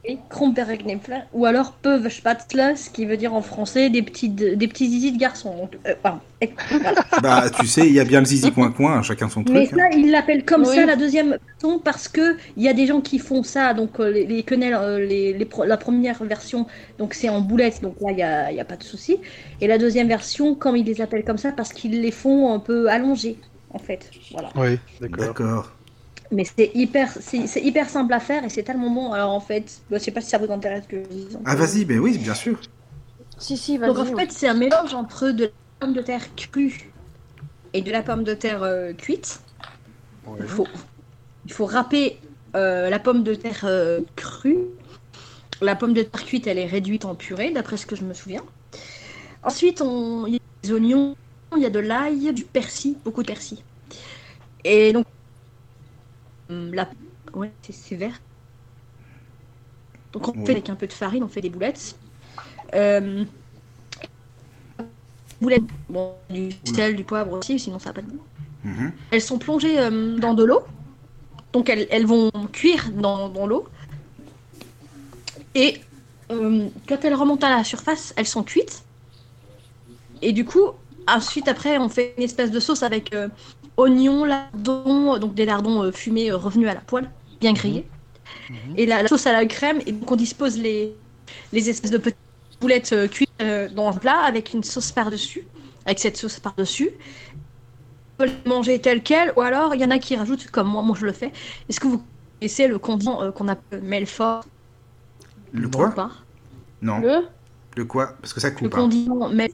Et Kromperknipfel, ou alors Pövspatzle, ce qui veut dire en français des petits, des petits zizis de garçons. Donc, euh, pardon. Et- voilà.
Bah, tu sais, il y a bien le zizi coin-coin, chacun son
Mais
truc. hein.
ça, ils l'appellent comme
Oui.
ça la deuxième façon parce que il y a des gens qui font ça. Donc euh, les, les quenelles, euh, les, les pro- la première version, donc c'est en boulettes, donc là il y a, il y a pas de souci. Et la deuxième version, comme ils les appellent comme ça, parce qu'ils les font un peu allongés, en fait. Voilà.
Oui, d'accord.
hein. D'accord.
Mais c'est hyper, c'est c'est hyper simple à faire et c'est tellement bon. Alors en fait, bah, je sais pas si ça vous intéresse que je dise.
Ah, vas-y, mais oui, bien sûr.
Si, si, vas-y.
Donc en fait, c'est un mélange entre de la pomme de terre crue et de la pomme de terre euh, cuite.
Ouais.
Il faut, il faut râper euh, la pomme de terre euh, crue. La pomme de terre cuite, elle est réduite en purée, d'après ce que je me souviens. Ensuite, on... il y a des oignons, il y a de l'ail, du persil, beaucoup de persil. Et donc, hum, la... ouais, c'est- c'est vert. Donc on
Oui.
fait avec un peu de farine, on fait des boulettes. Euh, boulettes, bon, du sel, du poivre aussi, sinon ça n'a pas de goût.
Mhm.
Elles sont plongées euh, dans de l'eau. Donc elles, elles vont cuire dans, dans l'eau. Et euh, quand elles remontent à la surface, elles sont cuites. Et du coup, ensuite, après, on fait une espèce de sauce avec euh, oignons, lardons, euh, donc des lardons euh, fumés euh, revenus à la poêle, bien grillés. Et la, la sauce à la crème, et donc on dispose les, les espèces de petites boulettes euh, cuites euh, dans un plat avec une sauce par-dessus, avec cette sauce par-dessus peut les manger tel quel, ou alors il y en a qui rajoutent, comme moi, moi je le fais. Est-ce que vous connaissez le condiment euh, qu'on appelle Melfort
Le
ou
quoi
pas
Non.
Le
Le quoi Parce que ça coupe
Le
hein.
condiment Mel-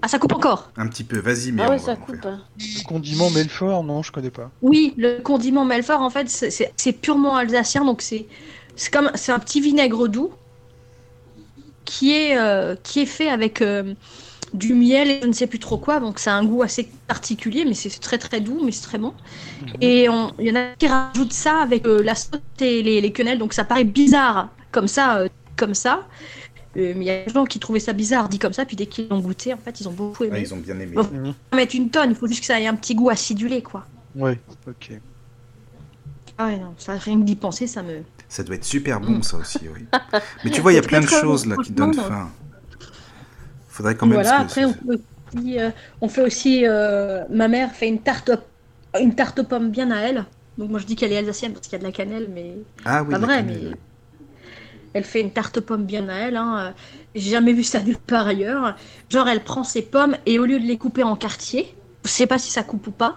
Ah, ça coupe encore
un petit peu. Vas-y, mais
Ah
on
ouais,
va-
ça
on
coupe.
fait-
hein.
Le condiment Melfort, non, je connais pas.
Oui, le condiment Melfort, en fait, c'est- c'est c'est purement alsacien, donc c'est c'est comme c'est un petit vinaigre doux qui est, euh, qui est fait avec euh, du miel et je ne sais plus trop quoi, donc ça a un goût assez particulier, mais c'est très très doux, mais c'est très bon. Et on- il y en a qui rajoutent ça avec euh, la sauce et les, les quenelles, donc ça paraît bizarre comme ça, euh, comme ça. Euh, mais il y a des gens qui trouvaient ça bizarre, dit comme ça, puis dès qu'ils l'ont goûté, en fait, ils ont beaucoup
Ah,
aimé.
ils ont bien aimé.
Bon.
Mhm.
Faut mettre une tonne, il faut juste que ça ait un petit goût acidulé, quoi.
Ouais, ok.
Ah ouais, non, ça, rien que d'y penser, ça me...
Ça doit être super bon, ça aussi, oui. Mais tu vois, il y a
C'est
plein de
très, très
choses
bon,
là qui donnent
franchement,
faim. Faudrait quand même.
voilà,
parce que-
après, on fait aussi, euh, on fait aussi, euh, ma mère fait une tarte, aux- une tarte aux pommes bien à elle. Donc moi, je dis qu'elle est alsacienne parce qu'il y a de la cannelle, mais
Ah oui.
pas
la
vrai,
cannelle,
mais
oui.
elle fait une tarte aux pommes bien à elle. hein. Euh, J'ai jamais vu ça nulle part ailleurs. Genre, elle prend ses pommes et au lieu de les couper en quartiers, je sais pas si ça coupe ou pas.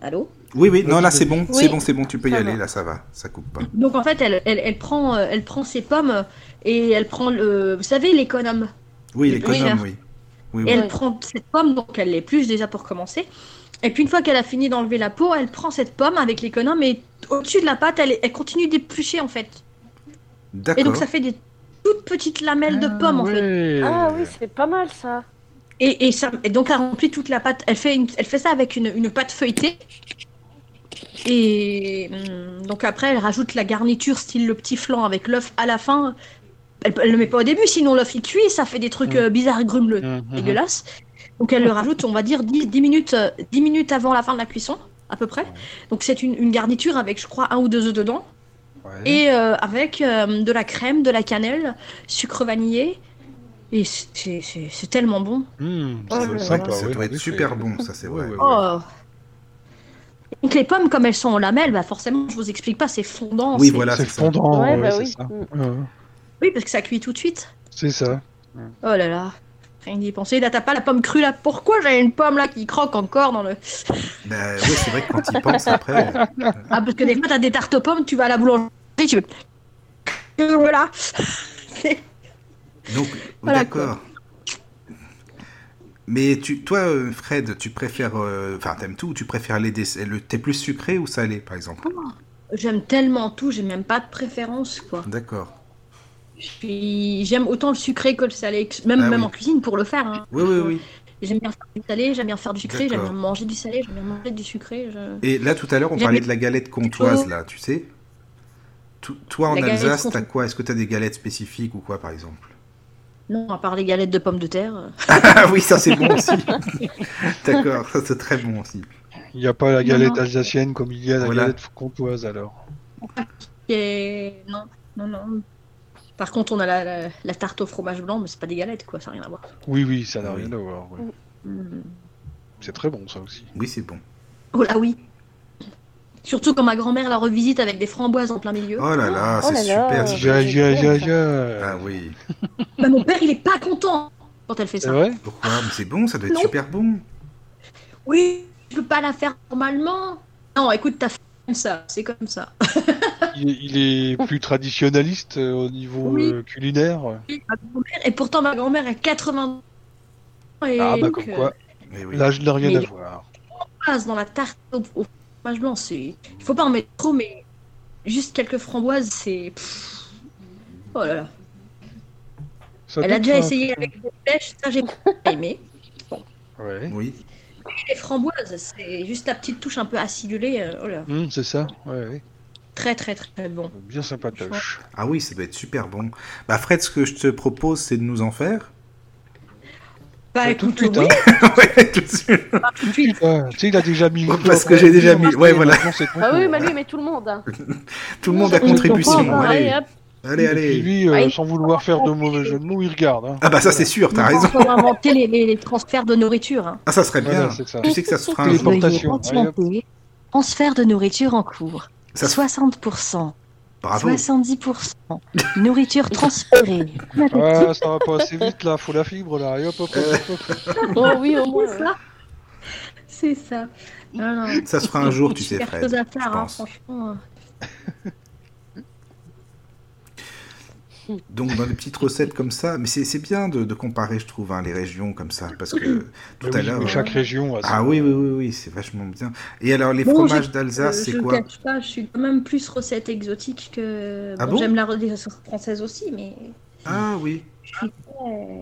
Allô
Oui, oui, non, là c'est bon,
Oui.
c'est bon, c'est bon, tu peux y
Ça
aller,
va.
là ça va, ça coupe pas.
Donc en fait, elle, elle, elle prend, euh, elle prend ses pommes et elle prend le, vous savez, l'économe.
Oui,
Et puis,
l'économe,
faire.
oui. Oui,
Et
oui.
elle prend cette pomme, donc elle l'épluche déjà pour commencer. Et puis une fois qu'elle a fini d'enlever la peau, elle prend cette pomme avec l'économe et au-dessus de la pâte, elle, elle continue d'éplucher en fait. Et
D'accord.
donc ça fait des toutes petites lamelles de pommes en fait.
Ah oui, c'est pas mal ça.
Et, et, ça, et donc elle remplit toute la pâte. Elle fait, une- elle fait ça avec une, une pâte feuilletée. Et hum, donc après, elle rajoute la garniture, style le petit flan avec l'œuf à la fin. Elle, elle le met pas au début, sinon l'œuf il cuit et ça fait des trucs
Mm.
euh, bizarres, grumeleux.
Mhm.
dégueulasse. Donc elle le rajoute, on va dire, 10, 10 minutes, euh, 10 minutes avant la fin de la cuisson, à peu près. Donc c'est une, une garniture avec, je crois, un ou deux œufs dedans.
Ouais.
Et euh, avec euh, de la crème, de la cannelle, sucre vanillé. Et c'est- c'est c'est- c'est tellement bon.
Mhm,
Oh
ça
là
doit être
là.
sympa,
Ça
ouais,
doit
en
être
effet.
super bon, ça c'est vrai.
Ouais, ouais, ouais.
Oh. Donc les pommes, comme elles sont en lamelles, bah forcément, je vous explique pas, c'est fondant.
Oui,
c'est-
voilà,
C'est
c'est ça.
fondant,
ouais,
ouais,
bah
c'est
oui.
ça.
Mm.
Ouais,
oui, parce que ça cuit tout de suite.
C'est ça.
Oh là là, rien que d'y penser. Là, t'as pas la pomme crue là. Pourquoi j'avais une pomme là qui croque encore dans le.
Bah, oui, c'est vrai que quand il pense après. euh,
Ah, parce que des fois, t'as des tartes aux pommes, tu vas à la boulangerie, tu veux. Que Voilà.
Donc,
Voilà,
d'accord. Mais tu, toi, euh, Fred, tu préfères. euh, Enfin, t'aimes tout, tu préfères les dessins. Le thé plus sucré ou salé, par exemple
J'aime tellement tout, j'ai même pas de préférence, quoi.
D'accord.
Je suis- J'aime autant le sucré que le salé, que- même,
Ah
même
oui.
en cuisine pour le faire. hein.
Oui, oui, oui.
J'aime bien faire du salé, j'aime bien faire du sucré, j'aime
D'accord.
bien manger du salé, j'aime bien manger du sucré. je-
Et là, tout à l'heure, on
J'aime
parlait
les-
de la galette comtoise,
Oh.
là, tu sais Tou- Toi, en
La galette
Alsace, t'as
comtoise.
quoi Est-ce que t'as des galettes spécifiques ou quoi, par exemple
Non, à part les galettes de pommes de terre. euh.
Ah oui, ça c'est bon aussi. D'accord, ça c'est très bon aussi.
Il n'y a pas la
Non,
galette
non.
alsacienne comme il y a la
Voilà.
galette comtoise alors.
Et... Non, non, non. Par contre, on a la, la- la tarte au fromage blanc, mais c'est pas des galettes, quoi, ça n'a rien à voir.
Oui, oui, ça n'a
Oui.
rien à voir. ouais.
Hmm.
C'est très bon ça aussi.
Oui, c'est bon.
Oh là oui. Surtout quand ma grand-mère la revisite avec des framboises en plein milieu.
Oh là là,
Oh
c'est
là
super.
là. Ah,
ça.
Ja,
ouais, c'est
ja, ja,
bon, ça.
ja.
Ah oui.
Bah, mon père, il est pas content quand elle fait
C'est
ça.
vrai
Pourquoi Mais c'est bon, ça doit être
Non.
super bon.
Oui, je peux pas la faire normalement. Non, écoute, t'as fait comme ça, c'est comme ça.
il, est- il est plus traditionnaliste euh, au niveau
Oui.
euh, culinaire.
Ma grand-mère- Et pourtant, ma grand-mère a 80 ans. Et
Ah bah
donc,
comme
euh,
quoi,
Mais oui.
là je n'ai rien
Mais-
à voir.
passe dans la tarte au, au fromage blanc, c'est. Il faut pas en mettre trop, mais juste quelques framboises, c'est. Pff. Oh là là.
Ça
Elle a
doute,
déjà
hein.
essayé avec des pêches, ça j'ai pas aimé.
Ouais.
Oui.
Les framboises, c'est juste la petite touche un peu acidulée. euh, Oh là.
Hum, c'est ça, ouais, ouais.
Très, très, très bon.
bien sympatoche.
Ah oui, ça doit être super bon. Bah Fred, ce que je te propose, c'est de nous en faire.
Bah,
Tout de
écoute,
suite,
oui,
hein.
ouais, tout de suite.
tout de suite. Ah,
Ouais, Ah, tu sais, il a déjà mis.
Ouais,
le
parce
doigt
que
dans
j'ai
le
déjà
cul,
mis-
maintenant,
ouais, voilà.
maintenant, c'est trop
Ah oui,
bon.
mais lui, mais tout le monde. hein.
Tout le monde à contribution.
comprend, hein,
Allez,
allez, hop.
allez,
Et puis
allez.
lui, euh,
Ah, il-
sans vouloir faire de mauvais jeux de mots, il regarde. hein.
Ah bah ça c'est sûr, t'as
Ils vont
raison.
encore inventer les, les- les transferts de nourriture. hein.
Ah ça serait
Voilà,
bien.
c'est ça.
Tu sais que ça se fera un
Veuillez
jour.
Téléportation,
patienter.
Transfert de nourriture en cours.
Ça se-
60%,
Bravo.
70%. Nourriture transférée.
Ouais, Ah, ça va pas assez vite là, faut la fibre là. Et hop, hop, hop, hop, hop.
Euh.
Oh oui, au moins.
C'est
ouais.
ça. C'est ça. Non, non.
Ça se fera un jour, tu sais,
Super
Fred.
chose à
je
faire, hein,
pense.
franchement. hein.
Donc dans des petites recettes comme ça, mais c'est c'est bien de, de comparer, je trouve, hein, les régions comme ça, parce que tout
Mais
à
oui,
l'heure.
mais chaque
euh,
région a
Ah
son-
oui, oui, oui, oui, c'est vachement bien. Et alors les
Bon,
fromages
je-
d'Alsace,
Euh,
c'est
je
quoi
cache pas, je suis quand même plus recette exotique que.
Ah
bon,
bon
J'aime la recette française aussi, mais
Ah oui.
euh,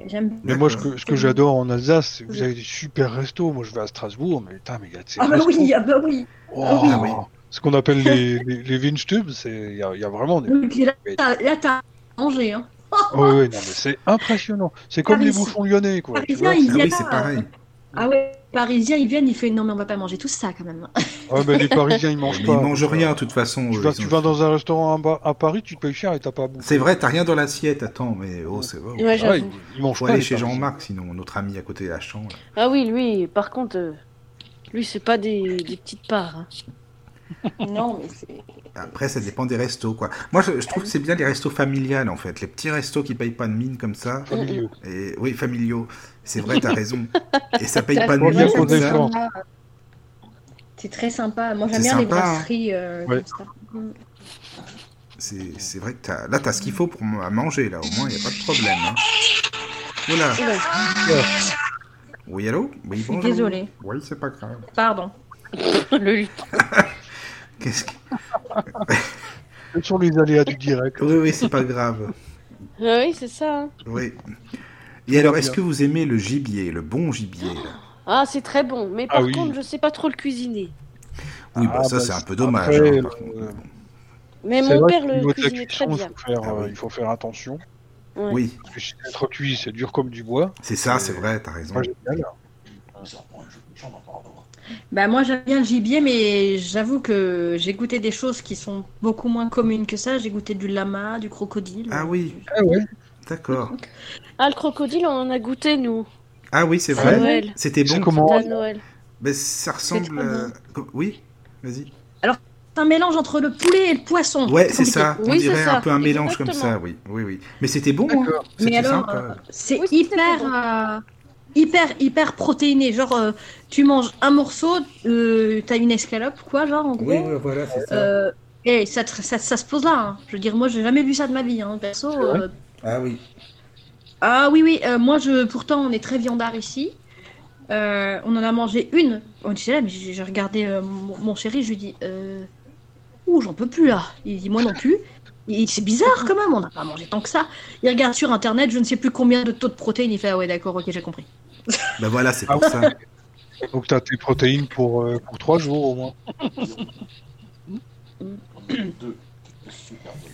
j'aime.
Mais moi, ce
D'accord.
que, ce que j'adore en Alsace, c'est que vous avez des super restos. Moi, je vais à Strasbourg, mais putain, mais il y a de ces
Ah bah
restos.
oui, ah bah oui.
Oh,
ah
oui.
Ce qu'on appelle les, les, les Wienstubes, c'est il y, a- il y a vraiment des.
Oui, puis là, t'as- là, t'as mangé, hein.
Oh, oui, non, mais c'est impressionnant. C'est comme les
Parisien.
bouffons lyonnais, quoi. tu
Parisien,
vois.
il
Ah
vient.
oui, c'est pareil.
Ah ouais, Parisiens, ils viennent, ils font non, mais on va pas manger tout ça quand même.
Ah, mais les Parisiens, ils mangent
Mais
pas.
ils mangent rien, de toute façon.
Tu
eux,
vas,
ils
tu
ont-
vas dans un restaurant à, Ba- à Paris, tu te payes cher et t'as pas à bouffer.
C'est vrai, t'as rien dans l'assiette, attends, mais oh, c'est vrai.
Ouais,
Ah ouais,
j'avoue.
ils, ils mangent
Faut
pas.
aller
les
chez
Parisiens.
Jean-Marc, sinon, notre ami à côté de la chambre.
Ah oui, lui, par contre, euh, lui, c'est pas des, des petites parts. hein.
non, mais c'est.
Après, ça dépend des restos, quoi. Moi, je, je trouve que c'est bien les restos familiales, en fait. Les petits restos qui payent pas de mine comme ça.
Familiaux.
Et, oui, familiaux. C'est vrai, t'as raison. Et ça paye pas de
Faut bien
mine comme
poser les
ça.
choses.
C'est très sympa. Moi, j'aime
C'est
bien les
sympa, hein.
brasseries. euh,
Ouais.
comme ça.
C'est c'est vrai que t'as- là, t'as ce qu'il faut pour m- à manger, là. Au moins, il a pas de problème. Hein. Oh là.
Oula.
Oui, allô Oui, bonjour.
Désolée.
Oui, c'est pas grave.
Pardon.
Le lit.
Qu'est-ce que-
Quels sont les aléas du direct
Oui, oui, c'est pas grave.
Ah oui, c'est ça. hein.
Oui. Et alors, est-ce que vous aimez le gibier, le bon gibier là
Ah, c'est très bon, mais
Ah
par
oui.
contre, je sais pas trop le cuisiner.
Oui,
Ah,
bah, ça,
bah,
c'est un peu
c'est-
dommage.
après,
hein, par contre.
euh,
Mais
C'est
mon
vrai
père
qu'au niveau
le
de la
cuisinait très
cuisson,
bien.
Il faut faire,
Ah
euh,
oui.
il faut faire attention.
Ouais.
Oui,
Parce que si c'est trop cuit, c'est dur comme du bois.
c'est ça, c'est vrai, t'as raison.
Pas génial.
Bah moi j'aime bien le gibier, mais j'avoue que j'ai goûté des choses qui sont beaucoup moins communes que ça. J'ai goûté du lama, du crocodile.
Ah oui,
Ah ouais.
d'accord.
Ah, le crocodile, on en a goûté, nous,
Ah oui, c'est
à
vrai.
Noël.
C'était
C'est
bon.
comment
C'était à Noël.
Ben, ça ressemble.
très
euh, co- Oui, vas-y.
C'est un mélange entre le poulet et le poisson.
Ouais, c'est
compliqué.
ça. On
Oui, c'est
dirait
ça,
un peu un mélange comme
exactement. euh,
ça, oui. Oui, oui. Mais c'était bon, hein.
D'accord.
Mais
C'était
alors, euh,
sympa.
C'est
Oui, c'est très
hyper,
bon.
euh, hyper, hyper protéiné. Genre euh, tu manges un morceau, euh, t'as une escalope quoi, genre en gros.
voilà, c'est
Euh, et ça, te- ça, ça se pose là. hein. Je veux dire, moi j'ai jamais vu ça de ma vie, hein, perso.
vrai
euh,
Ah oui.
Ah oui, oui, euh, moi je, pourtant on est très viandard ici. Euh, on en a mangé une. On était là, mais j'ai j'ai regardé euh, mon, mon chéri, je lui dis euh, Ouh, j'en peux plus là. Il dit Moi non plus. Il- C'est bizarre quand même, on n'a pas mangé tant que ça. Il regarde sur internet, je ne sais plus combien de taux de protéines. Il fait Ah ouais, d'accord, ok, j'ai compris.
Ben voilà, c'est pour
Ah
ça.
Donc t'as tes protéines pour euh, pour trois jours au moins.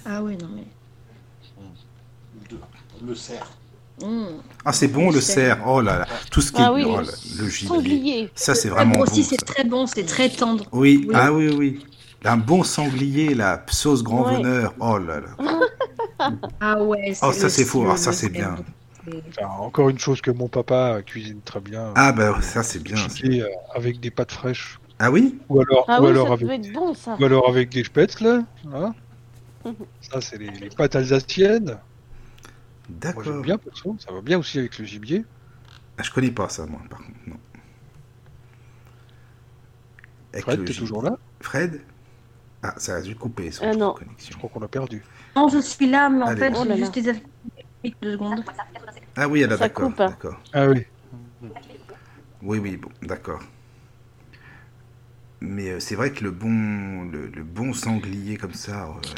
Ah ouais, non mais. Mmh.
Ah, c'est bon le
C'est-
cerf. Oh là là. Tout ce qui
Ah
est
oui,
oh
le
là, le gibier.
sanglier.
Ça, c'est vraiment bon.
aussi,
ça.
c'est très bon, c'est très tendre.
Oui,
Oui.
ah oui, oui. Un bon sanglier, la sauce grand
Ouais.
veneur. Oh là là.
Ah ouais,
Oh, ça,
le-
c'est fou.
le-
Ah, ça,
le-
c'est bien.
Enfin, encore une chose que mon papa cuisine très bien.
Ah ben ça, c'est bien. ça.
Chiqué, euh, avec des pâtes fraîches.
Ah oui
Ou alors
Ah
ou
oui,
alors
ça
avec
peut être bon, ça.
ou alors avec des spätzle là. hein. ça c'est les, les pâtes alsaciennes. Moi j'aime
D'accord.
bien perso. Ça va bien aussi avec le gibier.
Ah, je connais pas ça, moi, par contre. Non. Avec
Fred
le
t'es
gibier.
toujours là
Fred Ah, ça a dû couper son
Ah, non.
Je
connexion.
crois qu'on a perdu.
Non, je suis là, Oh mais en
Allez.
fait,
Oh là
j'ai
là.
juste des affects. Deux secondes.
Ah oui, elle a
Ça
d'accord.
coupe, hein.
D'accord.
Ah oui.
Oui, oui, bon, d'accord. Mais euh, c'est vrai que le bon, le, le bon sanglier comme ça. oh là là.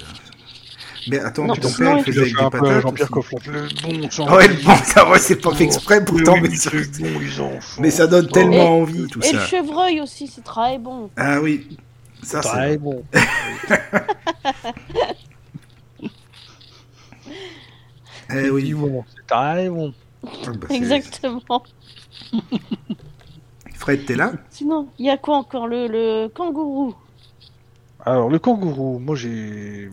Mais attends,
Non,
ton
sinon,
père
il
il
Tu
faisait
dois
avec des
faire un peu
patates.
Jean-Pierre
aussi.
Coffin. Le bon sang.
Ah ouais, le bon, ça, ouais, c'est pas fait exprès pourtant,
Oui,
mais
oui,
ça,
c'est bon, ils en font. Oh.
mais ça donne
Et-
tellement envie tout
Et le
ça.
chevreuil aussi, c'est très bon.
Ah oui, ça
Très
c'est.
bon.
Ah, bah,
Eh oui,
Effectivement, C'est très bon.
Ah, bah, c'est-
Exactement.
Fred, t'es là
Sinon, il y a quoi encore le, le kangourou.
Alors, le kangourou, moi, j'ai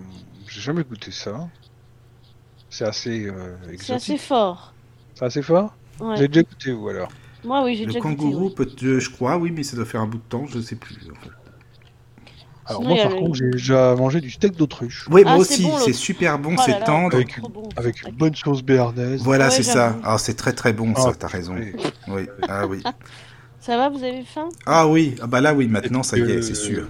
j'ai jamais goûté ça. C'est assez euh,
C'est assez
exotique.
fort.
C'est assez fort
Ouais.
J'ai déjà goûté, vous, alors
Moi, oui, j'ai
Le
déjà goûté,
kangourou,
oui.
peut euh, je crois, oui, mais ça doit faire un bout de temps, je sais plus. en fait.
Alors,
Sinon, il y
moi,
a
par
le-
contre, j'ai déjà mangé du steak d'autruche.
Oui,
Ah,
moi
c'est
aussi,
bon, le-
c'est super bon,
Oh là
c'est
là,
tendre.
Avec
trop bon, ça.
Avec une bonne sauce béarnaise.
Voilà,
Ouais,
c'est ça.
j'avoue.
Ah, c'est très très bon, ça,
Ah,
t'as raison.
Et-
Oui, ah oui.
Ça va, vous avez faim
Ah oui, ah bah là, oui, maintenant, ça y est,
euh,
c'est sûr.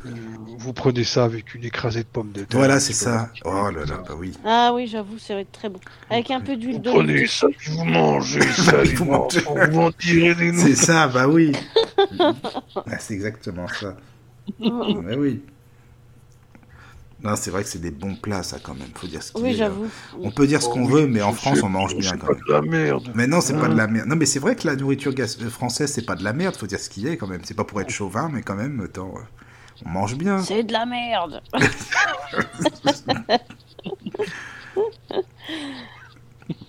Vous prenez ça avec une écrasée de pommes de terre.
Voilà,
un
c'est
petit
ça.
peu.
Oh là là, bah oui.
Ah oui, j'avoue, ça va être très bon. Avec un peu
Vous
d'huile d'olive
prenez Oh, ça,
dessus.
puis vous mangez ça,
Puis
les
Bah, vous mangez.
enfants, vous en tirez des nouvelles.
C'est ça, bah oui. Ah, c'est exactement ça. Bah oui. Non, c'est vrai que c'est des bons plats, ça, quand même. Faut dire ce qu'il est,
Oui,
hein.
j'avoue.
On peut dire ce
Oh
qu'on
oui,
veut, mais en
c'est-
France, on mange bien
C'est
quand
pas
même.
de la merde.
Mais non, c'est pas de
Ah.
la merde. Non, mais c'est vrai que la nourriture gas- euh, française, c'est pas de la merde. Faut dire ce qu'il est quand même. C'est pas pour être chauvin, mais quand même, attends, euh, on mange bien.
C'est de la merde.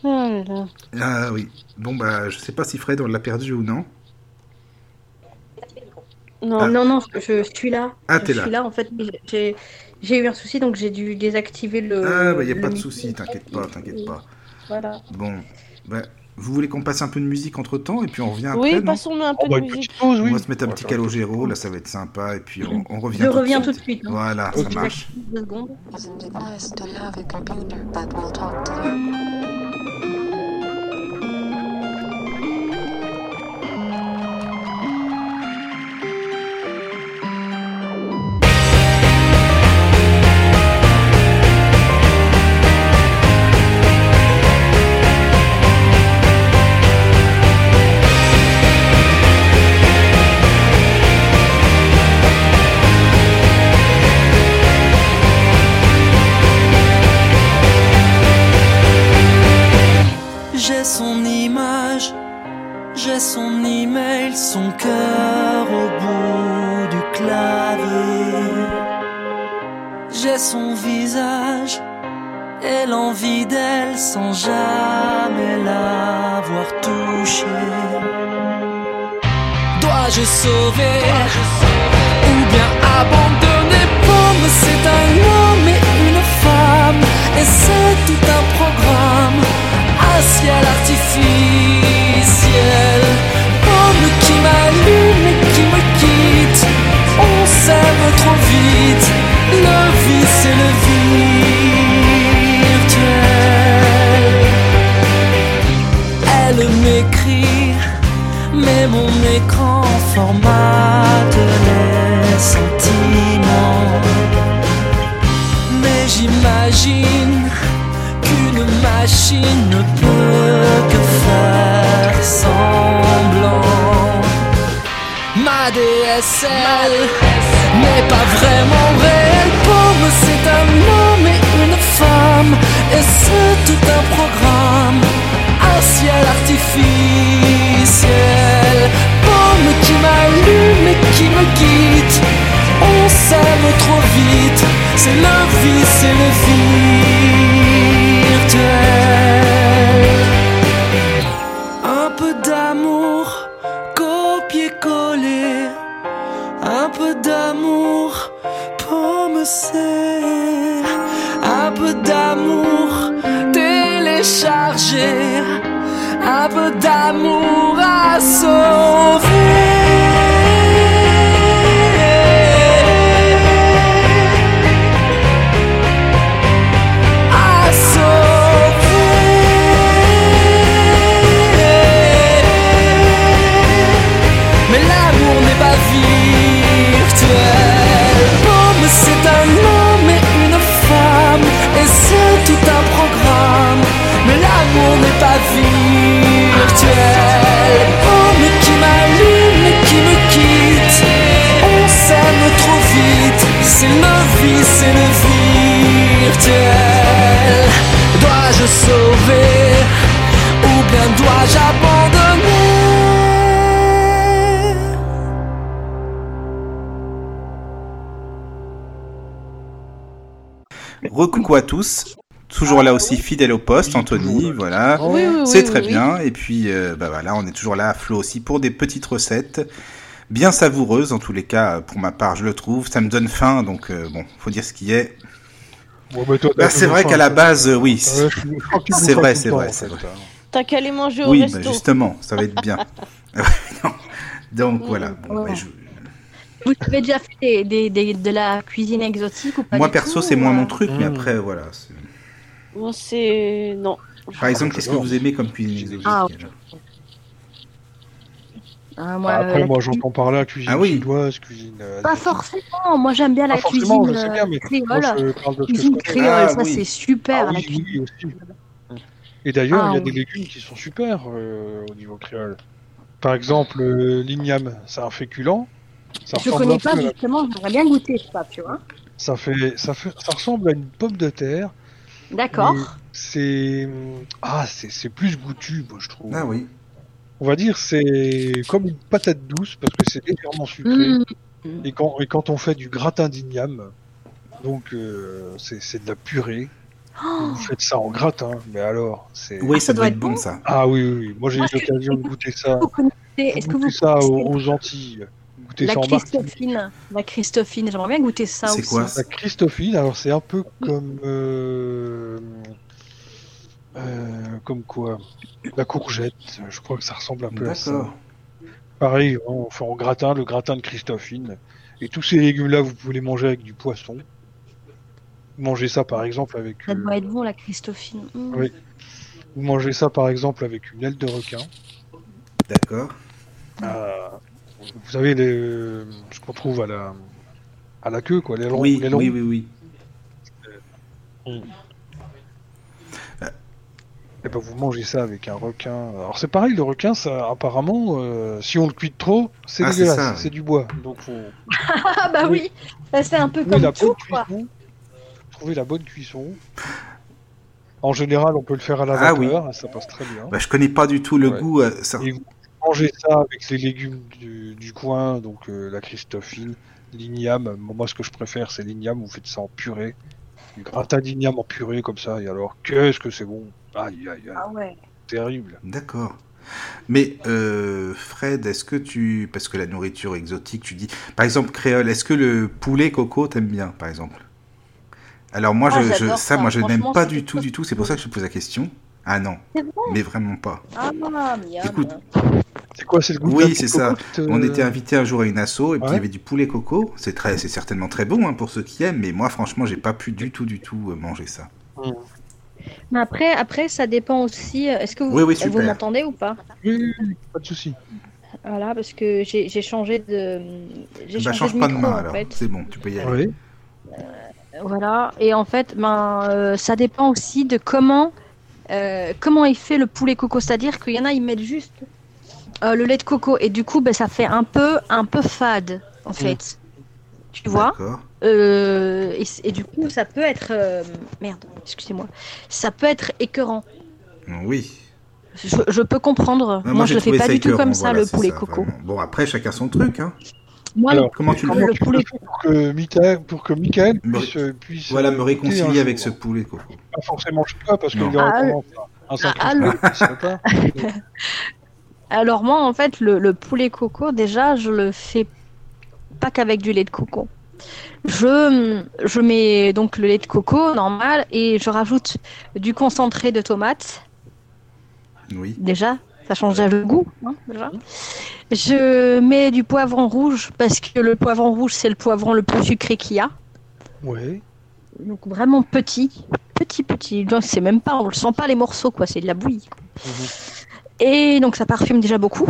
Ah là là.
Ah oui. Bon, bah, je sais pas si Fred, on l'a perdu ou non.
Non,
Ah.
Non, non, je, je suis là.
Ah,
je
t'es
suis
là.
là, en fait. J'ai j'ai eu un souci, donc j'ai dû désactiver le.
Ah, bah, y a
le
pas de
micro.
souci, t'inquiète pas, t'inquiète pas.
Voilà.
Bon, bah, vous voulez qu'on passe un peu de musique entre temps et puis on revient après
Oui,
non
passons-nous un peu
Oh, bah,
de
une
musique.
petite pause, oui.
On va se mettre un
Ouais,
petit
ça va.
calogéro, là ça va être sympa, et puis on, on revient.
Je
tout de
reviens
suite.
tout de suite. hein.
Voilà, ça
Ok.
marche.
Deux secondes.
Isn't it nice to have a computer that will talk to you?
J'ai son image, j'ai son email, son cœur au bout du clavier. J'ai son visage et l'envie d'elle sans jamais l'avoir touchée. Dois-je sauver ou bien abandonner Pomme, c'est un homme et une femme, et c'est tout un programme un ciel artificiel. Homme qui m'allume et qui me quitte, on s'aime trop vite. Le vice et le virtuel. Elle m'écrit, mais mon écran formate les sentiments. Mais j'imagine qu'une machine ne peut que faire semblant. Ma DSL n'est pas vraiment réelle. Pomme, c'est un homme et une femme, et c'est tout un programme, un ciel artificiel. Pomme qui m'allume et qui me quitte. On s'aime trop vite, c'est le vice et le virtuel. Un peu d'amour, copier-coller. Un peu d'amour, pomme serre. Un peu d'amour, télécharger. Un peu d'amour à sauver. À sauver. Mais l'amour n'est pas virtuel. Pomme, c'est un homme et une femme, et c'est tout un programme. Mais l'amour n'est pas virtuel. Pomme qui m'allume et qui me quitte. On s'aime trop vite, c'est le vice et le virtuel. Dois-je sauver ou bien dois-je abandonner
Recoucou à tous. Toujours là aussi, fidèle au poste, Anthony, voilà.
Oui, oui, oui,
C'est
oui,
très
oui.
bien. Et puis, euh, bah voilà, on est toujours là à flot aussi pour des petites recettes. Bien savoureuses, en tous les cas, euh, pour ma part, je le trouve. Ça me donne faim, donc euh, bon, faut dire ce qui est.
Ouais, mais Ah toi, t'as
Bah, c'est
toujours
vrai
faim,
qu'à la
toi. Ah
base, euh, oui.
Ouais, je- je crois que tu
C'est
bouffes
vrai,
tout le
c'est
temps,
vrai,
en
c'est
fait,
vrai.
hein.
T'as qu'à aller manger au
Oui, bah,
resto.
justement, ça va être bien. Ah Non.
Mmh.
donc voilà. Bon, bah, je-
Mm, Vous avez déjà fait des, des- des- de la cuisine exotique ou pas
Moi
du
perso,
tout,
c'est
ou,
moins
euh,
mon truc, mais
Mm.
après voilà. c'est-
Moi, c'est. Non.
Par exemple, qu'est-ce que
Ah, j'adore.
vous aimez comme cuisine exotique
Ah,
alors
ah, moi, euh,
Après,
la
moi,
cuisine-
j'entends parler à cuisine
Ah oui.
chinoise, cuisine. euh,
Pas forcément. Moi, j'aime bien
Pas
la
forcément,
cuisine
je sais bien, mais
euh,
Moi,
créole.
je parle de ce que je
Cuisine
connais.
créole,
Ah,
ça
oui.
c'est super.
Ah
la
oui,
cuisine.
oui, aussi. Et d'ailleurs,
Ah,
il y a
oui.
des légumes qui sont super euh, au niveau créole. Par exemple, euh, l'igname, c'est un féculent. Ça
Je
ressemble
connais
un
pas
peu à la-
justement, j'aimerais bien goûter ça, tu vois.
ça, fait, ça fait, ça ressemble à une pomme de terre.
D'accord.
mais C'est ah, c'est c'est plus goûtu, moi je trouve.
Ah oui.
On va dire c'est comme une patate douce parce que c'est légèrement sucré.
Mm.
Et quand et quand on fait du gratin d'igname, donc euh, c'est c'est de la purée. Vous faites ça en gratin, mais alors, c'est.
Oui, Ah, ça ça doit doit être être bon, bon. ça.
Ah oui, oui, oui. Moi, j'ai eu l'occasion de goûter ça.
Est-ce que vous
Goûter ça
connaissez
aux, aux Antilles. Goûter
la
ça en Martinique.
Christophine La Christophine, j'aimerais bien goûter ça aussi. Mm.
La Christophine, alors c'est un peu comme. euh, euh, comme quoi La courgette, je crois que ça ressemble un peu à ça.
D'accord.
Pareil, hein, on fait en gratin, le gratin de Christophine. Et tous ces légumes-là, vous pouvez les manger avec du poisson. Mangez ça par exemple avec. euh,
Ça doit être bon, la Christophine. Mm.
Oui. Vous mangez ça par exemple avec une aile de requin.
D'accord.
Euh, vous savez les- ce qu'on trouve à la à la queue quoi, les longs.
Oui,
les longs.
oui, oui, oui.
Et ben vous mangez ça avec un requin. Alors c'est pareil, le requin, ça apparemment, euh, si on le cuit trop, c'est
Ah, c'est
dégueulasse,
ça, oui.
c'est du bois. Donc faut
Ah bah oui, Ça, c'est un peu
Oui,
comme
la
tout,
bonne
quoi.
trouver la bonne cuisson. En général, on peut le faire à la
Ah
vapeur, hein, ça passe très bien.
Bah, je connais pas du tout le goût. euh, ça-
Et vous mangez ça avec les légumes du, du coin, donc euh, la christophine, l'igname. Moi, ce que je préfère, c'est l'igname. Vous faites ça en purée, du gratin d'igname en purée comme ça. Et alors, qu'est-ce que c'est bon Aïe, aïe, aïe,
Ah ouais.
terrible.
D'accord. Mais euh, Fred, est-ce que tu. Parce que la nourriture exotique, tu dis. Par exemple, créole, est-ce que le poulet coco t'aimes bien, par exemple Alors, moi,
Ah,
je, je- ça,
j'adore ça.
moi, je n'aime
Franchement,
pas
c'est
du tout, du tout. C'est pour ça que je te pose la question. Ah non,
C'est bon
mais vraiment pas.
Ah, miam.
Écoute,
C'est quoi, c'est le goût de la
Oui,
petite
c'est ça.
cocotte, euh,
On était invité un jour à une asso et puis il y
Ouais.
avait du poulet coco. C'est très, c'est certainement très bon hein, pour ceux qui aiment, mais moi, franchement, j'ai pas pu du tout, du tout euh, manger ça.
Mais après, après, ça dépend aussi. euh, Est-ce que vous,
Oui, oui,
vous
super.
m'entendez ou pas
Oui, oui, pas de souci.
Voilà, parce que j'ai j'ai changé de. J'ai
Bah,
changé
change
de
pas de
micro,
main
en
alors.
fait.
C'est bon, tu peux y aller.
Voilà, et en fait, ben, euh, ça dépend aussi de comment, euh, comment est fait le poulet coco. C'est-à-dire qu'il y en a, ils mettent juste euh, le lait de coco, et du coup, ben, ça fait un peu, un peu fade,
Mm.
en fait.
Mm.
Tu vois
D'accord.
Euh, et, c- et du coup, ça peut être. euh, merde, excusez-moi. Ça peut être écœurant.
Oui.
Je, je peux comprendre.
Ah,
Moi, je
j'ai
le fais
trouvé
pas
ça
du tout
écœurant,
comme ça,
voilà,
le
c'est
poulet coco.
vraiment. Bon, après, chacun son truc. Hein.
Moi,
Alors,
Comment tu le
comment
le
tu
poulet
fais pour que Michael, pour que Michael puisse, euh, puisse,
Voilà,
euh,
me
goûter un
réconcilier
jour.
avec ce poulet coco.
Pas forcément chez toi, parce qu'il
Non.
est en
Ah,
commande, un centre
ah, le-
hospitalier, pas.
Alors moi, en fait, le, le poulet coco, déjà, je le fais pas qu'avec du lait de coco. Je, je mets donc le lait de coco normal et je rajoute du concentré de tomate.
Oui.
Déjà, ça change déjà le goût. hein, déjà. Je mets du poivron rouge parce que le poivron rouge, c'est le poivron le plus sucré qu'il y a.
Ouais.
Donc vraiment petit, petit, petit. Donc c'est même pas, on le sent pas les morceaux, quoi. C'est de la bouillie. quoi.
Mhm.
Et donc ça parfume déjà beaucoup.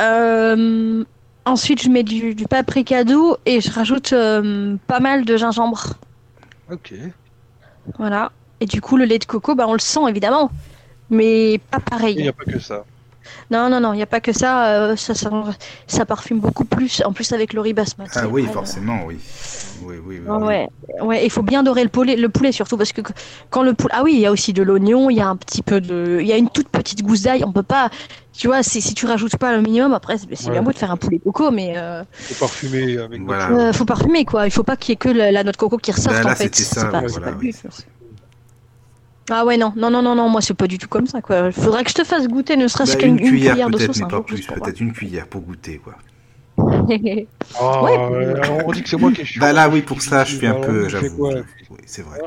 Euh, ensuite, je mets du, du paprika doux et je rajoute euh, pas mal de gingembre.
Ok.
Voilà. Et du coup, le lait de coco, bah, on le sent évidemment, mais pas pareil.
Il n'y a pas que ça.
Non, non, non, il n'y a pas que ça, euh, ça, ça. ça parfume beaucoup plus. En plus, avec le riz basmati.
Ah oui,
après,
forcément, oui. Oui, oui, oui.
Ah
oui.
Ouais, ouais, il faut bien dorer le poulet, le poulet surtout parce que qu- quand le poulet, ah oui, il y a aussi de l'oignon, il y a un petit peu de, il y a une toute petite gousse d'ail. On peut pas, tu vois, si, si tu rajoutes pas le minimum, après c'est c'est bien
Ouais.
beau de faire un poulet coco, mais euh,
C'est parfumé avec
Voilà.
euh, faut parfumer quoi. Il faut pas qu'il y ait que la, la noix de coco qui ressorte
Bah, là,
en fait.
c'était ça,
C'est pas-
ouais,
c'est
voilà,
pas le
oui,
but. Ah ouais non, non, non, non, non, moi c'est pas du tout comme ça quoi. Faudrait que je te fasse goûter ne serait-ce
Bah, une
qu'une une cuillère,
cuillère
de
peut-être,
sauce
mais
hein, un
pas
jour,
plus.
juste pour
Peut-être une cuillère pour goûter, quoi.
voir.
Ah,
Ouais.
euh, on dit que c'est moi qui ai chiant.
Bah là, oui, pour ça, je suis un
Alors,
peu,
on fait
j'avoue.
quoi
Oui, c'est vrai.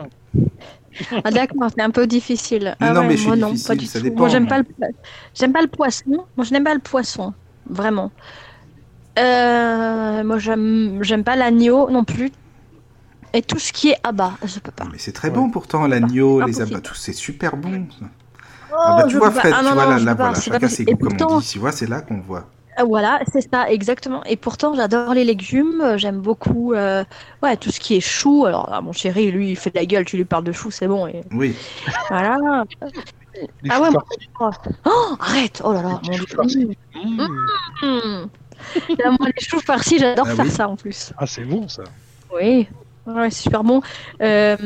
Ah d'accord, c'est un peu difficile.
Non,
Ah
non,
ouais,
mais je
moi
suis
non,
difficile,
pas du
ça
tout.
dépend. hein.
Moi j'aime pas le j'aime pas le poisson. Moi je n'aime pas le poisson, vraiment. Euh, moi j'aime j'aime pas l'agneau non plus. Et tout ce qui est abat, je peux pas.
Mais c'est très bon pourtant, l'agneau, les
Ah, Impossible.
abats, tout, c'est super bon. ça. ah bah tu vois, Fred,
ah,
tu
non,
vois,
non,
là,
je
là,
peux pas,
voilà,
c'est pas
chacun ses
possible.
goûts,
Et
comme on
pourtant,
dit. Tu vois, c'est là qu'on voit.
euh, voilà, c'est ça exactement. Et pourtant j'adore les légumes. euh, J'aime beaucoup, euh, ouais, tout ce qui est chou. Alors là, mon chéri, lui, il fait de la gueule. Tu lui parles de chou, c'est bon. Et
Oui.
voilà.
Les
Ah
choux
ouais,
farcis,
moi- oh, arrête. Oh là là,
les
mon
choux
Dieu.
farcis. Mmh.
Hmm. Là, moi, les choux farcis, j'adore
Ah
faire
oui.
ça en plus.
Ah, c'est bon ça.
Oui, ouais, c'est super bon. Euh,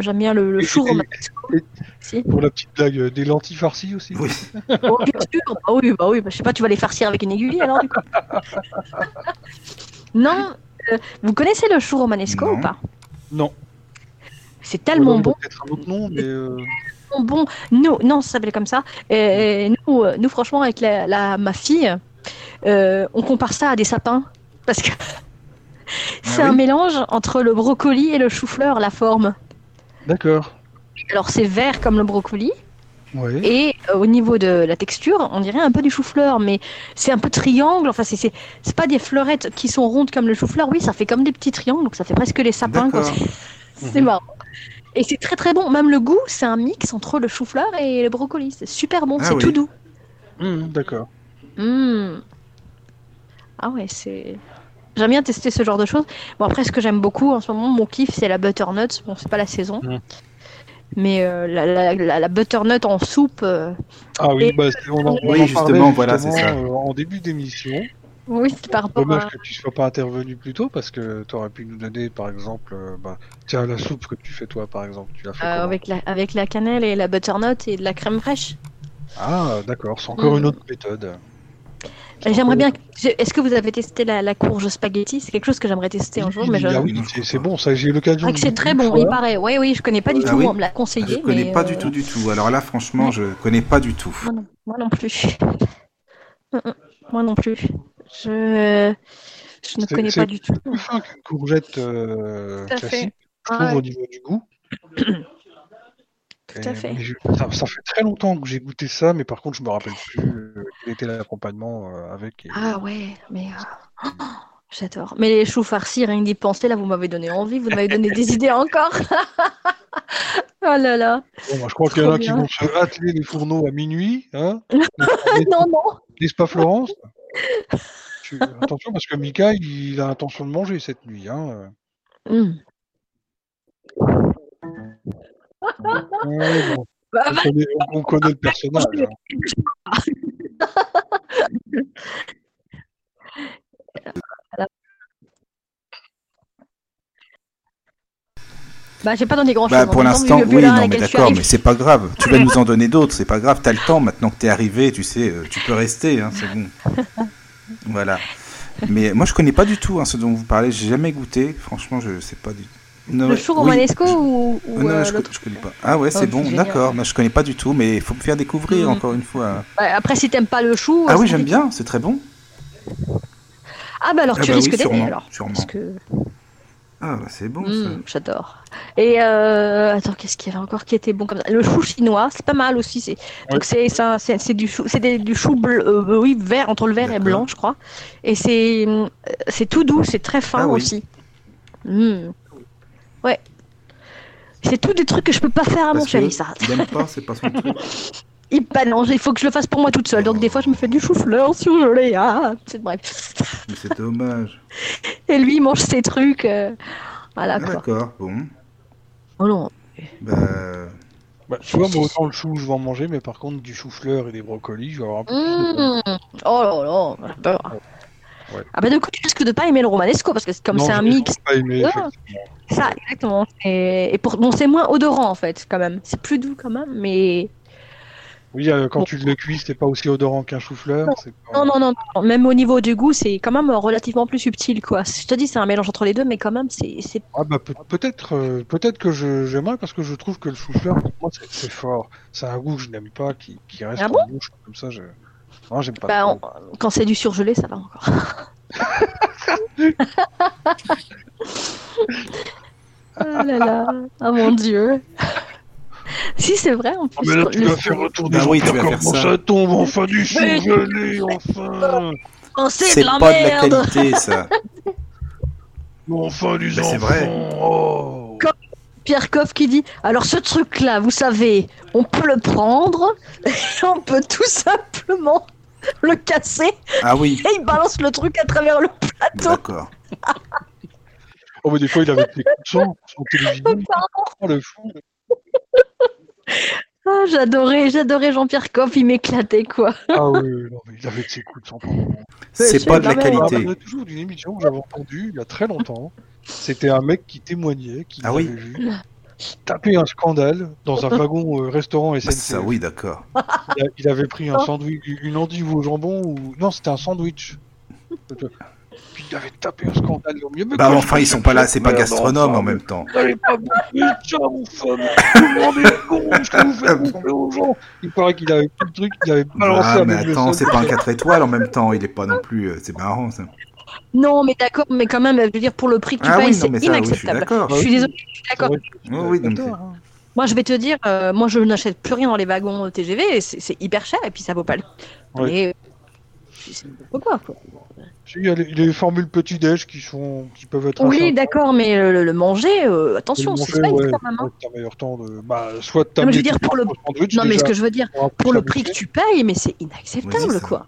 J'aime bien le, le
Et-
chou
et-
romanesco
et-
aussi.
Pour la petite blague, euh, des lentilles farcies aussi.
Oui.
Oh, bien sûr, bah oui, bah oui, bah, je sais pas, tu vas les farcir avec une aiguille alors du coup. non, euh, vous connaissez le chou romanesco
Non.
ou pas
Oh, Non.
C'est tellement
Ouais,
bon.
Peut-être un autre nom, mais. euh,
bon, bon. Nous, non, ça s'appelait comme ça. Et, et nous, euh, nous, franchement, avec la, la- ma fille, euh, on compare ça à des sapins. Parce que c'est
Ah
un
oui.
mélange entre le brocoli et le chou-fleur, la forme.
D'accord.
Alors, c'est vert comme le brocoli.
Ouais.
Et euh, au niveau de la texture, on dirait un peu du chou-fleur, mais c'est un peu triangle. Enfin, c'est- c'est c'est pas des fleurettes qui sont rondes comme le chou-fleur. Oui, ça fait comme des petits triangles, donc ça fait presque les sapins. quoi.
D'accord.
C'est
Mhm.
c'est marrant. Et c'est très très bon. Même le goût, c'est un mix entre le chou-fleur et le brocoli. C'est super bon.
Ah
c'est
oui.
tout doux.
Hum, D'accord.
Mm. Ah ouais, c'est. J'aime bien tester ce genre de choses. Bon, après, ce que j'aime beaucoup en ce moment, mon kiff, c'est la butternut. Bon, c'est pas la saison.
Mm.
Mais euh, la, la- la- la butternut en soupe. euh,
Ah oui,
Et-
bah, c'est- on en, on
Oui,
en
justement,
parlait
voilà, c'est
justement,
ça.
euh, en début d'émission.
Oui, c'est par rapport
Dommage
à-
que tu sois pas intervenu plus tôt parce que tu aurais pu nous donner, par exemple, euh, bah, tiens, la soupe que tu fais toi, par exemple. Tu l'as fait
euh,
comment
avec, la, avec la cannelle et la butternut et de la crème fraîche.
Ah, d'accord, c'est encore
Mm.
une autre méthode.
Et J'aimerais bien. j'ai- Est-ce que vous avez testé la, la courge spaghetti C'est quelque chose que j'aimerais tester un jour, mais je.
Ah oui, ah c'est- c'est bon, ça, j'ai eu l'occasion.
C'est vrai que Ah, c'est
de-
très
une
bon,
fois.
il paraît. Oui, oui, je connais pas du
Ah
tout,
oui.
on me l'a
Je
conseillé.
connais
mais,
pas
euh,
du tout, du tout. Alors là, franchement, je connais pas du tout.
Moi non, moi non plus. Mm, mm, moi non plus. Je, je ne
C'est-
connais
c'est-
pas du tout.
Plus fin qu'une courgette euh,
Tout à fait.
classique, je
Ah
trouve,
ouais.
au niveau du goût.
Tout à
Et-
fait.
mais je- ça, ça fait très longtemps que j'ai goûté ça, mais par contre, je me rappelle plus euh, quel était l'accompagnement euh, avec. et-
Ah ouais, mais. euh, oh, J'adore. Mais les choux farcis, rien que d'y penser, là, vous m'avez donné envie, vous m'avez donné des idées encore. oh là là.
Bon, moi, je crois qu'il y en a
Trop
qui
bien.
vont se atteler les fourneaux à minuit, hein
non, non.
N'est-ce pas, Florence Tu- Attention, parce que Mika, il a intention de manger cette nuit. Hein.
Mmh.
Mm.
Ouais, bon,
Ah, Bah,
on, connaît, on connaît le personnage. hein.
Bah, j'ai pas donné grand chose.
Bah, pour l'instant, oui, non, mais d'accord, mais c'est pas grave. Tu vas nous en donner d'autres, c'est pas grave. T'as le temps maintenant que t'es arrivé, tu sais, euh, tu peux rester, hein, c'est bon. Voilà. Mais moi, je connais pas du tout hein, ce dont vous parlez. J'ai jamais goûté. Franchement, je sais pas du tout. Oh,
Le chou romanesco ou, ou,
Non, non,
euh,
je, co-
l'autre
je connais pas. Ah ouais, c'est
Oh,
bon,
génial.
d'accord. Moi, je connais pas du tout, mais il faut me faire découvrir
Mhm.
encore une fois.
Ouais, Après, si t'aimes pas le chou.
ah
euh,
oui,
c'est
j'aime
compliqué.
bien, c'est très bon.
Ah bah alors,
Ah
tu
bah oui,
risques d'aimer
sûrement,
alors.
sûrement.
Parce que.
Ah bah, c'est bon ça.
Mm, J'adore. Et euh, attends, qu'est-ce qu'il y avait encore qui était bon comme ça Le chou chinois, c'est pas mal aussi. C'est donc c'est c'est un- c'est- c'est du chou, c'est des- du chou bleu, euh, oui vert entre le vert et
D'accord.
blanc, je crois. Et c'est euh, c'est tout doux, c'est très fin
Ah oui.
aussi. Mm. Ouais. C'est tout des trucs que je peux pas faire à mon
Parce que
chéri, ça.
Il aime pas, c'est pas son truc.
Il bah non, il faut que je le fasse pour moi toute seule. Donc des fois, je me fais du chou-fleur surgelé. Ah, c'est bref.
Mais c'est dommage.
Et lui, il mange ses trucs. euh, Voilà
Ah,
quoi.
D'accord, bon.
Oh non.
Bah.
Bah, tu vois, moi, autant le chou, je vais en manger, mais par contre, du chou-fleur et des brocolis, je vais avoir un peu plus de-
Mmh. Oh là là, j'adore.
Ouais.
Ah bah du coup tu risques de pas aimer le romanesco parce que c'est- comme
Non,
c'est un
j'ai- j'ai
mix,
pas aimé,
Ah.
effectivement.
ça exactement. Et, et pour bon c'est moins odorant en fait quand même, c'est plus doux quand même, mais
Oui, euh, quand
Bon.
tu le cuis, c'est pas aussi odorant qu'un chou-fleur. c'est pas-
non non non, non. même au niveau du goût c'est quand même relativement plus subtil quoi. Je te dis c'est un mélange entre les deux mais quand même c'est c'est
Ah bah, peut- peut-être euh, peut-être que je- j'aimerais parce que je trouve que le chou-fleur, pour moi, c'est- c'est fort. C'est un goût que je n'aime pas, qui, qui reste
Ah
en bouche. Comme ça, je... Non, j'aime pas. Ah,
bah, on- quand c'est du surgelé ça va encore. oh là là, oh mon dieu. si c'est vrai en
Ah,
plus.
mais là,
quand-
tu
le-
vas faire retourner
Bah
tour
oui,
des
tu vas
gens,
faire
comment
ça.
ça tombe, enfin du
Mais-
surgelé, enfin
Oh, c'est
C'est
de la
pas
merde.
de la qualité, ça.
Mais Enfin du
Mais Bah, c'est vrai.
Oh
Pierre Koff qui dit Alors, ce truc-là, vous savez, on peut le prendre, et on peut tout simplement le casser,
Ah oui,
et il balance le truc à travers le
bah,
plateau.
d'accord.
Oh, mais des fois, il avait des coups de sang sur télévision. Oh, le fou.
Bah.
Ah, j'adorais, j'adorais Jean-Pierre Koff, il m'éclatait, quoi.
Ah oui, oui, non, mais il avait de ses coups de sang. Ah, par moment.
C'est
c'est
pas de la
pas mal.
Je me
qualité.
rappelle toujours d'une émission que j'avais entendue il y a très longtemps. C'était un mec qui témoignait, qui
Ah
avait
oui.
vu
Bah,
taper un scandale dans un wagon euh, restaurant
Ah,
SNCF.
ça, oui, d'accord.
Il, a- il avait pris un sandwich, une endive au jambon ou non, c'était un sandwich. Puis il avait tapé au scandale au mieux. mais
Bah
quoi,
enfin,
je-
ils sont pas là, c'est pas
Merde,
gastronome en
enfin,
même temps.
N'allez pas bouffer de ça, mon femme. Tout le monde est con, ce que vous faites bouffer aux gens. Il paraît qu'il avait tout le truc, il avait balancé
Ah, mais
avec le
attends,
sol.
c'est pas un 4 étoiles en même temps, il est pas non plus. euh, C'est marrant ça.
Non, mais d'accord, mais quand même, je veux dire, pour le prix que tu
Ah
payes,
oui, non, mais
bah, c'est
ça, oui, je suis
inacceptable.
d'accord.
Je suis désolée, je suis d'accord.
Oui, oui, donc, c'est-
Moi, je vais te dire, euh, moi, je n'achète plus rien dans les wagons TGV, et c'est c'est hyper cher, et puis ça vaut pas le.
Ouais.
Mais, euh, c'est n'importe quoi, quoi.
Si, Il y a les, les formules petit-déj qui, sont, qui peuvent être
Oui,
assez-
d'accord, mais le, le- le manger, euh, attention,
Ils l'ont
c'est
fait,
pas
ouais,
évident, quand même. hein.
pour être un meilleur temps de... bah, soit
Non,
t'as
mais je veux
mis
dire,
tout
pour le-
ton sandwich,
Non, mais
déjà,
ce que je veux dire,
pour un
pour le
petit
prix que tu payes, mais c'est inacceptable,
Oui, c'est ça.
quoi.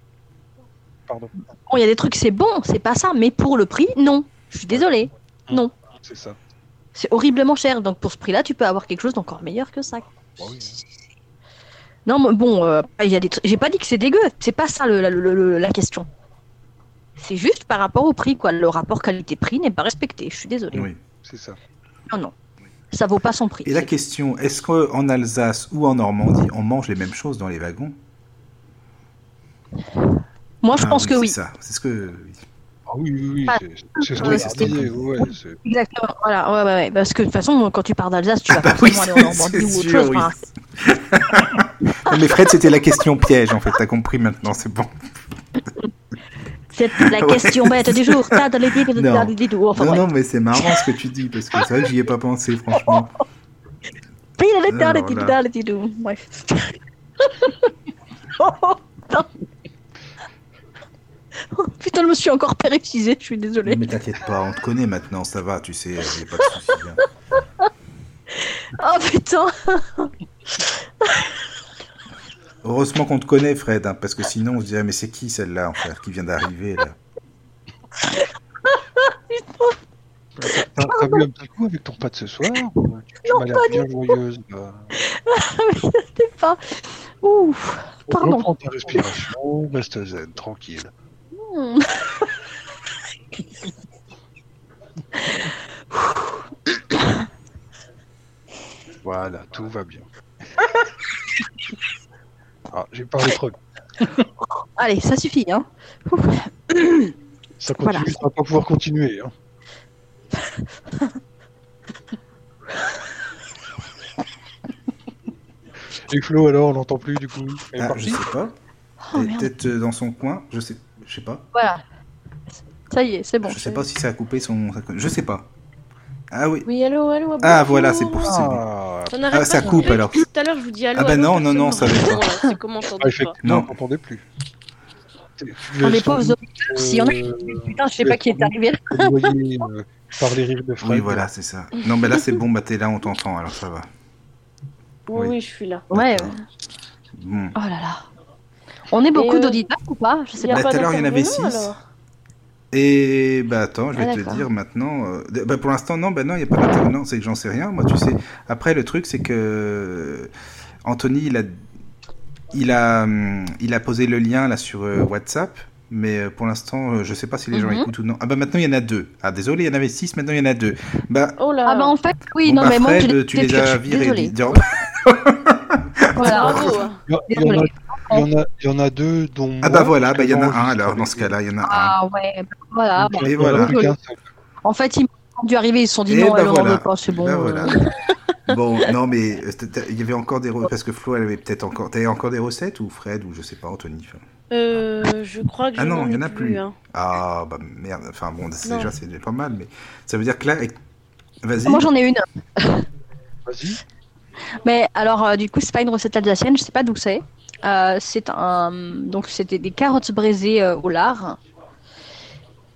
Pardon,
Bon, il y a des trucs, c'est bon, c'est pas ça, mais pour le prix, non. Je suis désolée. Non.
c'est ça.
C'est horriblement cher. Donc pour ce prix-là, tu peux avoir quelque chose d'encore meilleur que ça.
Bah hein,
Non, mais bon, euh, il y a des trucs- J'ai pas dit que c'est dégueu. C'est pas ça le- la, le- le- la question. C'est juste par rapport au prix, quoi. Le rapport qualité-prix n'est pas respecté. Je suis désolée.
oui.
C'est ça.
Non, non. Ça vaut pas son prix.
Et la question, est-ce qu'en Alsace ou en Normandie, on mange les mêmes choses dans les wagons
Moi, je
Ah
pense que oui.
C'est ça, c'est ce que.
Ah oui, oui, oui,
Ah,
c'est- c'est ce
euh,
qu'on
c'était-
disait, ouais, c'est-
Exactement. Voilà. Ouais, ouais, ouais. Parce que de toute façon, quand tu pars d'Alsace, tu vas
bah oui,
forcément aller en
c'est-
Normandie ou
c'est
autre
sûr,
chose.
oui.
Enfin,
Non, mais Fred, c'était la question piège en fait, t'as compris maintenant, c'est bon.
c'est la question bête du jour. T'as de l'idée que de-
Non.
de- de- de- Enfin,
non, non,
bref.
mais c'est marrant ce que tu dis, parce que c'est vrai que j'y ai pas pensé, franchement. Alors Ah là.
Bref. Oh, putain, je me suis encore pérétisée, je suis désolée.
Mais t'inquiète pas, on te connaît maintenant, ça va, tu sais, y a pas de soucis. hein.
Oh putain
Heureusement qu'on te connaît, Fred, hein, parce que sinon on se dirait, mais c'est qui celle-là, en fait, qui vient d'arriver là
T'as t'as bu un petit coup avec ton pâte ce soir bah, Tu tu m'as l'air bien joyeuse. Bah,
C'était pas... Ouf Pardon.
Reprends ta respiration, reste zen, tranquille.
Hmm.
Voilà, tout va bien. Ah, j'ai parlé trop. vite.
Allez, ça suffit, hein. Ouf. Oh,
Ça continue,
Voilà.
ça va pas pouvoir continuer. Hein. Et Flo, alors, on l'entend plus du coup. Elle est
Ah,
partie
Je sais pas.
Oh
Elle est
merde,
Peut-être euh, dans son coin, je sais, je sais pas.
voilà. Ça y est, c'est bon.
je sais pas si ça a coupé son. Je sais pas. Ah oui.
Oui, allô, allô.
Ah voilà, c'est pour ça.
Ah,
On arrête
Ah, ça
pas de
coupe,
couper
alors.
depuis Tout à l'heure, je vous dis allô.
Ah bah
allô,
non, non, non,
personne
ça
me
va
répond, hein, C'est comment
Ah,
t'entendais pas
effectivement,
Non.
on n'entendait plus. Tu- tu
On
laisses
est pauvres
ton-
auditeurs, s'il y en a qui... Putain, je sais pas qui est arrivé.
te noyer, euh, par les rires de Fred.
Oui, voilà, c'est ça. Non, mais là, c'est bon, bah t'es là, on t'entend, alors ça va.
Oui,
Oui.
oui, je suis là.
Ouais,
D'accord. Bon.
oh là là. On est beaucoup
euh,
d'auditeurs ou pas Je sais
Il y a
pas.
Bah,
pas
tout à l'heure, il y en avait
d'intervenant,
six.
alors
Et bah attends, je vais
Ah,
te
d'accord.
dire maintenant. euh, de- bah, pour l'instant, non, bah non, il n'y a pas d'intervenant, c'est que j'en sais rien. Moi, tu sais. Après, le truc, c'est que euh, Anthony, il a, il a, hum, il a posé le lien là sur euh, WhatsApp. Mais euh, pour l'instant, euh, je sais pas si les gens
Mhm.
écoutent ou non. Ah bah maintenant il y en a deux. Ah désolé, il y en avait six, maintenant il y en a deux. Bah,
Oh là
Ah bah en fait, oui,
bon,
non
bah,
mais moi,
Fred,
je l'ai
tu
fait
les
pire, je
as
suis
virés.
désolée.
dis- dis-
Voilà.
Bravo hein.
Il y, a- il y en a, il y en a- il y en a deux dont.
Ah bah
moi,
voilà,
parce
bah il y
que
en a un
j'enregistre
alors
avec
dans ce
eux.
cas-là, il y en a un.
Ah ouais, bah, voilà.
Donc,
bon.
il y en
Et
a
voilà.
plus qu'un seul.
En fait, ils m'ont dû arriver, ils se sont dit
Et
non,
bah
elle n'en
voilà.
veut pas, c'est bon.
Ben
euh,
voilà. bon, non, mais euh, c'était- il y avait encore des recettes, parce que Flo, elle avait peut-être encore. T'avais encore des recettes ou Fred ou je sais pas, Anthony enfin.
Euh, je crois que
Ah
je
non,
n'en
il y
ai
en a plus.
hein.
Ah, bah merde, enfin bon, c'est
Non.
déjà c'est déjà pas mal, mais ça veut dire que là. avec- Vas-y.
Moi j'en ai une.
Vas-y.
Mais alors euh, du coup c'est pas une recette alsacienne, je sais pas d'où c'est. Euh, c'est un donc c'était des carottes braisées euh, au lard.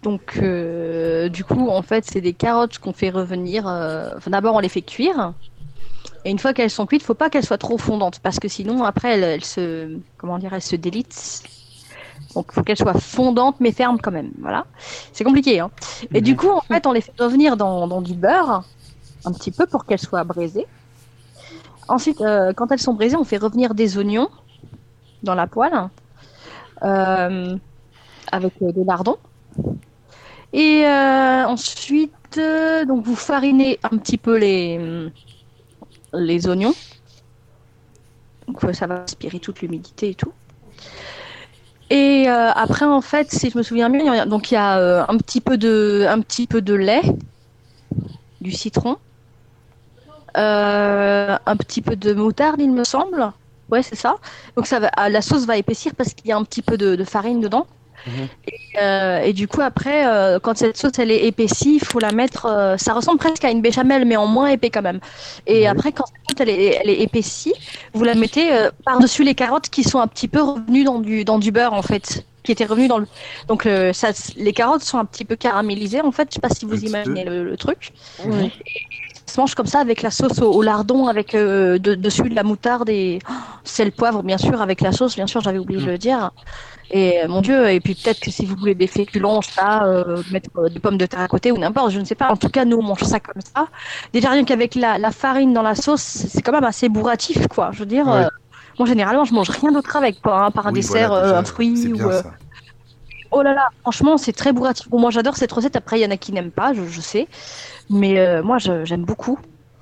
Donc euh, du coup en fait c'est des carottes qu'on fait revenir. euh, Enfin d'abord on les fait cuire et une fois qu'elles sont cuites, faut pas qu'elles soient trop fondantes parce que sinon après elles, elles se comment dire elles se délitent. Donc faut qu'elles soient fondantes mais fermes quand même. Voilà, c'est compliqué. Hein. Et du coup en fait on les fait revenir dans, dans du beurre un petit peu pour qu'elles soient braisées. Ensuite, euh, quand elles sont braisées, on fait revenir des oignons dans la poêle euh, avec euh, des lardons. Et euh, ensuite, euh, donc vous farinez un petit peu les, les oignons. Donc, euh, ça va aspirer toute l'humidité et tout. Et euh, après, en fait, si je me souviens bien, il y a- donc il y a euh, un petit peu de, un petit peu de lait, du citron, euh, un petit peu de moutarde, il me semble. Ouais, c'est ça. Donc ça va, ah, la sauce va épaissir parce qu'il y a un petit peu de, de farine dedans. Et, euh, et du coup, après, euh, quand cette sauce elle est épaissie, il faut la mettre. euh, ça ressemble presque à une béchamel, mais en moins épais quand même. Et après, quand cette sauce elle est, elle est épaissie, vous la mettez euh, par-dessus les carottes qui sont un petit peu revenues dans du, dans du beurre en fait, qui étaient revenues dans le. Donc euh, ça, les carottes sont un petit peu caramélisées en fait. Je sais pas si vous imaginez le, le truc.
Ouais.
Ça se mange comme ça avec la sauce au, au lardon, avec euh, de- dessus de la moutarde et oh, sel, poivre, bien sûr, avec la sauce, bien sûr, j'avais oublié
Mm.
de le dire. Et euh, mon Dieu, et puis peut-être que si vous voulez des féculents, je sais pas, euh, mettre euh, des pommes de terre à côté ou n'importe, je ne sais pas. En tout cas, nous, on mange ça comme ça. Déjà, rien qu'avec la, la farine dans la sauce, c'est c'est quand même assez bourratif, quoi. Je veux dire,
Ouais.
euh, moi, généralement, je mange rien d'autre avec, quoi, hein, par un
Oui,
dessert,
voilà,
euh,
déjà,
un fruit
c'est
ou.
bien,
euh,
ça.
Oh là là, franchement, c'est très bourratif. Bon, moi, j'adore cette recette. Après, il y en a qui n'aiment pas, je, je sais. Mais euh, moi, je- j'aime beaucoup.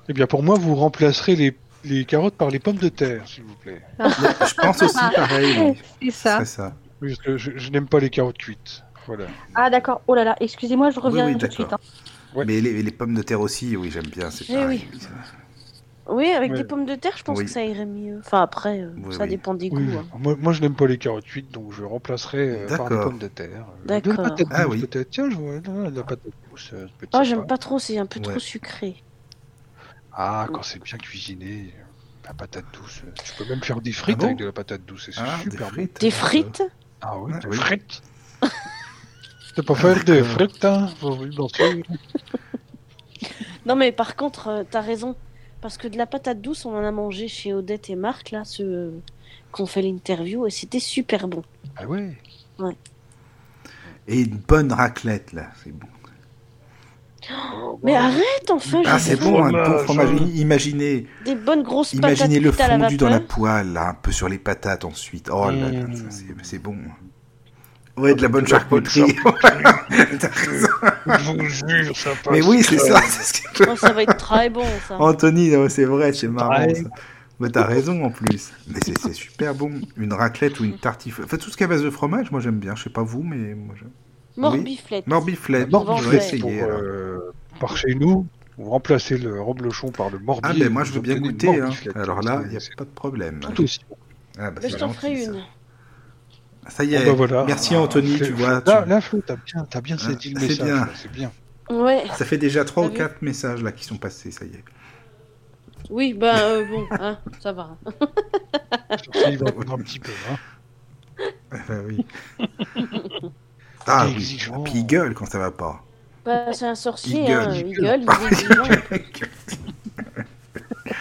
Eh bien, pour moi, vous remplacerez les, les carottes par les pommes de terre, s'il vous plaît.
Je
pense aussi pareil, oui.
C'est ça.
Oui, parce que je, je n'aime pas les carottes cuites. Voilà.
Ah, d'accord. Oh là là, excusez-moi, je reviens
Oui, oui,
tout de suite. hein.
d'accord. Mais les, les pommes de terre aussi, oui, j'aime bien. C'est
Eh
pareil.
Oui, avec
Ouais.
des pommes de terre, je pense
Oui.
que ça irait mieux. Enfin, après, euh,
Oui,
ça
oui.
dépend des
Oui,
goûts.
oui.
hein.
Moi, moi, je n'aime pas les carottes cuites, donc je remplacerai euh, par des
D'accord.
pommes de terre. Euh, De
D'accord.
la patate
Ah
douce,
oui.
peut-être. Tiens, je vois là, de la patate douce. euh, ça peut être
Oh,
sympa.
j'aime pas trop, c'est un peu trop
Ouais.
sucré.
Ah, quand c'est bien cuisiné, euh, la patate douce. euh, Tu peux même faire des frites avec de la patate douce, c'est super bon.
Ah Des frites
Ah oui, des
oui.
frites. Tu peux faire des frites, hein Oui, oui, bien sûr.
Non, mais par contre, euh, t'as raison. Parce que de la patate douce, on en a mangé chez Odette et Marc, là, ce... qu'on fait l'interview, et c'était super bon.
Ah ouais
Ouais.
Et une bonne raclette, là. C'est bon.
Mais arrête, enfin
Ah,
je
c'est
veux
bon,
hein.
un bon fromage. I- Imaginez,
Des bonnes grosses patates
imaginez le
cuites à la
fondu dans la
vapeur.
poêle, là, un peu sur les patates ensuite. Oh là là,
Mm.
ça, c'est- c'est bon. Oh, Ouais, de la bonne charcuterie. T'as raison.
Je vous jure, ça passe.
Mais oui, c'est ça.
crème.
c'est ce que-
Oh, ça va être très bon, ça.
Anthony, non, c'est vrai, c'est marrant.
Ouais.
ça. Mais t'as raison en plus. Mais c'est c'est super bon. Une raclette ou une tartiflette. Enfin, tout ce qui est à base de fromage, moi j'aime bien. Je sais pas vous, mais moi j'aime. Oui.
Morbiflette.
Morbiflette. Je vais
Morbiflette pour,
essayer. alors.
euh, par chez nous, vous remplacez le reblochon par le morbier.
Ah, ben moi je
vous
veux bien
obtenez une
goûter. hein.
morbiflette.
Alors là, il n'y a
C'est
pas de problème.
tout aussi. bon.
Ah, bah,
Mais
c'est
je t'en
gentil,
ferai une.
ça. Ça y est.
Ah, bah, voilà.
Merci
Ah,
Anthony,
Flo-
tu vois.
Là,
tu-
là, Flo, t'as bien, t'as bien
Ah,
saisi le
c'est
message.
bien.
là, C'est bien.
Ouais.
Ça fait déjà 3
T'as
ou
vu
4 messages là qui sont passés, ça y est.
Oui, bah euh, bon, hein, ça va.
Il va attendre un petit peu. Hein.
Ah, bah oui. Ah,
T'es
oui.
exigeant.
Puis il gueule quand ça va pas.
Bah, c'est un sorcier,
Il
hein,
gueule.
il gueule, il est exigeant.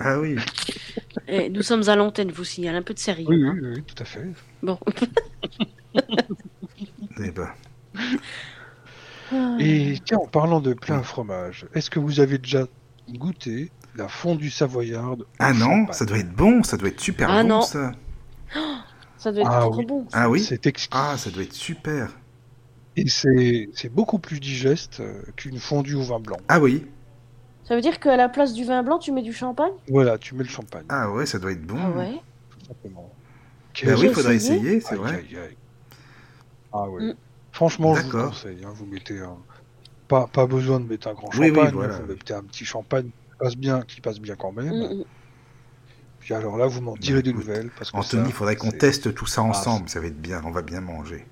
Ah oui.
Eh, nous sommes à l'antenne, je vous signale un peu de sérieux.
Oui,
hein.
oui, oui, tout à fait.
Bon.
Eh ben.
Ah.
Hmm.
Et tiens, en parlant de plein fromage, est-ce que vous avez déjà goûté la fondue savoyarde
Ah non, ça doit être bon, ça doit être super
Ah
bon
non.
ça.
Oh, Ça doit être
Ah
trop
oui.
bon.
Ah oui
C'est exquis.
Ah, ça doit être super.
Et c'est c'est beaucoup plus digeste euh, qu'une fondue au vin blanc.
Ah oui.
Ça veut dire qu'à la place du vin blanc, tu mets du champagne
Voilà, tu mets le champagne.
Ah ouais, ça doit être bon.
Mmh.
Ah ouais.
tout simplement.
Bah oui,
Quel-
il faudrait
essayé
essayer, c'est
Aïe,
vrai.
aïe, aïe. Ah ouais.
Mm.
Franchement, je vous
D'accord.
conseille. hein, vous mettez un... pas, pas besoin de mettre un grand
Oui, oui,
champagne. hein,
voilà.
Vous mettez un petit champagne qui passe bien, qui passe bien quand même.
Mm, mm.
Puis alors là, vous m'en direz des nouvelles. Parce que
Bah, Anthony,
ça,
il faudrait qu'on
c'est-
teste tout ça
Ah,
ensemble, ça va être bien, on va bien manger.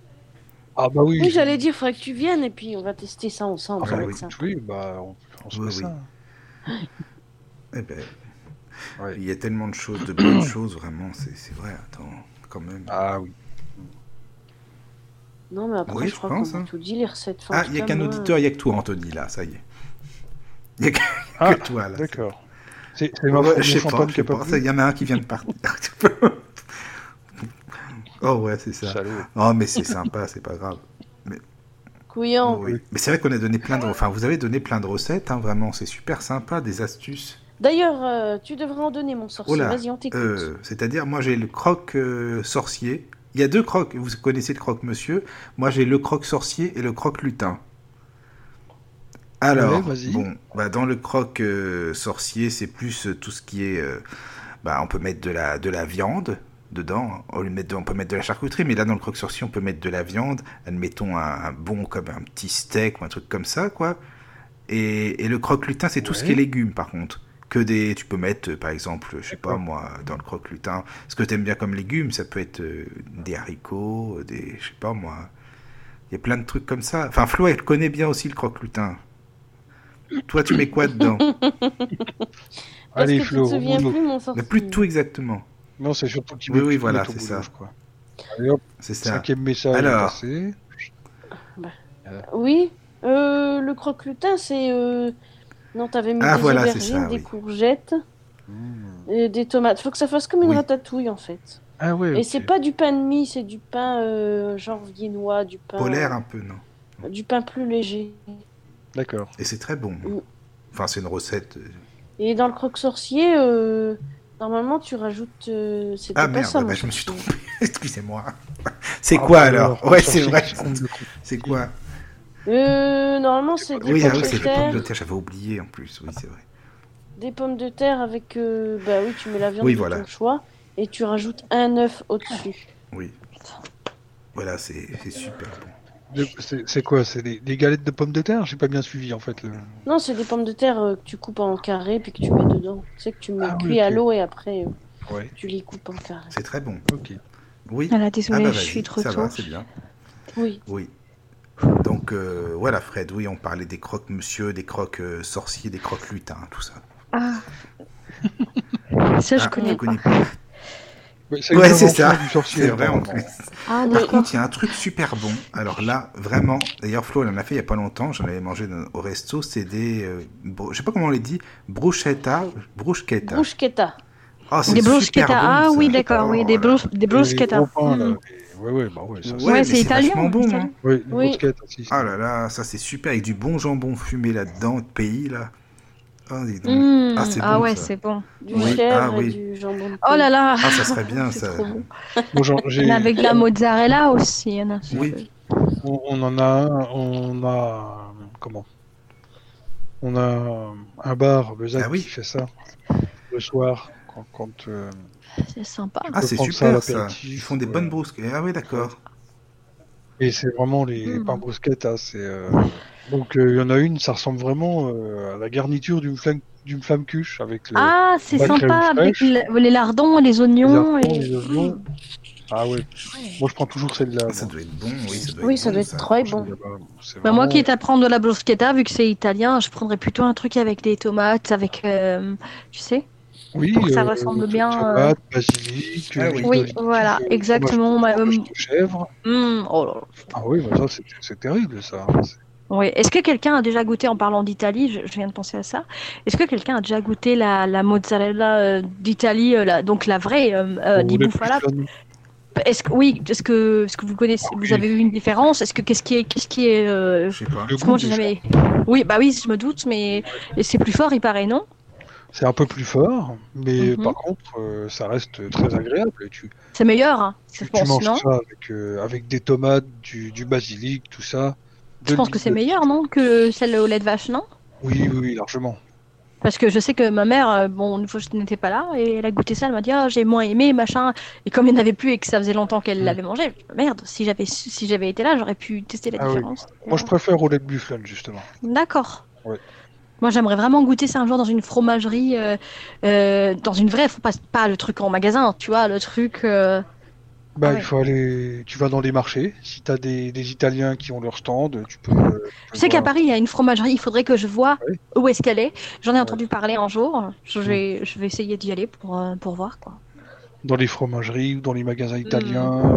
Ah bah oui.
Oui, j'allais dire, faudrait que tu viennes et puis on va tester ça ensemble.
Ah
ça
bah
va
oui,
être sympa.
oui, bah on, on se
Oui,
fait
oui.
ça. hein.
Eh ben,
Ouais.
il y a tellement de choses, de bonnes choses, vraiment, c'est c'est vrai, attends, quand même.
Ah oui.
Non, mais après,
Oui,
je
je
crois
pense,
qu'on
hein.
a tout dit, les recettes. Enfin, en
Ah,
tout
il n'y a
cas,
qu'un
moi-
auditeur, il n'y a que toi, Anthony, là, ça y est. Il n'y a que,
Ah,
que toi, là.
D'accord. C'est c'est ma
Ouais,
fondue
je
au
sais pas,
champagne
je
qui
sais
a pas
pas,
plu.
ça, il y en a un qui vient de partir. oh ouais, c'est ça.
Salaud.
Oh, mais c'est sympa, c'est pas grave.
hein. Couillant.
Oui. Mais c'est vrai qu'on a donné plein de... Enfin, vous avez donné plein de recettes, hein, vraiment, c'est super sympa, des astuces.
D'ailleurs, euh, tu devrais en donner, mon sorcier.
Oh là,
Vas-y, on t'écoute.
euh, C'est-à-dire, moi j'ai le croque euh, sorcier. Il y a deux croques, vous connaissez le croque monsieur. Moi j'ai le croque sorcier et le croque lutin. Alors,
Ouais, vas-y.
bon, bah, dans le croque euh, sorcier, c'est plus euh, tout ce qui est. euh, bah, on peut mettre de la, de la viande, dedans. On, le met de- on peut mettre de la charcuterie, mais là, dans le croque sorcier, on peut mettre de la viande. Admettons un, un bon, comme un petit steak ou un truc comme ça, quoi. Et, et le croque lutin, c'est tout ce qui est
Ouais.
légumes, par contre. Que des, tu peux mettre, euh, par exemple, je sais pas moi, dans le croque lutin, ce que t'aimes bien comme légumes, ça peut être euh, des haricots, euh, des, je sais pas moi. Il y a plein de trucs comme ça. Enfin, Flo, elle connaît bien aussi le croque lutin. Toi, tu mets quoi dedans
Parce que tu te souviens plus, mon
Mais
sorcier.
plus de tout exactement.
Non, c'est surtout le petit
Oui,
bout-
oui,
petit
voilà,
bout au
c'est
bout
ça.
d'ouf, quoi. Allez hop,
C'est ça.
Cinquième message
Alors.
passé.
Oui, euh, le croque-lutin, c'est. euh, Non, t'avais mis
Ah,
des
voilà, c'est
aubergines,
ça,
des
oui. Mmh.
courgettes, et des tomates. Faut que ça fasse comme une ratatouille en fait.
Ah ouais.
Et c'est pas du pain de mie, c'est du pain euh, genre viennois, du pain.
Polaire hein. un peu, non
Du pain plus léger.
D'accord.
Et c'est très bon. Enfin, c'est une recette. euh,
Et dans le croque-sorcier, euh, normalement tu rajoutes. euh, C'était
Ah
pas
merde,
ça, mon
bah, je me suis
sorcier.
trompé. Excusez-moi. C'est
Ah,
quoi
bah,
alors
alors,
Ouais,
sur
c'est
qui
vrai.
tu comptes le
C'est quoi
Euh, normalement c'est des,
Oui, ah
pommes
oui,
de
c'est le
terre-
pommes de terre, j'avais oublié en plus. Oui, c'est vrai.
des pommes de terre avec. euh, Bah oui, tu mets la viande
Oui,
de
voilà.
ton choix et tu rajoutes un œuf au-dessus.
Oui. Voilà, c'est c'est super bon.
De- C'est c'est quoi C'est des, des galettes de pommes de terre J'ai pas bien suivi en fait. le-
Non, c'est des pommes de terre euh, que tu coupes en carré puis que tu mets dedans. Tu sais que tu mets
Ah oui,
cuit à
ok.
l'eau et après euh,
Ouais.
tu les coupes en carré.
C'est très bon.
Ok.
Oui.
Ah là, désolée,
bah,
je
vas-y,
suis de
Ça va,
retour.
c'est bien.
Oui.
Oui. Donc euh, voilà, Fred. Oui, on parlait des croques monsieur, des croques euh, sorciers, des croques lutins, tout ça.
Ah. ça, je
Ah,
connais
tu
pas.
connais pas.
Ouais, c'est
Ouais,
une
c'est
invention
ça.
du sorcier, hein,
C'est vrai en
apparemment.
plus.
Ah,
Par
d'accord.
contre, il y a un truc super bon. Alors là, vraiment, d'ailleurs, Flo, elle en a fait il n'y a pas longtemps. J'en avais mangé dans- au resto. C'est des. euh, bro- Je sais pas comment on les dit. Bruschetta. Bruschetta.
Bruschetta.
Ah, c'est
Des
super
bruschetta.
bon,
ah
ça.
oui, d'accord,
Oh
oui,
là
des,
là.
brus- des bruschetta.
Les gros pains, là,
Mm.
les- Ouais, ouais, bah ouais. Ça,
Ouais,
Ouais,
mais
c'est italien,
vachement bon.
italien.
hein.
Ouais, les
Oui.
brosquettes aussi. c'est-
Ah là là, ça c'est super. Avec du bon jambon fumé là-dedans, de pays là. Ah, dis donc.
Mm.
Ah, c'est
Ah
bon,
ouais,
ça.
c'est bon.
Du
Oui,
chèvre
ah oui.
et du jambon. de
Oh là
Pau.
là
Ah, ça serait bien ça.
trop bon.
Bon, j'en- j'ai-
Mais avec de la mozzarella aussi, hein. il y en a.
Oui.
on, on en a un, on a. Comment On a un bar, Bezac,
Ah oui.
qui fait ça le soir. Quand, quand, euh,
C'est sympa.
Ah,
peut
c'est
prendre ça à
super ça.
l'apéritif,
Ils font des
ouais.
bonnes brusquettes. Ah ouais, d'accord.
Et c'est vraiment les, les
Mm.
pains brusquettes. hein, c'est, euh, Donc euh, il y en a une, ça ressemble vraiment euh, à la garniture d'une flamme, d'une flamme cuche avec le.
Ah, c'est
Pas de crème
sympa avec
fraîche.
le- les lardons, les oignons.
les
et-
les oignons. Ah ouais. Moi je prends toujours celle-là.
Ah, ça
moi.
doit être bon. Oui, ça doit
Oui,
être
ça
bon,
doit être très bon.
C'est
Bah, moi
vraiment-
qui est à prendre de la bruschetta, vu que c'est italien, je prendrais plutôt un truc avec des tomates, avec, euh, tu sais,
Oui,
Pour que ça
euh,
ressemble
tomate,
bien, euh,
basilic,
Ah
euh,
oui.
huile
Oui,
d'olive,
voilà,
euh,
exactement,
fromage
ma-
de-
hum,
fromage de chèvre.
Hmm, oh là là.
Ah oui, bah ça, c'est- c'est terrible, ça. C'est-
Oui. Est-ce que quelqu'un a déjà goûté, en parlant d'Italie, je, je viens de penser à ça, est-ce que quelqu'un a déjà goûté la, la mozzarella euh, d'Italie, euh, la- donc la vraie, euh, euh,
Ou
di
les
bufala
plus jeunes.
Est-ce que, oui, est-ce que, est-ce que vous connaissez,
Ah oui.
vous avez eu une différence Est-ce que, qu'est-ce qui est, qu'est-ce qui est, euh,
Je sais pas.
Le
parce que moi
goût,
j'ai
déjà,
jamais. Oui, bah oui, je me doute, mais et c'est plus fort, il paraît, non
c'est un peu plus fort, mais
Mhm.
par contre, euh, ça reste très agréable. Et tu,
C'est meilleur, hein, je
tu, tu
pense,
manges
non
ça avec, euh, avec des tomates, du, du basilic, tout ça.
Je pense que c'est meilleur, non Que celle au lait de vache, non
Oui, oui, oui, largement.
Parce que je sais que ma mère, euh, bon, une fois je n'étais pas là, et elle a goûté ça, elle m'a dit, ah j'ai moins aimé, machin. Et comme il n'y en avait plus et que ça faisait longtemps qu'elle
Mm.
l'avait mangé, merde, si j'avais su- si j'avais été là, j'aurais pu tester la
Ah oui.
différence.
Moi, je préfère au lait de bufflon, justement.
D'accord.
Ouais.
Ah Moi, j'aimerais vraiment goûter ça un jour dans une fromagerie, euh, euh, dans une vraie, pas, pas le truc en magasin, hein, tu vois, le truc. euh,
Bah,
Ah
il
ouais.
faut aller. Tu vas dans les marchés. Si t'as des, des Italiens qui ont leur stand, tu peux. euh, tu peux
Je sais qu'à
voir.
Paris, il y a une fromagerie, il faudrait que je
Ah
vois
Oui.
où est-ce qu'elle est. J'en ai entendu parler un jour, je vais,
Mm.
je vais essayer d'y aller pour, euh, pour voir, quoi.
dans les fromageries ou dans les magasins italiens. euh,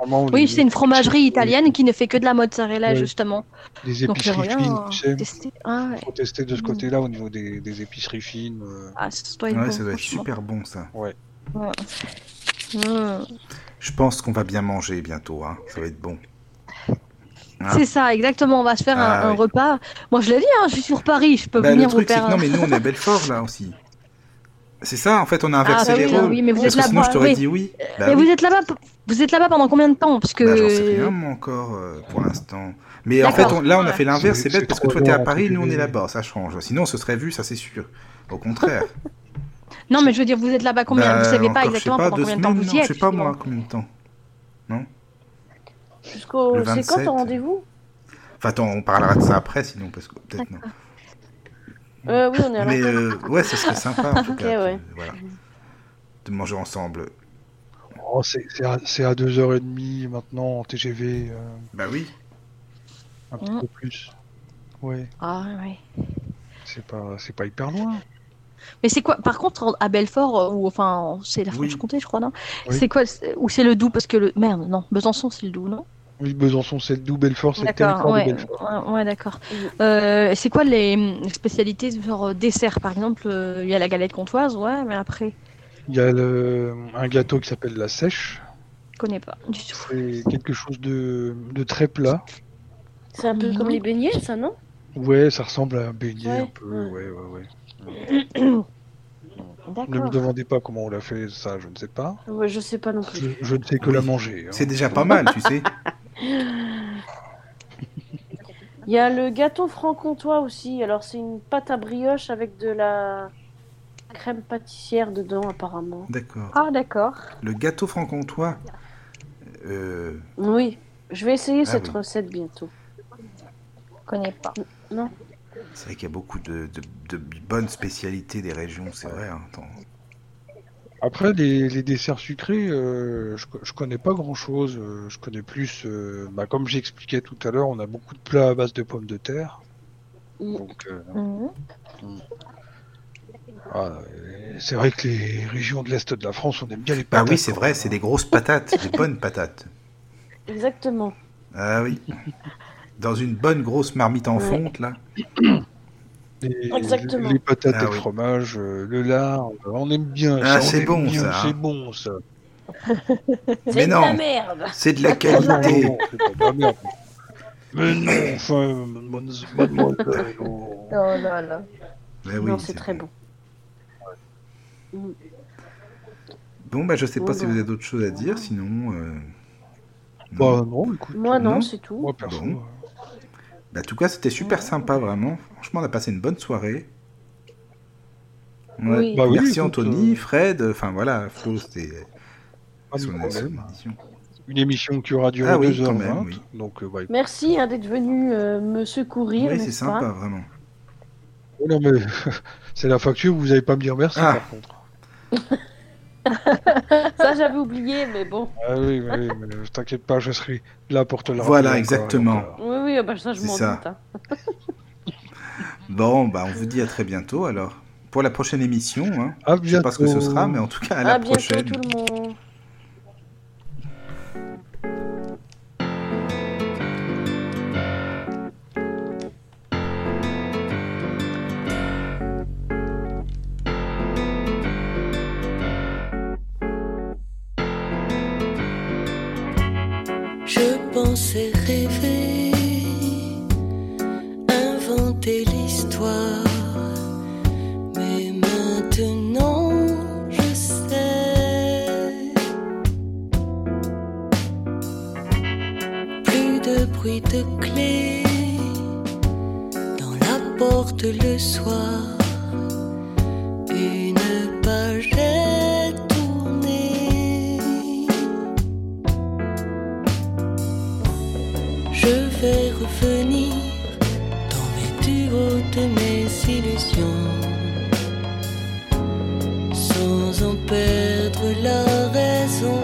vraiment, les-
Mm. Oui, c'est une fromagerie italienne qui ne fait que de la mozzarella,
Ouais.
justement.
Les
Donc,
épiceries
j'aimerais
fines,
bien
tu sais.
tester. Ah, ouais.
Faut tester de ce
Mm.
côté-là au niveau des, des épiceries fines. euh.
Ah, ça doit être
Ouais,
bon,
ça doit être
franchement.
super bon ça. Hmm.
Mm.
Je pense qu'on va bien manger bientôt. Hein. Ça va être bon. Hein
C'est ça, exactement. On va se faire un,
Ah,
un
oui.
repas. Moi, je l'ai dit, hein, je suis sur Paris, je peux
Bah, le
venir vous
truc, c'est que
faire.
non, mais nous, on est à Belfort, là, aussi. C'est ça, en fait, on a
Ah,
inversé
bah
les
oui,
rôles.
oui, mais vous
Parce
êtes
que sinon,
là-bas.
je t'aurais
oui.
dit oui. Bah
Mais
oui.
vous êtes là-bas, vous êtes là-bas pendant combien de temps Parce que.
Bah, j'en sais rien, moi, encore, euh, pour l'instant. Mais en fait,
D'accord.
on- là, on a
Ouais.
fait l'inverse, c'est
C'est-
bête,
c'est
parce que
trop
toi, t'es à
loin,
Paris, nous, on est
enculé.
là-bas, ça change. Sinon, on se serait vu, ça, c'est sûr. Au contraire.
Non, mais je veux dire, vous êtes là-bas combien
Bah,
Vous savez
encore,
pas
je sais
exactement pendant
deux
combien de temps
semaines,
vous y
non,
êtes.
Je sais pas
finalement.
moi combien de temps. Non
Jusqu'au.
Le
C'est quand
27.
ton rendez-vous
Enfin, attends, on parlera de ça après, sinon, parce que peut-être non.
euh, Oui, on est à
Mais
l'antenne.
euh, ouais, ça serait sympa en tout
Ok,
cas.
ouais.
Voilà. De manger ensemble.
Oh, c'est c'est à, c'est à 2h30 maintenant en TGV. euh,
Bah oui.
Un petit
Mm.
peu plus. Ouais,
Ah ouais.
c'est pas, c'est pas hyper loin.
Mais c'est quoi Par contre, en- à Belfort, euh, ou enfin, en- c'est la
Oui.
Franche-Comté, je crois, non
Oui.
C'est quoi c'est- Ou c'est le Doubs Parce que le merde, non, Besançon, c'est le Doubs, non
Oui, Besançon, c'est le doux, Belfort, c'est le
D'accord,
territoire
ouais,
de Belfort.
ouais, ouais, d'accord. Euh, c'est quoi les mm, spécialités genre euh, dessert Par exemple, euh, il y a la galette comtoise, ouais, mais après,
Il y a le- un gâteau qui s'appelle la sèche.
je connais pas du tout.
C'est quelque chose de, de très plat.
C'est un peu comme les beignets, ça, non
Ouais, ça ressemble à un beignet un
Ouais,
peu. Ouais, ouais, ouais.
Mm.
Ne me
D'accord.
demandez pas comment on l'a fait, ça, je ne sais pas.
Ouais, je sais pas non
Je,
plus.
je ne sais que la manger. hein.
C'est déjà pas mal, tu sais.
Il y a le gâteau franc-comtois aussi. Alors, c'est une pâte à brioche avec de la crème pâtissière dedans, apparemment.
D'accord.
Ah, d'accord.
Le gâteau franc-comtois. Euh,
Oui, je vais essayer
Ah
cette
oui.
recette bientôt.
Je connais pas.
Non
c'est vrai qu'il y a beaucoup de, de- de bonnes spécialités des régions, c'est vrai. hein, attends.
Après, les, les desserts sucrés, euh, je, co- je connais pas grand-chose. euh, je connais plus, euh, bah, comme j'expliquais tout à l'heure, on a beaucoup de plats à base de pommes de terre.
Mm.
Donc, euh,
Mhm.
Mm.
ah, euh, c'est vrai que les régions de l'Est de la France, on aime bien les
Bah
patates. hein.
oui, c'est vrai, c'est des grosses patates, des bonnes patates.
Exactement.
Ah oui. Dans une bonne grosse marmite en
Ouais.
fonte, là.
Les,
Exactement.
les patates
Ah
et le
oui.
fromage, euh, le lard, euh, on aime bien.
Ah,
ça, on
c'est
aime
bon,
bien,
ça, hein.
C'est bon, ça.
Mais
de la
non,
merde
c'est de la
Ah non,
qualité.
non, c'est pas de la merde. Mais non, enfin, mademoiselle, mademoiselle, oh.
Oh là là.
Mais Eh oui,
Non, c'est très Mm. bon.
Bon, bah, je sais pas
Bon,
si
bah.
vous avez d'autres choses à dire, sinon. euh, non.
Bah non, écoute,
Moi, non,
Non.
c'est tout.
moi perso. euh,
Bon. Bah, en tout cas, c'était super sympa, vraiment. Franchement, on a passé une bonne soirée. Ouais.
Oui.
Bah oui,
Merci
écoute,
Anthony,
euh,
Fred, euh, enfin voilà, Flo, c'était
pas de
son-
problème.
son émission.
Une émission qui aura duré
Ah oui,
2h20.
quand même, oui.
Donc, euh, bah, écoute,
Merci hein, d'être venu euh, me secourir.
Oui,
n'est-ce
c'est
pas
sympa, vraiment.
oh non, mais c'est la facture, vous n'allez pas me dire merci
Ah.
par contre.
Ça, j'avais oublié, mais bon.
Ah oui, oui, oui, mais euh, t'inquiète pas, je serai là pour te le
Voilà,
rappeler encore et
exactement.
encore.
Oui, oui, ah bah, ça, je
C'est
m'en
ça.
doute. hein.
Bon, bah, on vous dit à très bientôt alors. Pour la prochaine émission, hein.
À
je sais pas ce que ce
bientôt.
sera, mais en tout cas, à,
À
la
bientôt,
prochaine.
tout le monde.
Je pensais rêver, inventer l'histoire. Mais maintenant, je sais. Plus de bruit de clé dans la porte le soir. Une page est tournée. Je vais revenir dans mes duos de mes illusions sans en perdre la raison.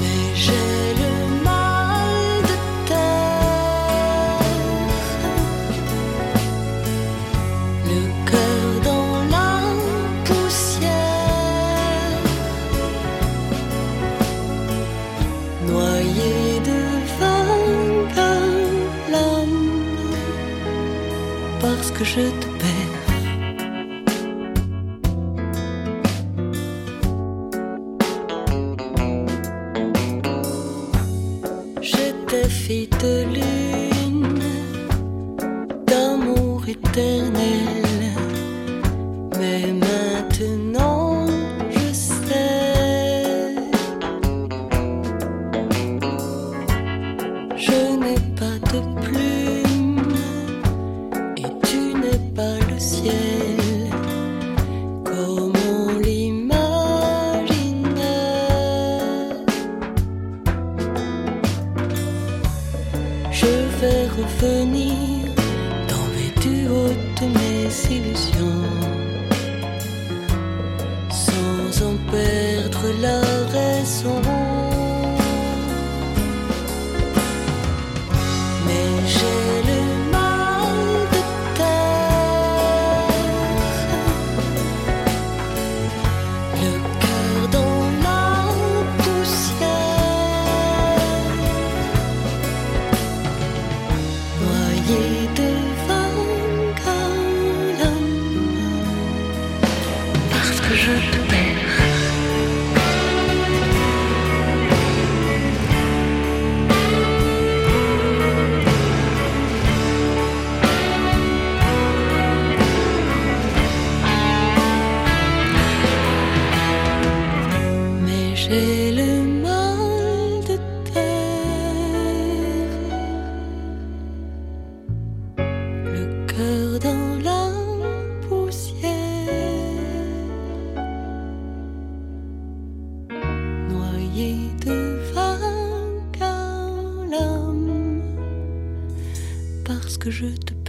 Mais j'ai le mal de terre, le cœur dans la poussière. Noyé de vingt lames Parce que je te perds J'étais fille de lune D'amour éternel Mais maintenant je sais Je n'ai pas de plume et tu n'es pas revenir dans mes duos de mes illusions sans en perdre la raison. Mais j'ai le mal de terre, le cœur dans la poussière. Noyé de vagues parce que je te perds. Mais j'ai le mal de terre, le cœur dans la poussière, noyé de vagues à l'âme, parce que je te